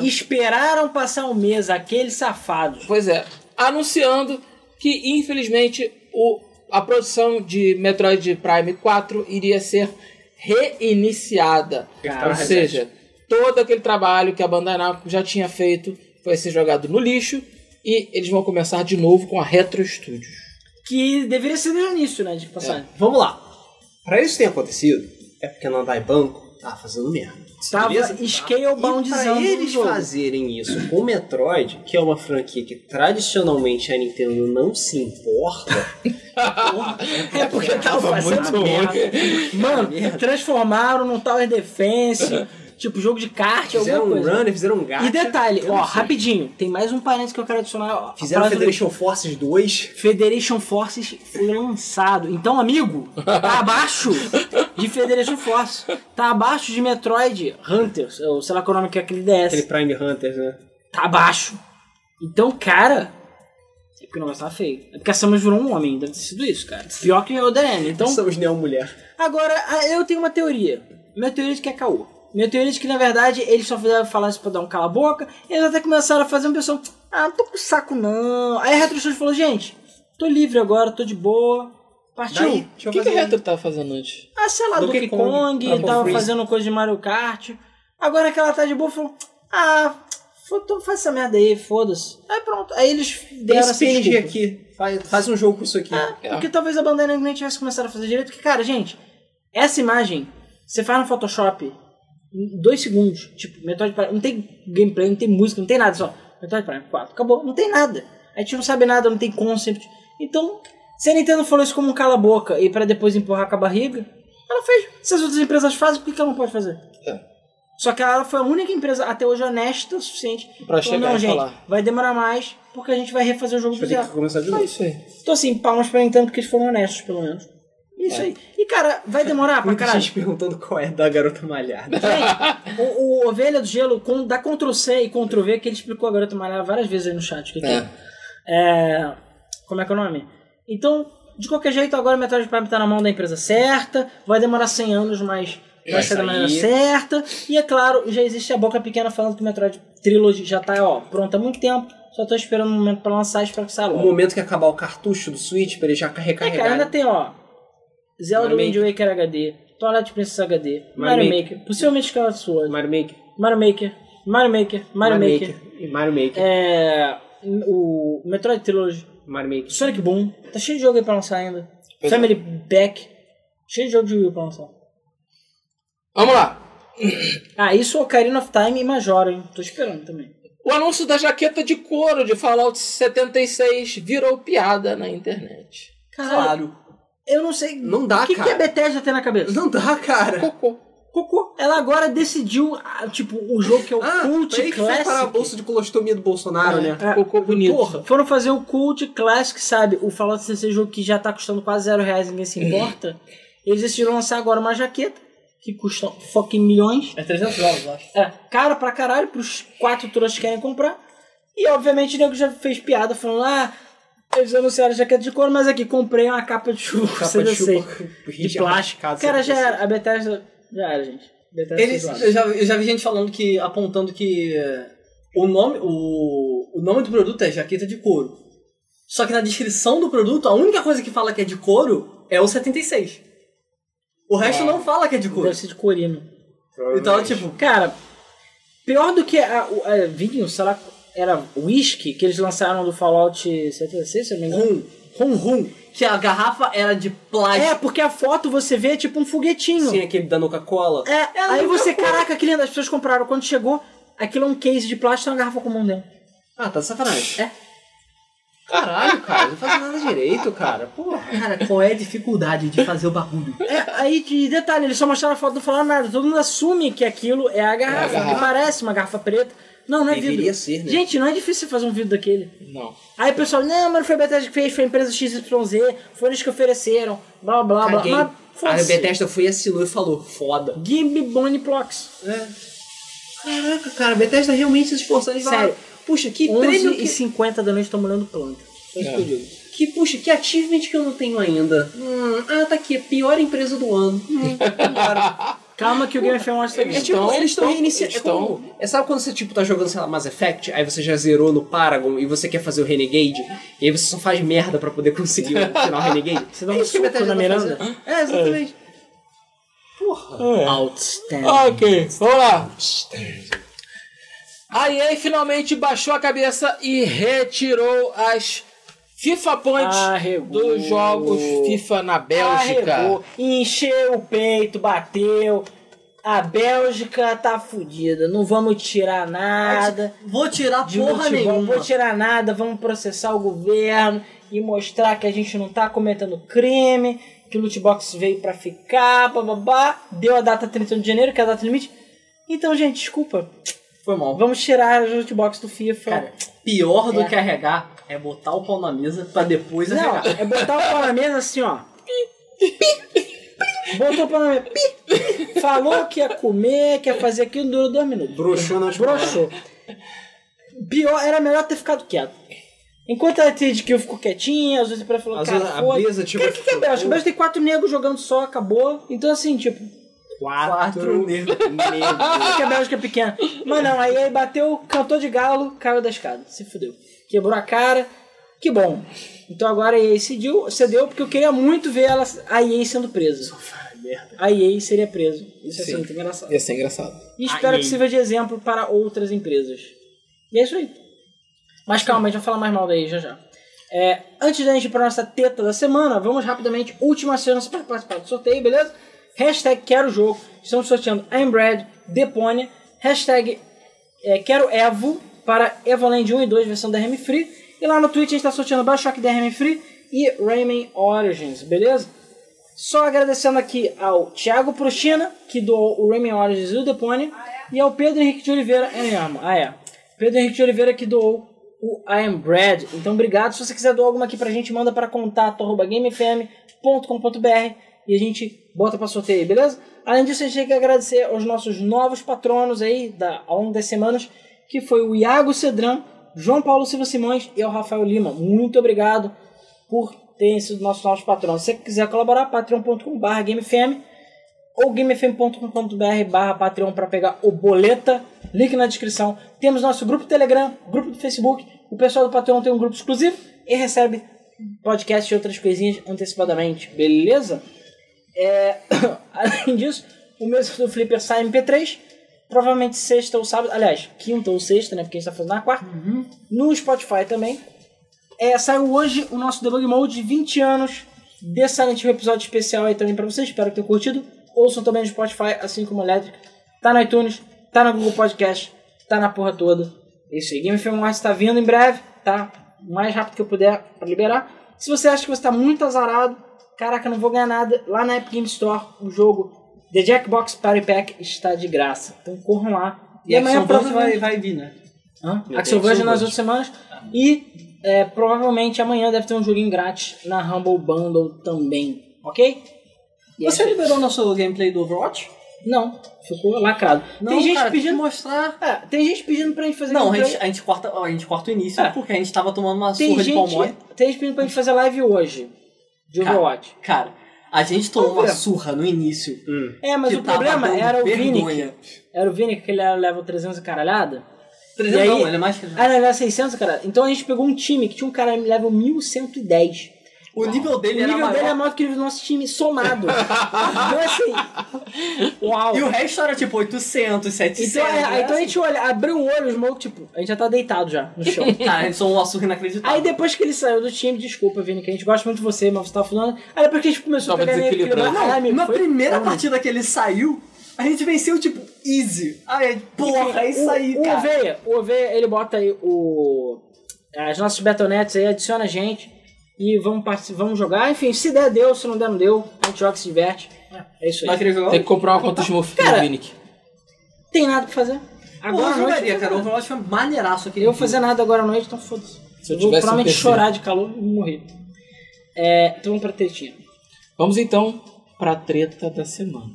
A: Esperaram passar um mês aqueles safados.
B: Pois é, anunciando que infelizmente o, a produção de Metroid Prime 4 iria ser reiniciada.
A: Cara,
B: Ou seja, todo aquele trabalho que a Bandai Namco já tinha feito vai ser jogado no lixo e eles vão começar de novo com a Retro Studios.
A: Que deveria ser desde o início, né? De passagem.
H: Vamos lá.
C: Pra isso ter acontecido, é porque a Bandai Banco tá fazendo merda.
A: Tava
C: Beleza? E pra
A: scaleboundizando o
C: eles
A: jogo.
C: fazerem isso com Metroid, que é uma franquia que tradicionalmente a Nintendo não se importa,
A: É porque tava fazendo
B: muito
A: merda. Mano, transformaram num Tower Defense, tipo jogo de kart, alguma
C: fizeram um
A: coisa.
C: runner, fizeram um gacha.
A: E detalhe,
C: eu
A: ó,
C: não sei.
A: rapidinho, tem mais um parênteses que eu quero adicionar. ó, a
C: Fizeram
A: frase do-
C: Federation Forces 2.
A: Federation Forces foi lançado. Então, amigo, tá abaixo de Federation Forces. Tá abaixo de Metroid Hunters, ou sei lá qual é o nome que é aquele DS.
C: Aquele Prime Hunters, né?
A: Tá abaixo. Então, cara. É porque o negócio tá feio. É porque a Samus virou um homem, deve ter sido isso, cara. Pior que o DN. Então,
C: Somos Neo-Mulher.
A: Agora, a- eu tenho uma teoria. Minha teoria de que é caô. Minha teoria de que, na verdade, eles só fizeram falar isso pra dar um cala-boca. Eles até começaram a fazer um pessoal. Ah, não tô com saco não. Aí a Retro Studios falou: gente, tô livre agora, tô de boa. Partiu.
C: Daí, deixa
B: O
C: eu
B: que, que a
H: um
C: fazer.
B: Retro tava fazendo antes?
A: Ah, sei lá,
C: Donkey
A: Donkey, Kong,
C: Kong, Dragon
A: tava
C: Freeze.
A: fazendo coisa de Mario Kart. Agora que ela tá de boa, falou: ah, fo- então faz essa merda aí, foda-se. Aí pronto. Aí eles deram
C: Esse
A: essa
C: PNG
A: desculpa.
C: aqui. Faz, faz um jogo com isso aqui.
H: Ah,
B: É.
A: Porque talvez a Bandai Namco nem tivesse começado a fazer direito. Porque, cara, gente, essa imagem, você faz no Photoshop em dois segundos. Tipo, Metroid Prime. Não tem gameplay, não tem música, não tem nada. Só Metroid Prime 4. Acabou. Não tem nada. A gente não sabe nada, não tem concept. Então, se a Nintendo falou isso como um cala-boca e pra depois empurrar com a barriga, ela fez. Se as outras empresas fazem, por que que ela não pode fazer?
B: É.
A: Só que ela foi a única empresa até hoje honesta o suficiente
B: Pra
A: falou,
B: chegar
A: não,
B: e
A: gente,
B: falar.
A: vai demorar mais porque a gente vai refazer o jogo do
C: Vou ter que
A: zero.
C: começar de
B: É
C: novo.
B: isso aí.
A: Então, assim, palmas pra Nintendo porque eles foram honestos, pelo menos. É. Isso aí. E, cara, vai demorar pra
C: Muita
A: caralho.
C: gente perguntando qual é da garota malhada.
A: Gente, o, o Ovelha do Gelo, com, da Ctrl-C e Ctrl-V, que ele explicou a garota malhar várias vezes aí no chat. Que tem.
B: É.
A: É, Como é que é o nome? Então, de qualquer jeito, agora o Metroid Prime tá na mão da empresa certa. Vai demorar 100 anos, mas vai
C: Vai
A: ser da maneira
C: sair.
A: certa. E, é claro, já existe a boca pequena falando que o Metroid Trilogy já tá, ó, pronta há muito tempo. Só tô esperando o momento pra lançar, espero que saia
C: O
A: logo.
C: momento que acabar o cartucho do Switch pra ele já
A: É, cara, ainda
C: recarregar.
A: tem, ó. Zelda
C: Mario
A: Wind Waker HD, Twilight Princess HD, Mario,
C: Mario
A: Maker, possivelmente Skyward Sword,
C: Mario Maker.
A: Mario Maker, Mario Maker, Mario Maker,
C: E Mario Maker.
A: é, o Metroid Trilogy,
C: Mario Maker.
A: Sonic Boom, tá cheio de jogo aí pra lançar ainda.
B: Pois é.
A: Family Back, cheio de jogo de Wii pra lançar.
B: Vamos lá.
A: Ah, isso Ocarina of Time e Majora, hein? Tô esperando também.
B: O anúncio da jaqueta de couro de Fallout 76 virou piada na internet.
A: Caralho,
H: Claro.
A: Eu não sei.
D: Não dá,
A: O que, é que
D: cara.
A: a Bethesda tem na cabeça?
D: Não dá, cara.
B: Cocô.
A: Cocô. Ela agora decidiu, ah, tipo, o jogo que é o
D: Ah,
A: Cult
D: aí que foi
A: Classic.
D: parar a bolsa de colostomia do Bolsonaro, né?
A: É.
B: Cocô bonito.
A: Porra, foram fazer o Cult Classic, sabe? O Fallout 66 jogo que já tá custando quase zero reais, ninguém
D: É.
A: se importa. Eles decidiram lançar agora uma jaqueta, que custa fucking milhões.
H: É 300 dólares, eu acho.
A: É, cara pra caralho, pros quatro trouxas que querem comprar. E obviamente o nego já fez piada falando, ah, eles anunciaram jaqueta de couro, mas aqui, comprei uma capa de chuva,
D: Capa de chuva, Ah,
A: de plástico.
D: arriscado,
A: Cara,
D: sabe?
A: já era, a Bethesda, já era, gente. Bethesda
H: Eles,
A: zoada.
H: eu, já, eu já vi gente falando que, apontando que eh, o nome, o, o nome do produto é jaqueta de couro. Só que na descrição do produto, a única coisa que fala que é de couro é o 76. O resto não fala que é de couro.
A: Deve ser de corino.
H: Então, tipo,
A: Cara, pior do que a, o- a vinho, sei lá, era whisky que eles lançaram do Fallout 76, se eu não me engano.
H: rum, rum, rum. Que a garrafa era de
A: É,
H: plástico.
A: porque a foto você vê é tipo um foguetinho.
D: Sim, aquele da Coca-Cola.
A: É, aí você, caraca, que lindo, as pessoas compraram. Quando chegou, aquilo é um case de plástico e uma garrafa comum dentro.
D: Ah, tá de sacanagem.
A: É.
D: Caralho, cara, não faz nada direito, cara. Porra.
H: Cara, qual é a dificuldade de fazer o bagulho?
A: É, aí, de detalhe, eles só mostraram a foto, não falaram nada. Todo mundo assume que aquilo é a garrafa,
B: garrafa.
A: que parece uma garrafa preta. Não, não é
D: Deveria
A: vidro.
D: ser, né?
A: Gente, não é difícil fazer um vidro daquele.
B: Não.
A: Aí o pessoal, não, mas não foi a Bethesda que fez, foi a empresa XYZ, foram eles que ofereceram, blá blá blá.
D: Caguei.
A: blá. Mas, assim,
D: Aí o
A: foda-se.
D: Bethesda foi e assinou e falou, foda.
A: Give me Bonnie Plox.
D: Caraca, cara, a Bethesda realmente se esforçando e
A: Sério.
D: falaram, puxa, que prêmio que...
A: 11h50 da noite estão molhando planta.
D: É isso que eu digo. Que, puxa, que achievement que eu não tenho ainda. Hum, ah, tá aqui, pior empresa do ano. Hum, bora.
A: Calma que o Game of Thrones tá
D: É
A: vindo.
D: tipo,
B: Então,
D: eles estão
B: então,
D: reiniciando. É,
B: então-
D: como- é sabe quando você tipo, tá jogando, sei lá, Mass Effect, aí você já zerou no Paragon e você quer fazer o Renegade, e aí você só faz merda pra poder conseguir o final Renegade?
A: Você dá um
D: é
H: Tipo,
D: isso que
A: soco
D: a Bethesda
A: na
D: tá
A: Miranda?
D: fazendo. É, exatamente. Ah,
A: Outstanding.
B: Ok, vamos lá. A EA finalmente baixou a cabeça e retirou as FIFA Points
A: Arregou.
B: dos jogos FIFA na Bélgica.
A: Arregou, encheu o peito, bateu. A Bélgica tá fudida, não vamos tirar nada.
H: Vou tirar
A: de
H: porra
A: futebol, não
H: nenhuma.
A: vou tirar nada, vamos processar o governo e mostrar que a gente não tá cometendo crime, que o loot box veio pra ficar, bababá. Deu a data 31 de janeiro, que é a data limite. Então, gente, desculpa.
H: Foi mal.
A: Vamos tirar os loot box do FIFA.
H: Cara, pior do
A: É.
H: que arregar é botar o pau na mesa pra depois
A: não,
H: arregar.
A: é botar o pau na mesa assim, ó. Botou o pau na mesa. pi. Falou que ia comer, que ia fazer aquilo, durou dois minutos.
D: Broxou na
A: Broxou. Pior, era melhor ter ficado quieto. Enquanto a Tid que eu ficou quietinha, às vezes o falou,
D: Às
A: cara,
D: vezes a
A: foda.
D: mesa, tipo,
A: Cara, o que, que é
D: ficou,
A: Bélgica? A
D: pô.
A: Bélgica tem quatro negros jogando só, acabou. Então, assim, tipo,
H: Quatro negros.
A: por que que a Bélgica é pequena? Mas não, aí, aí bateu, cantou de galo, caiu da escada, se fudeu. Quebrou a cara, que bom. Então agora a EA cediu, cedeu, porque eu queria muito ver ela, a EA sendo presa.
D: um
A: A EA seria preso. Isso ia ser
B: Sim.
A: muito engraçado.
B: Ia ser engraçado.
A: E espero que sirva de exemplo para outras empresas. E é isso aí. Mas calma, a gente vai falar mais mal daí já já. É, antes da gente ir para nossa teta da semana, vamos rapidamente, última chance para participar do sorteio, beleza? Hashtag quero jogo. Estamos sorteando Aimbred, Deponia, hashtag é, quero Evo para Evoland 1 e 2, versão DRM Free. E lá no Twitch a gente está sorteando Bioshock DRM Free e Rayman Origins, beleza? Só agradecendo aqui ao Thiago Prochina, que doou o Rayman Origins e o Depone, e ao Pedro Henrique de Oliveira, é mesmo, ah é. Pedro Henrique de Oliveira que doou o I Am Bread. Então, obrigado. Se você quiser doar alguma aqui pra gente, manda para contato.gamefm.com.br e a gente bota pra sorteio, aí, beleza? Além disso, a gente tem que agradecer aos nossos novos patronos aí da, ao longo das semanas, que foi o Iago Cedrão, João Paulo Silva Simões e o Rafael Lima. Muito obrigado por terem sido nossos novos patrões. Se você quiser colaborar, patreon.com.br gamefm ou gamefm.com.br barra patreon para pegar o boleta, link na descrição. Temos nosso grupo do Telegram, grupo do Facebook, o pessoal do Patreon tem um grupo exclusivo e recebe podcast e outras coisinhas antecipadamente, beleza? É, Além disso, o mês do Flipper sai MP3, provavelmente sexta ou sábado, aliás, quinta ou sexta, né, porque a gente está fazendo na quarta, no Spotify também, é, saiu hoje o nosso Debug Mode de 20 anos. The Silent Hill episódio especial aí também pra vocês. Espero que tenham curtido. Ouçam também no Spotify, assim como o Elétrica. Tá no iTunes, tá na Google Podcast, tá na porra toda. É Isso aí. Game Film Arts tá vindo em breve, tá? O mais rápido que eu puder pra liberar. Se você acha que você tá muito azarado, Caraca, não vou ganhar nada. Lá na Epic Game Store, o jogo The Jackbox Party Pack está de graça. Então corram lá.
H: E, amanhã vai, vai vir, né?
A: Hã? Axelverge nas outras semanas. E é, provavelmente amanhã deve ter um joguinho grátis na Humble Bundle também. Ok? E é isso
H: Você
A: aí.
H: liberou nosso gameplay do Overwatch?
A: Não, ficou lacrado. tem gente
H: cara,
A: pedindo.
H: que mostrar.
A: É, tem gente pedindo pra gente fazer
H: Não, a
A: gameplay.
H: gente, a, gente corta, a gente corta o início
A: É.
H: porque a gente tava tomando uma
A: tem
H: surra de pau mole.
A: gente, tem gente pedindo pra gente fazer live hoje. De
H: Cara.
A: Overwatch.
H: Cara, a gente tomou
A: Vamos
H: uma
A: ver.
H: surra no início.
D: Hum.
A: É, mas
H: que
A: o
H: tava
A: problema
H: dando
A: era o Vinic.
H: vergonha.
A: Era o Vinic, que ele era level 300 e caralhada.
H: 300
A: E aí-
H: não, ele é mais que
A: Ah, não, ele era 600, cara. Então a gente pegou um time que tinha um cara level 1110.
H: O nível
A: O
H: dele era
A: nível
H: maior.
A: dele é maior do que o do nosso time somado. então assim. Uau!
H: E o resto era tipo 800, 700.
A: Então, é,
H: né?
A: então a gente olha, abriu o olho, os malucos, tipo, a gente já tá deitado já no chão.
H: Cara, a gente tomou uma surra inacreditável.
A: Aí depois que ele saiu do time, desculpa, Vini, que a gente gosta muito de você, mas você tá falando. Aí depois que a gente começou
B: Tava
A: a pegar
B: desequilibrando.
A: Não, "Ah, amigo,
H: Na
A: foi-
H: primeira
A: foi-
H: partida que ele saiu, a gente venceu, tipo, easy. Aí, porra, é isso
A: o,
H: aí,
A: o
H: cara.
A: Oveia, o Oveia, ele bota aí o. As nossas betonets aí, adiciona a gente. E vamos, partici- vamos jogar. Enfim, se der, deu. Se não der, não deu. A gente joga, se diverte. É isso
H: Vai
A: aí.
H: querer jogar?
B: Tem que comprar uma conta Smurf
A: Cara,
B: do Vinic.
A: Tem nada pra fazer. Agora
H: Agora eu
A: à noite. eu
H: jogaria,
A: vou
H: cara. O
A: fazer nada.
H: Overwatch foi maneiraço aquele
A: Eu vou
H: dia.
A: fazer nada agora à noite, então foda-se.
B: Se eu
A: eu vou
B: tivesse um
A: provavelmente
B: PC.
A: chorar de calor e morrer. É, então vamos pra tretinha.
B: Vamos então pra treta da semana.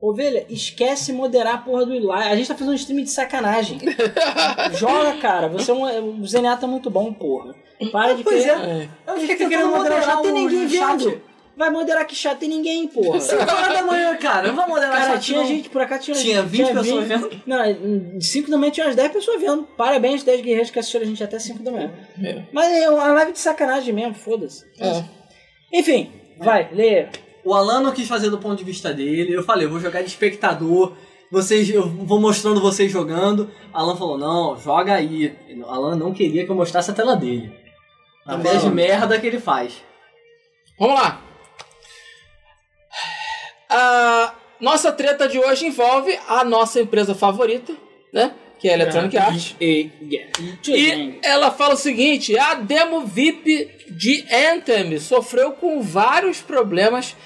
A: Ovelha, esquece moderar a porra do Eli. A gente tá fazendo um stream de sacanagem. Joga, cara. Você é um, um ZNA tá muito bom, porra. Para de
H: Pois
A: querer-
B: É.
A: Por
H: Eu
A: que
H: fiquei
A: tá querendo
H: tentando
A: moderar?
H: moderar
A: Já tem
H: o
A: ninguém
H: chat.
A: vendo. Vai moderar que chato tem ninguém, porra.
H: 5 horas da manhã, cara. Não vai moderar
A: Cara,
H: chat,
A: tinha
H: não.
A: gente, por acaso tinha
H: Tinha 20 pessoas vendo?
A: Não, 5 da manhã tinha umas 10 pessoas vendo. Parabéns, 10 guerreiros que assistiram a gente até 5 da manhã.
B: É.
A: Mas é uma live de sacanagem mesmo, foda-se.
B: É.
A: Enfim, vai, lê.
H: O Alan não quis fazer do ponto de vista dele. Eu falei, eu vou jogar de espectador. Vocês, eu vou mostrando vocês jogando. Alan falou, não, joga aí. O Alan não queria que eu mostrasse a tela dele. A tela de merda que ele faz.
B: Vamos lá. A nossa treta de hoje envolve a nossa empresa favorita, né? Que é a Electronic Arts.
A: E, yeah.
B: E ela fala o seguinte: a demo VIP de Anthem sofreu com vários problemas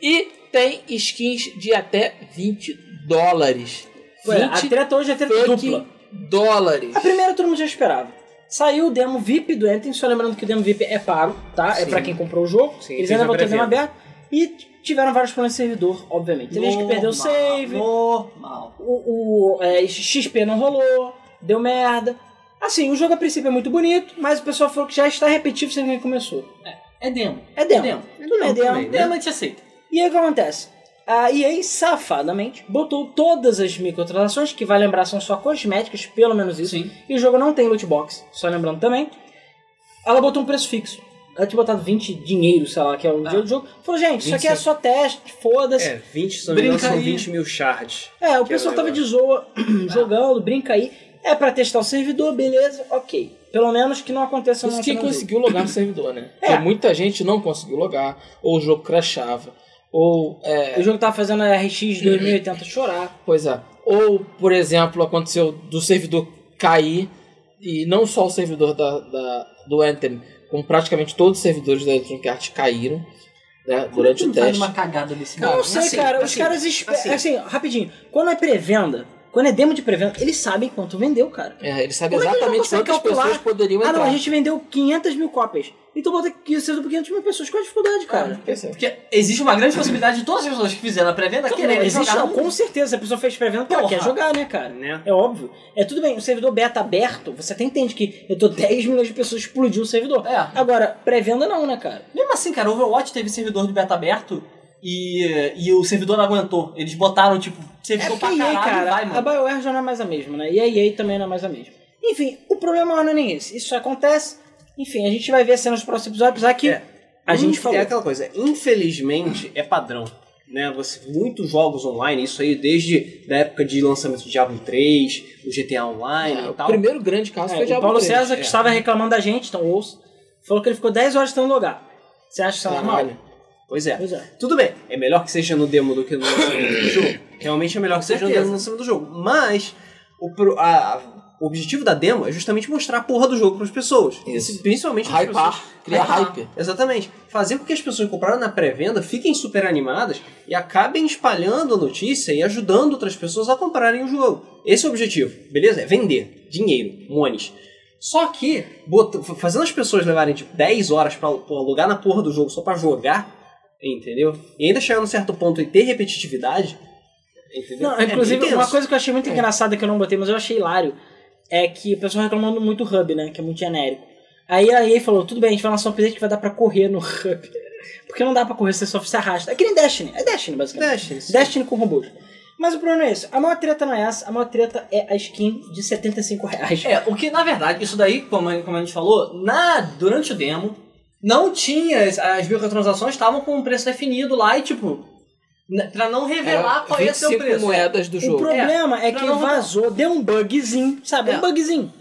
B: e tem skins de até 20 dólares.
A: Ué, a
B: 20
A: treta hoje é treta
B: fucking
A: dupla.
B: dólares.
A: A primeira todo mundo já esperava. Saiu o demo VIP do Anthem, só lembrando que o demo VIP é pago, tá? É pra quem comprou o jogo.
D: Sim,
A: Eles
D: tem
A: ainda vão ter o
D: pré-venda.
A: demo aberto. E tiveram vários problemas de servidor, obviamente. Teve gente que perdeu o save,
H: Normal.
A: o, o, é, XP não rolou, deu merda. Assim, o jogo a princípio é muito bonito, mas o pessoal falou que já está repetitivo sempre que começou.
H: É demo.
A: É demo.
H: É demo.
A: Tudo é demo.
H: Também, demo a gente aceita.
A: E aí o que acontece? A EA, safadamente, botou todas as microtransações, que vai lembrar são só cosméticas, pelo menos isso.
H: Sim.
A: E o jogo não tem loot box, só lembrando também. Ela botou um preço fixo. Ela tinha botado 20 dinheiro, sei lá, que é o dinheiro do jogo. Falou, gente, isso aqui é só teste, foda-se.
D: É, 20, se não me engano,
H: Brinca
D: são
H: aí.
D: 20 mil shards.
A: É, o
D: Que
A: pessoal
D: é
A: tava de zoa, jogando, brinca aí. É pra testar o servidor, beleza, ok. Pelo menos que não aconteça
B: Isso
A: nada
B: quem
A: no jogo.
B: conseguiu logar no servidor, né?
A: É.
B: Porque muita gente não conseguiu logar, ou o jogo crashava, ou é,
A: O jogo tava fazendo a RX 2080 chorar.
B: Pois é. Ou, por exemplo, aconteceu do servidor cair, e não só o servidor da, da- do Anthem, como praticamente todos os servidores da Electronic Arts caíram né,
A: é
B: durante o
H: Não faz
B: teste.
H: uma cagada desse
A: Eu
H: cara.
A: não sei,
D: assim,
A: cara. os
D: assim,
A: caras esperam. Assim.
D: assim.
A: rapidinho. Quando é pré-venda, quando é demo de pré-venda, eles sabem quanto vendeu, cara.
B: É, ele sabe
A: Como é que ele não
B: exatamente
A: consegue
B: quantas
A: calcular?
B: pessoas poderiam
A: Ah,
B: entrar.
A: não, a gente vendeu 500 mil cópias. Então bota que você por 500 mil pessoas. Qual a dificuldade, cara?
B: Pois é.
H: Porque existe uma grande possibilidade de todas as pessoas que fizeram a pré-venda
A: Não,
H: quererem
A: existe,
H: jogar.
A: não, com certeza. Se a pessoa fez pré-venda porque ela
H: Porra.
A: quer jogar, né, cara?
D: Né?
A: É óbvio. É tudo bem, o servidor beta aberto, você até entende que eu tô 10 milhões de pessoas explodiu o servidor.
H: É.
A: Agora, pré-venda não, né, cara?
H: Mesmo assim, cara, o Overwatch teve servidor de beta aberto e, e o servidor não aguentou. Eles botaram, tipo,
A: É
H: servidor
A: porque
H: pra
A: a EA,
H: caralho
A: cara,
H: e vai,
A: a
H: mano.
A: BioWare já não é mais a mesma, né? E a EA também não é mais a mesma. Enfim, o problema não é nem esse. Isso acontece. Enfim, a gente vai ver essa nos próximos episódios, Hum, apesar que
D: É.
A: a gente
D: Inf-
A: falou.
D: É aquela coisa, infelizmente é padrão. Né, você, muitos jogos online, isso aí desde da época de lançamento do Diablo 3, o GTA Online
B: É,
D: e
B: Ah, o
D: tal.
B: primeiro grande caso
A: É,
B: foi
A: o
B: Diablo
A: Paulo
B: 3.
A: César, que
D: é.
A: estava reclamando da gente, então ouço, Falou que ele ficou 10 horas tentando logar. Você acha
B: É.
A: isso normal?
D: Pois é.
A: Pois é.
D: Tudo bem, é melhor que seja no demo do que no lançamento do jogo. Realmente é melhor que seja no
A: certeza.
D: demo do lançamento do jogo. Mas o, pro- a- a- o objetivo da demo é justamente mostrar a porra do jogo para as pessoas.
B: Isso.
D: Principalmente para as pessoas.
B: Hypar, criar
D: Hypar.
B: hype.
D: Exatamente. Fazer com que as pessoas que compraram na pré-venda fiquem super animadas e acabem espalhando a notícia e ajudando outras pessoas a comprarem o jogo. Esse é o objetivo, beleza? É vender. Dinheiro. Mones. Só que, bota- fazendo as pessoas levarem tipo 10 horas pra pô, alugar na porra do jogo só pra jogar, entendeu? E ainda chegar num certo ponto e ter repetitividade, entendeu?
A: Não,
D: É
A: inclusive,
D: bem
A: uma
D: tenso.
A: coisa que eu achei
H: É.
A: muito engraçada que eu não botei, mas eu achei hilário, é que o pessoal reclamando muito do hub, né? Que é muito genérico. Aí a EA falou, tudo bem, a gente vai lançar um update que vai dar pra correr no hub. Porque não dá pra correr, você só se arrasta. É que nem Destiny, é Destiny basicamente.
D: Destiny, sim.
A: Destiny com robôs. Mas o problema é esse, a maior treta não é essa, a maior treta é a skin de R$ 75 reais.
H: É, o que na verdade, isso daí, como, a- como a gente falou, na, durante o demo, não tinha. As, as microtransações estavam com um preço definido lá e, tipo, n- pra não
A: É,
H: revelar qual ia ser o
B: 25
H: preço.
B: moedas do
A: O
B: jogo.
A: problema é,
H: Pra
A: que
H: não rodar.
A: vazou, deu um bugzinho, sabe?
H: É.
A: Um bugzinho.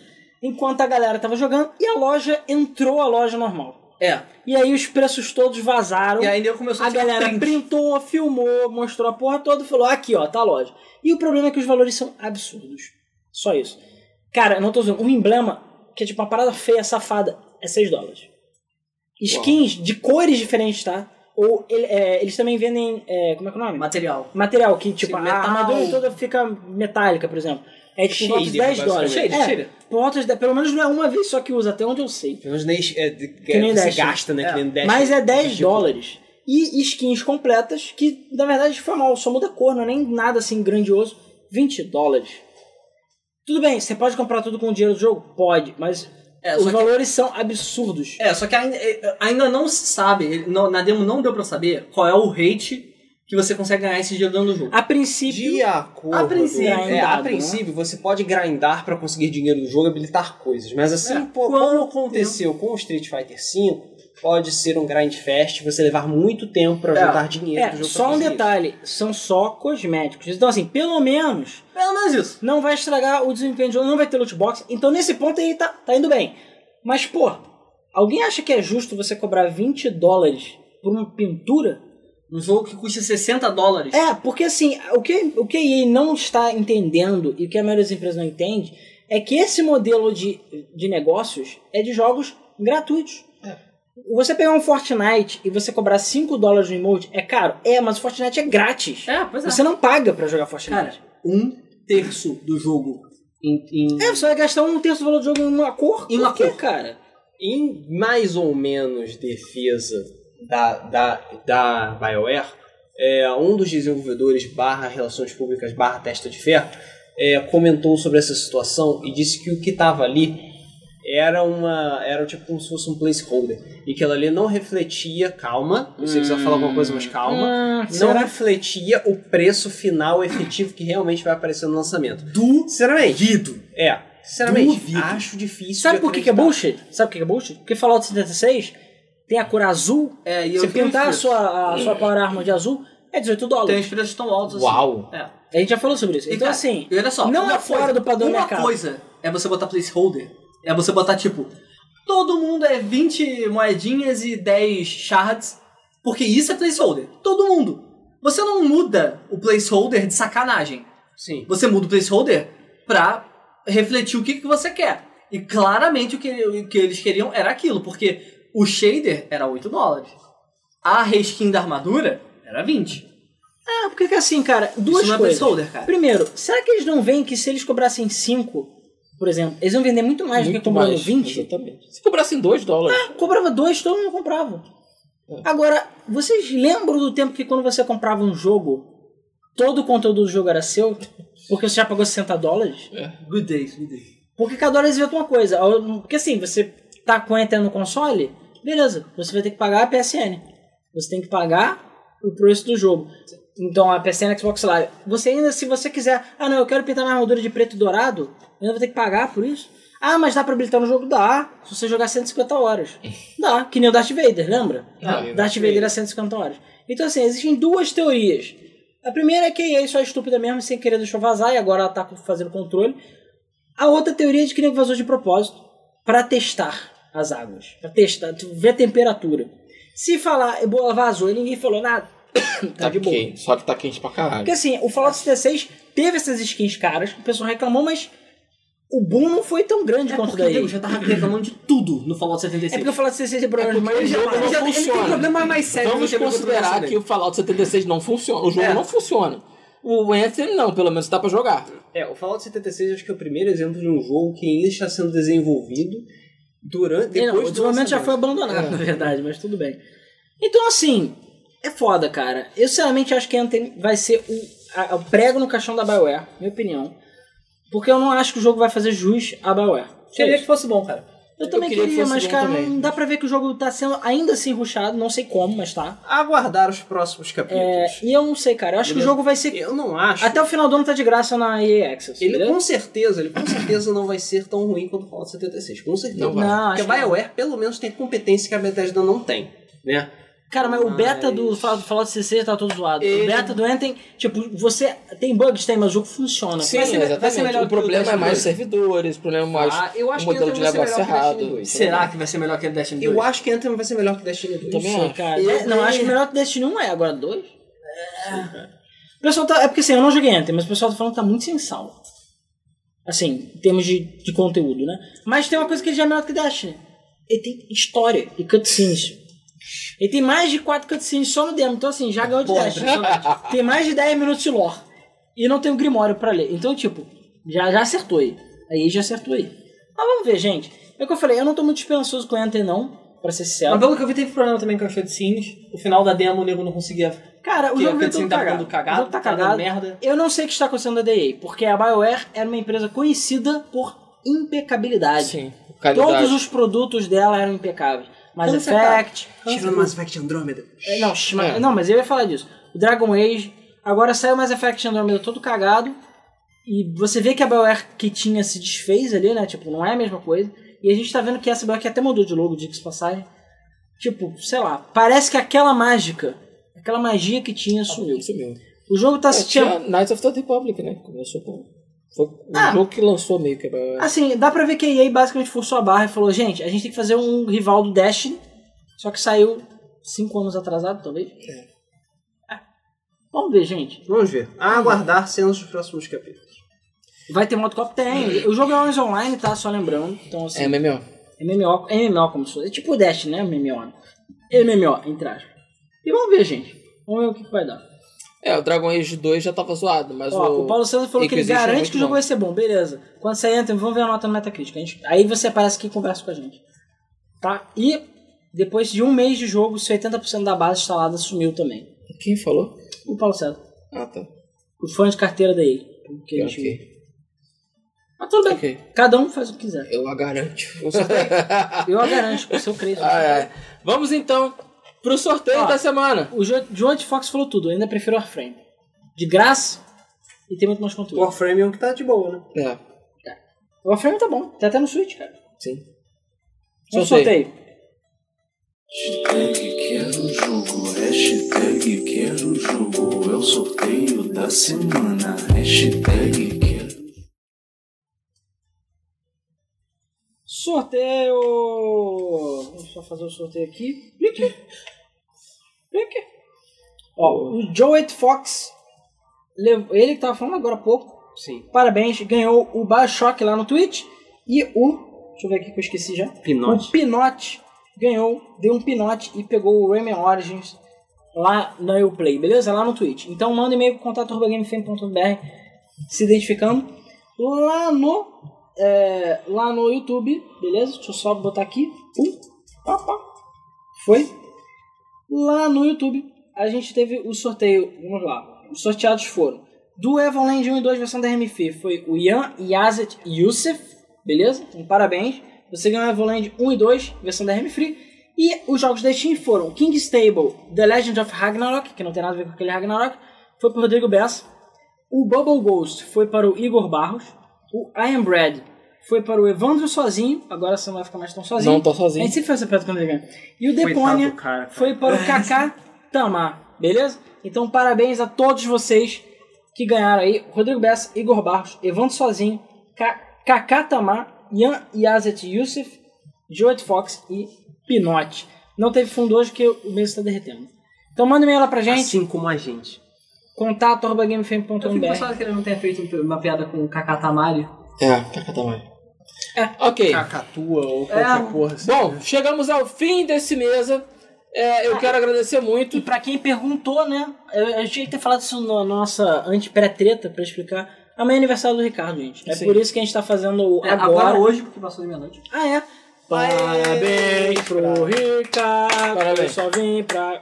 A: Enquanto a galera tava jogando e a loja entrou a loja normal.
H: É.
A: E aí os preços todos vazaram.
H: E aí nego começou
A: A
H: a um tirar
A: galera
H: print.
A: printou, filmou, mostrou a porra toda e falou: aqui, ó, tá a loja. E o problema é que os valores são absurdos. Só isso. Cara, eu não tô usando. Um emblema, que é tipo uma parada feia, safada, é 6 dólares. Skins de cores diferentes, tá? Ou ele- é, eles também vendem. é, como é que é o nome?
H: material.
A: Material, que tipo,
H: Sim,
A: a
H: metal.
A: armadura toda fica metálica, por exemplo. É tipo por volta de
D: Shader,
A: 10 dólares.
D: basicamente.
A: é,
H: Shader, shader.
A: Por volta de, pelo menos não é uma vez só que usa, até onde eu sei.
D: Pelo menos nem- é, de-
A: Que nem
D: você
A: Destiny.
D: gasta, né? Que nem Destiny.
A: Mas é 10
D: Tipo,
A: dólares. E skins completas, que na verdade foi mal, só muda a cor, não é nem nada assim grandioso. 20 dólares. Tudo bem, você pode comprar tudo com o dinheiro do jogo? Pode, mas
H: É,
A: os
H: só que-
A: valores são absurdos.
H: É, só que ainda, é, ainda não se sabe, ele- não- na demo não deu pra saber qual é o rate que você consegue ganhar esse dinheiro dentro do jogo.
A: A princípio.
D: De acordo.
A: A princípio.
D: é, a
A: Grindado,
D: princípio você pode grindar pra conseguir dinheiro do jogo e habilitar coisas. Mas assim,
H: É.
D: pô, como
H: Quanto
D: aconteceu com o Street Fighter V, pode ser um grind fest você levar muito tempo pra
H: É.
D: juntar dinheiro do
A: É,
D: jogo.
A: só
D: pra
A: um
D: fazer
A: detalhe, são só cosméticos. Então, assim, pelo menos
H: Pelo menos isso.
A: não vai estragar o desempenho do jogo, não vai ter loot box. Então, nesse ponto aí tá, tá indo bem. Mas, pô, alguém acha que é justo você cobrar 20 dólares por uma pintura?
H: Um jogo que custa 60 dólares.
A: É, porque assim, o que, o que a EA não está entendendo e o que a maioria das empresas não entende é que esse modelo de, de negócios é de jogos gratuitos. Você pegar um Fortnite e você cobrar 5 dólares no emote é caro? É, mas o Fortnite é grátis.
H: É, pois é.
A: Você não paga pra jogar
H: Cara,
A: Fortnite.
H: um terço do jogo em- em-
A: é, você vai gastar um terço do valor do jogo em uma cor?
H: Em uma
A: Por quê,
H: cor.
A: cara?
D: Em mais ou menos defesa da, da, da BioWare, é, um dos desenvolvedores barra relações públicas barra testa de ferro é, comentou sobre essa situação e disse que o que estava ali era uma era tipo como se fosse um placeholder e que ela ali não refletia calma não sei se você vai falar alguma coisa mas calma
A: Hum,
H: Ah,
D: não refletia o preço final efetivo que realmente vai aparecer no lançamento
H: do
D: sinceramente
H: Guido.
D: é sinceramente
H: Duvido.
D: acho difícil
A: Sabe
D: de
A: por que, que é
D: acreditar.
A: bullshit? Sabe por que que é bullshit? Porque Fallout 76 tem a cor azul.
H: É, e
A: Se
H: eu tenho
A: pintar a
H: os preços.
A: sua, a sua power arma de azul, é 18
H: Tem
A: dólares.
H: os preços tão altos assim.
D: Uau!
H: É.
A: A gente já falou sobre isso.
H: E,
A: Então,
H: cara,
A: assim,
H: e olha só,
A: não
H: uma
A: é fora do padrão do
H: Uma
A: mercado.
H: coisa é você botar placeholder, é você botar tipo, todo mundo é 20 moedinhas e 10 shards, porque isso é placeholder. Todo mundo. Você não muda o placeholder de sacanagem.
D: sim
H: Você muda o placeholder pra refletir o que, que você quer. E claramente o que, o que eles queriam era aquilo, porque o shader era 8 dólares. A reskin da armadura era 20.
A: Ah, porque que assim, cara, duas
H: isso não é
A: coisas.
H: placeholder, cara.
A: Primeiro, será que eles não veem que se eles cobrassem 5, por exemplo, eles iam vender muito mais do que
B: Muito
A: cobrando
B: mais.
A: 20?
B: Exatamente. Se cobrassem 2 dólares.
A: Cobrava 2, todo mundo comprava. É. Agora, vocês lembram do tempo que quando você comprava um jogo, todo o conteúdo do jogo era seu? Porque você já pagou 60 dólares?
H: Good days, good days.
A: Porque cada hora eles inventam uma coisa. Porque assim, você tá com a Nintendo no console, beleza, você vai ter que pagar a PSN. Você tem que pagar o preço do jogo. Então a PSN Xbox Live. Você ainda, se você quiser, ah não, eu quero pintar minha armadura de preto e dourado, eu ainda vou ter que pagar por isso. Ah, mas dá pra habilitar no jogo? Dá. Se você jogar 150 horas. Dá. Que nem o Darth Vader, lembra?
B: né?
A: Darth Vader a 150 horas. Então, assim, existem duas teorias. A primeira é que a EA só é estúpida mesmo, sem querer deixou vazar, e agora ela é um tá fazendo controle. A outra teoria é de que nego vazou de propósito para testar. as águas. Pra testar, tu vê a temperatura. Se falar, boa, vazou e ninguém falou nada, tá de boa.
B: quente, Só que tá quente pra caralho.
A: Porque assim, o Fallout 76 teve essas skins caras, o pessoal reclamou, mas o boom não foi tão grande
H: É
A: quanto
H: porque
A: daí.
H: eu já tava reclamando de tudo no Fallout
A: É
H: 76.
A: porque o Fallout 76 tem problemas maiores.
H: é um
B: jogo
A: mas-
B: não
D: já- ele tem
B: funciona.
D: problema mais sério
B: Vamos
D: do que a
B: considerar
D: programação
B: que o Fallout 76 não funciona. O jogo não funciona. O Anthem não, pelo menos dá pra jogar.
D: É, o Fallout 76 acho que é o primeiro exemplo de um jogo que ainda está sendo desenvolvido durante.
A: É,
D: Depois
A: não, o
D: do
A: desenvolvimento já foi
D: lançamento.
A: abandonado, na verdade, mas tudo bem. Então, assim, é foda, cara. Eu sinceramente acho que Anthem vai ser o, a- o prego no caixão da Bioware, minha opinião. Porque eu não acho que o jogo vai fazer jus à Bioware. Só
H: Queria
A: isso.
H: que fosse bom, cara.
A: Eu também
B: queria
A: queria,
B: que fosse
A: mas,
B: bom
A: cara,
B: também.
A: não dá pra ver que o jogo tá sendo ainda assim ruxado, não sei como, mas tá.
D: Aguardar os próximos
A: É,
D: capítulos.
A: e eu não sei, cara. Eu acho que o jogo vai ser.
D: Eu não acho.
A: Até o final do ano tá de graça na EA Access.
D: Ele
A: beleza?
D: com certeza, ele com certeza não vai ser tão ruim quanto o Fallout 76, com certeza.
B: Não vai.
A: Não,
D: Porque
A: acho
D: a
A: que não.
D: BioWare pelo menos tem competência que a Bethesda não tem, né?
A: Cara, mas, o beta do Fall- Fallout 66 tá todo zoado. O beta do Anthem, tipo, você tem bugs, tem, mas o jogo funciona.
B: Sim,
A: Mas-
B: exatamente. o problema é mais os servidores, o problema é mais
D: Ah, eu acho
B: o
D: que
B: modelo de
D: Anthem vai ser
B: negócio
D: melhor que
B: errado.
D: Destiny 2.
H: Será que vai ser melhor que o Destiny 2?
D: Eu acho que Anthem vai ser melhor que Destiny 2.
B: Também
A: Sei,
B: acho.
A: cara. De- não, é. acho que melhor que Destiny 1 é, agora 2. O pessoal tá. É porque assim, eu não joguei Anthem, mas o pessoal tá falando que tá muito sem sal. Assim, em termos de, de conteúdo, né? Mas tem uma coisa que ele já é melhor que Destiny. Ele tem história e cutscenes. Ele tem mais de 4 cutscenes só no demo, então assim, já ganhou de Destiny. Tem mais de 10 minutos de lore. E não tem o Grimório pra ler. Então, tipo, já, já acertou aí. Aí já acertou aí. Mas vamos ver, gente. É o que eu falei, eu não tô muito esperançoso com o Anthem, não, pra ser sincero.
H: Mas pelo que eu vi, teve problema também com as cutscenes. O final da demo, o nego não conseguia.
A: Cara, o
H: Que
A: jogo
H: a
A: veio todo
H: cutscene tá
A: cagado.
H: ficando cagado,
A: o jogo tá
H: tá dando
A: cagado.
H: merda.
A: Eu não sei o que está acontecendo na DA, porque a BioWare era uma empresa conhecida por impecabilidade.
B: Sim,
A: Todos
B: qualidade.
A: os produtos dela eram impecáveis. Mass
H: Hansa,
A: Effect.
D: Tirando Mass Effect Andromeda.
A: É, Não, sh-
B: É.
A: não, mas eu ia falar disso. O Dragon Age. Agora saiu Mass Effect Andromeda todo cagado. E você vê que a BioWare que tinha se desfez ali, né? Tipo, não é a mesma coisa. E a gente tá vendo que essa BioWare que até mudou de logo, diga-se de passagem. Tipo, sei lá. Parece que aquela mágica, aquela magia que tinha sumiu.
B: Isso mesmo.
A: O jogo tá
B: É,
A: se
B: tinha Knights of the Republic, né? Começou com. Foi o
A: Ah.
B: jogo que lançou meio que.
A: Assim, dá pra ver que a EA basicamente forçou a barra e falou: gente, a gente tem que fazer um rival do Destiny, só que saiu cinco anos atrasado, talvez. É. Vamos ver, gente.
D: Vamos ver. A aguardar cenas dos próximos capítulos.
A: Vai ter Motocop? Tem. O jogo é always online, tá? Só lembrando. Então, assim,
B: É MMO.
A: MMO, MMO como se fosse. É tipo o Destiny, né? MMO. MMO, entre aspas. E vamos ver, gente. Vamos ver o que, que vai dar.
B: É, o Dragon Age 2 já tava zoado, mas
A: Ó,
B: o.
A: o Paulo Santos falou que ele
B: Inquisition é
A: garante
B: muito
A: que o jogo
B: bom.
A: vai ser bom, beleza. Quando você entra, vamos ver a nota no Metacritic. A gente- aí você aparece aqui e conversa com a gente. Tá? E depois de um mês de jogo, 70% da base instalada sumiu também.
B: Quem falou?
A: O Paulo Santos,
B: Ah, tá.
A: o fã de carteira da EA. Que a gente viu.
B: Ok.
A: Mas tudo bem,
B: Ok.
A: cada um faz o que quiser.
B: Eu a garanto. Ah.
A: Eu a garanto, porque se eu creio.
B: Ai, ai. Vamos então pro sorteio
A: Ó.
B: da semana.
A: O Jo- John de Fox falou tudo, eu ainda prefiro Warframe. De graça e tem muito mais
D: O
A: conteúdo.
D: Warframe é um que tá de boa, né?
B: É.
A: O Warframe tá bom, tá até no Switch, cara.
B: Sim.
A: Vamos pro
B: Sorteio.
A: sorteio.
E: Hashtag quero é jogo, hashtag quero jogo, é o sorteio da semana. Hashtag é quero.
A: Sorteio! Vamos só fazer o sorteio aqui. Clique! Clique! Ó, o Joet Fox, lev- ele que tava falando agora há pouco,
D: Sim.
A: parabéns, ganhou o Bioshock lá no Twitch e o. Deixa eu ver aqui que eu esqueci já.
D: Pinote.
A: O Pinote ganhou, deu um Pinote e pegou o Rayman Origins lá na Uplay, beleza? Lá no Twitch. Então manda um e-mail pro contato.gamefm.br se identificando. Lá no. é, lá no YouTube, beleza? Deixa eu só botar aqui. Um. Pá, pá. Foi. Lá no YouTube a gente teve o sorteio. Vamos lá. Os sorteados foram. Do Evoland 1 e 2 versão da RMF foi o Ian Yazet Youssef, beleza? Então, parabéns. Você ganhou o Evoland 1 e 2 versão da RM Free. E os jogos da Steam foram King Stable, The Legend of Ragnarok, que não tem nada a ver com aquele Ragnarok, foi pro Rodrigo Bessa. O Bubble Ghost foi para o Igor Barros. O I Am Bread foi para o Evandro sozinho. Agora você não vai ficar mais tão sozinho.
B: Não tô sozinho.
A: A gente sempre faz essa pergunta quando ele ganha. E o
D: Coitado
A: Deponia
D: do cara, cara.
A: foi para o Kaká Tamar, beleza? Então parabéns a todos vocês que ganharam aí. Rodrigo Bessa, Igor Barros, Evandro Sozinho, Ka- Kaká Tamar, Ian Yazet Youssef, Joet Fox e Pinote. Não teve fundo hoje porque o mês está derretendo. Então manda e-mail lá pra gente,
D: Assim como a gente. Assim.
A: contato arroba
H: Eu fico
A: gamefm.com.br.
H: pensando que ele não tenha feito um- uma piada com o Kakatamari.
B: É, Cacatamari.
A: É.
B: Ok.
D: Cacatua ou qualquer
H: É.
D: porra. assim.
B: Bom, chegamos ao fim desse mesa. É,
A: Ah,
B: eu quero agradecer
A: E
B: muito.
A: pra quem perguntou, né? Eu, eu tinha que ter falado isso na nossa anti-pré-treta pra explicar. Amanhã é aniversário do Ricardo, gente. É
B: Sim.
A: por isso que a gente tá fazendo o
H: É,
A: agora.
H: agora. hoje, porque passou de meia-noite.
A: Ah, é? Parabéns pro Ricardo.
B: Parabéns.
A: Eu só vim pra.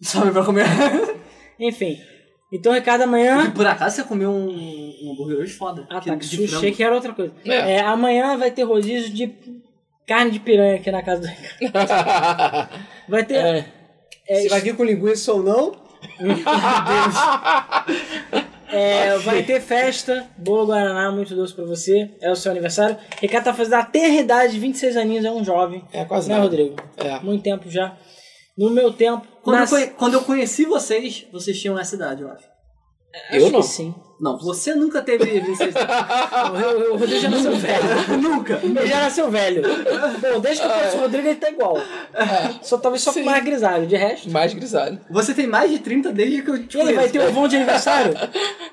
H: Sabe pra comer.
A: Enfim. Então, Ricardo, amanhã.
H: E por acaso você comeu um, um hambúrguer hoje foda.
A: Ah,
H: Que-
A: tá. Que
H: de
A: sushi,
H: frango.
A: achei que era outra coisa.
B: É.
A: É, amanhã vai ter rodízio de carne de piranha aqui na casa do Ricardo. Vai ter.
B: É.
A: é,
D: Se vai vir com linguiça ou não,
A: É, vai ter festa, bolo Guaraná, muito doce pra você. É o seu aniversário. Ricardo tá fazendo até a idade de 26 aninhos, é um jovem.
B: É, quase
A: Né,
B: nada.
A: Rodrigo?
B: É.
A: Muito tempo já. No meu tempo.
H: Quando,
A: nas-
H: eu conhe- quando eu conheci vocês, vocês tinham essa idade, eu acho.
B: Eu
A: Acho
B: não.
A: que sim.
H: Não, você nunca teve 26
A: O Ro- o Rodrigo já nasceu velho.
H: Nunca.
A: Ele já nasceu velho. Bom, desde que eu conheço o Rodrigo, ele tá igual. Só talvez só com
B: Sim.
A: mais grisalho. De resto.
B: É, Mais grisalho.
H: Você tem mais de 30 desde que eu te
A: Ele vai
H: conheço.
A: ter um vão de aniversário?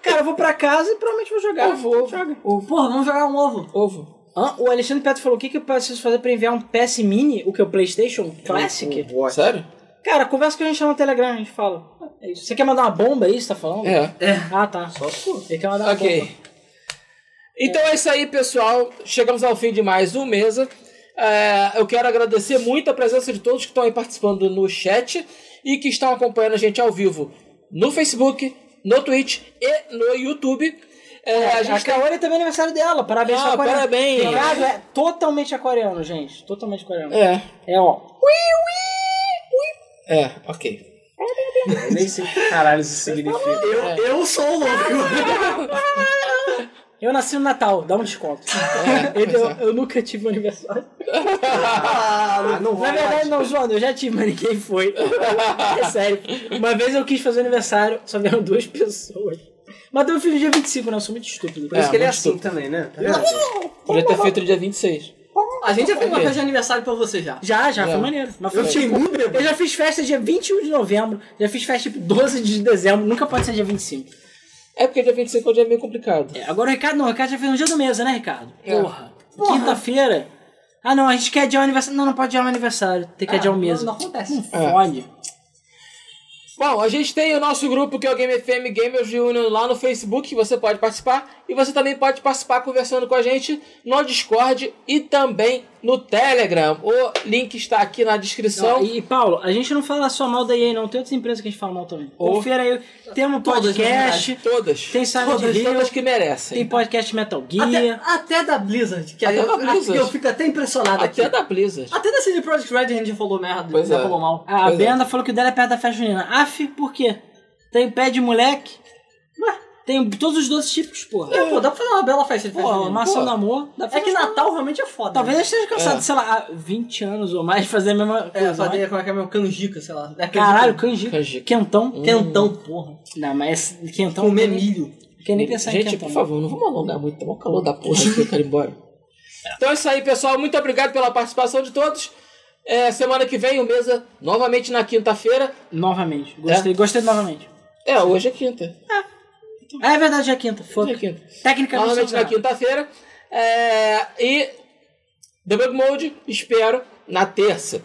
A: Cara, eu vou pra casa e provavelmente vou jogar.
B: Eu vou.
A: Joga.
H: Porra, vamos jogar um ovo.
B: Ovo.
A: Hã? O Alexandre Petro falou: o que, que eu preciso fazer pra enviar um PS Mini, o que? O PlayStation Classic?
B: Sério?
A: Cara, conversa com a gente lá no Telegram, a gente fala. É isso. Você quer mandar uma bomba aí, você tá falando?
B: É.
A: Ah, tá. Só Ele quer mandar uma bomba.
B: Ok. Então é isso aí, pessoal. Chegamos ao fim de mais um mesa. É, eu quero agradecer muito a presença de todos que estão aí participando no chat e que estão acompanhando a gente ao vivo no Facebook, no Twitch e no YouTube. É, a
A: A
B: gente tá-
A: Kaori também é aniversário dela. Parabéns,
B: Ah,
A: aquariano.
B: parabéns.
A: Ricardo é totalmente aquariano, gente. Totalmente aquariano. É,
B: É,
A: ó.
B: é, ok.
D: eu nem sei o que caralho isso significa.
H: Eu, eu sou o
B: É,
H: louco.
A: Eu nasci no Natal, dá um desconto.
B: É,
A: Ele- eu,
B: pois é.
A: eu nunca tive um aniversário.
D: Ah, não
A: Na
D: vai.
A: verdade, não, Joana, eu já tive, mas ninguém foi. É sério. Uma vez eu quis fazer aniversário, só vieram duas pessoas. Mas eu fiz no dia 25, né? Eu sou muito estúpido.
D: Por isso
B: É,
D: que ele é
B: muito
D: assim
B: estúpido.
D: também, né? Tá vendo?
B: Podia ter feito no dia 26.
H: A gente já fez uma
B: Ok.
H: festa de aniversário pra você já.
A: Já, já,
B: Já.
A: foi maneiro. Mas
D: Eu
A: foi-
D: fiquei muito
A: Eu já fiz festa dia 21 de novembro, já fiz festa tipo 12 de dezembro, nunca pode ser dia 25.
B: É porque dia 25 é um dia meio complicado.
A: É, agora o Ricardo não, o Ricardo já fez um dia do mesa, né, Ricardo?
B: É.
A: Porra. Quinta-feira. Ah, não, a gente quer adiar o aniversário. Não, não pode adiar o aniversário, tem que adiar o
H: não-
A: mesa.
H: Não acontece.
B: É.
A: Fode.
B: Bom, a gente tem o nosso grupo que é o Game FM Gamers Reunion lá no Facebook, que você pode participar. E você também pode participar conversando com a gente no Discord e também no Telegram. O link está aqui na
D: Então-
B: descrição.
A: E, Paulo, a gente não fala só mal da EA, não. Tem outras empresas que a gente fala mal também.
B: Oh.
A: Confira aí. Tem um
H: Todas, na
A: podcast,
B: Todas.
A: tem Silent
B: todas,
A: Hill,
B: todas que
A: tem
B: merecem.
A: podcast Metal
H: Até,
A: Gear.
H: até da Blizzard, que
B: Até
H: eu,
B: da Blizzard.
H: eu fico até impressionado
B: Até
H: aqui.
B: da Blizzard.
A: Ah,
H: Até da CD Projekt Red a gente já falou merda,
B: Pois
H: já
B: é.
H: falou mal.
A: A
B: Pois é.
A: Benda falou que o dela é perto da festa junina. Af, por quê? Tem pé de moleque. Ué, tem todos os doces típicos, porra.
H: É, pô, dá pra fazer uma bela festa de festa
A: Pô,
H: junina.
A: maçã
B: pô.
A: do amor. Dá pra
H: É que
A: fazer-
H: Natal realmente é foda.
A: Talvez eu
H: né?
A: esteja cansado,
B: É.
A: sei lá, há 20 anos ou mais, de fazer a mesma coisa.
H: É,
A: mas-
H: fazer como é que é meu canjica, sei lá. É canjica.
A: Caralho, canjica.
B: Canjica. Hum.
A: Quentão.
H: Quentão, porra.
A: Não, mas quentão.
H: Comer
A: não
H: milho.
A: Quer nem pensar em é
B: gente,
A: quentão.
B: por favor, não vamos alongar muito, tá mó calor da porra aqui, eu quero ir embora. Então é isso aí, pessoal. Muito obrigado pela participação de todos. É, semana que vem, o Mesa, novamente na quinta-feira.
A: Novamente. Gostei, gostei novamente.
B: É, hoje é quinta.
A: Ah, é verdade, já é quinta.
B: Hoje é
A: Foda.
B: quinta.
A: Tecnicamente.
B: Novamente
A: sou
B: na
A: zero.
B: quinta-feira. É, e Debug Mode, espero, na terça.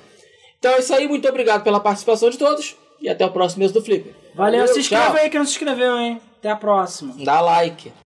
B: Então é isso aí, muito obrigado pela participação de todos e até o próximo mês do Flip.
A: Valeu, se inscreva
B: tchau.
A: aí que não se inscreveu, hein? Até a próxima.
B: Dá like.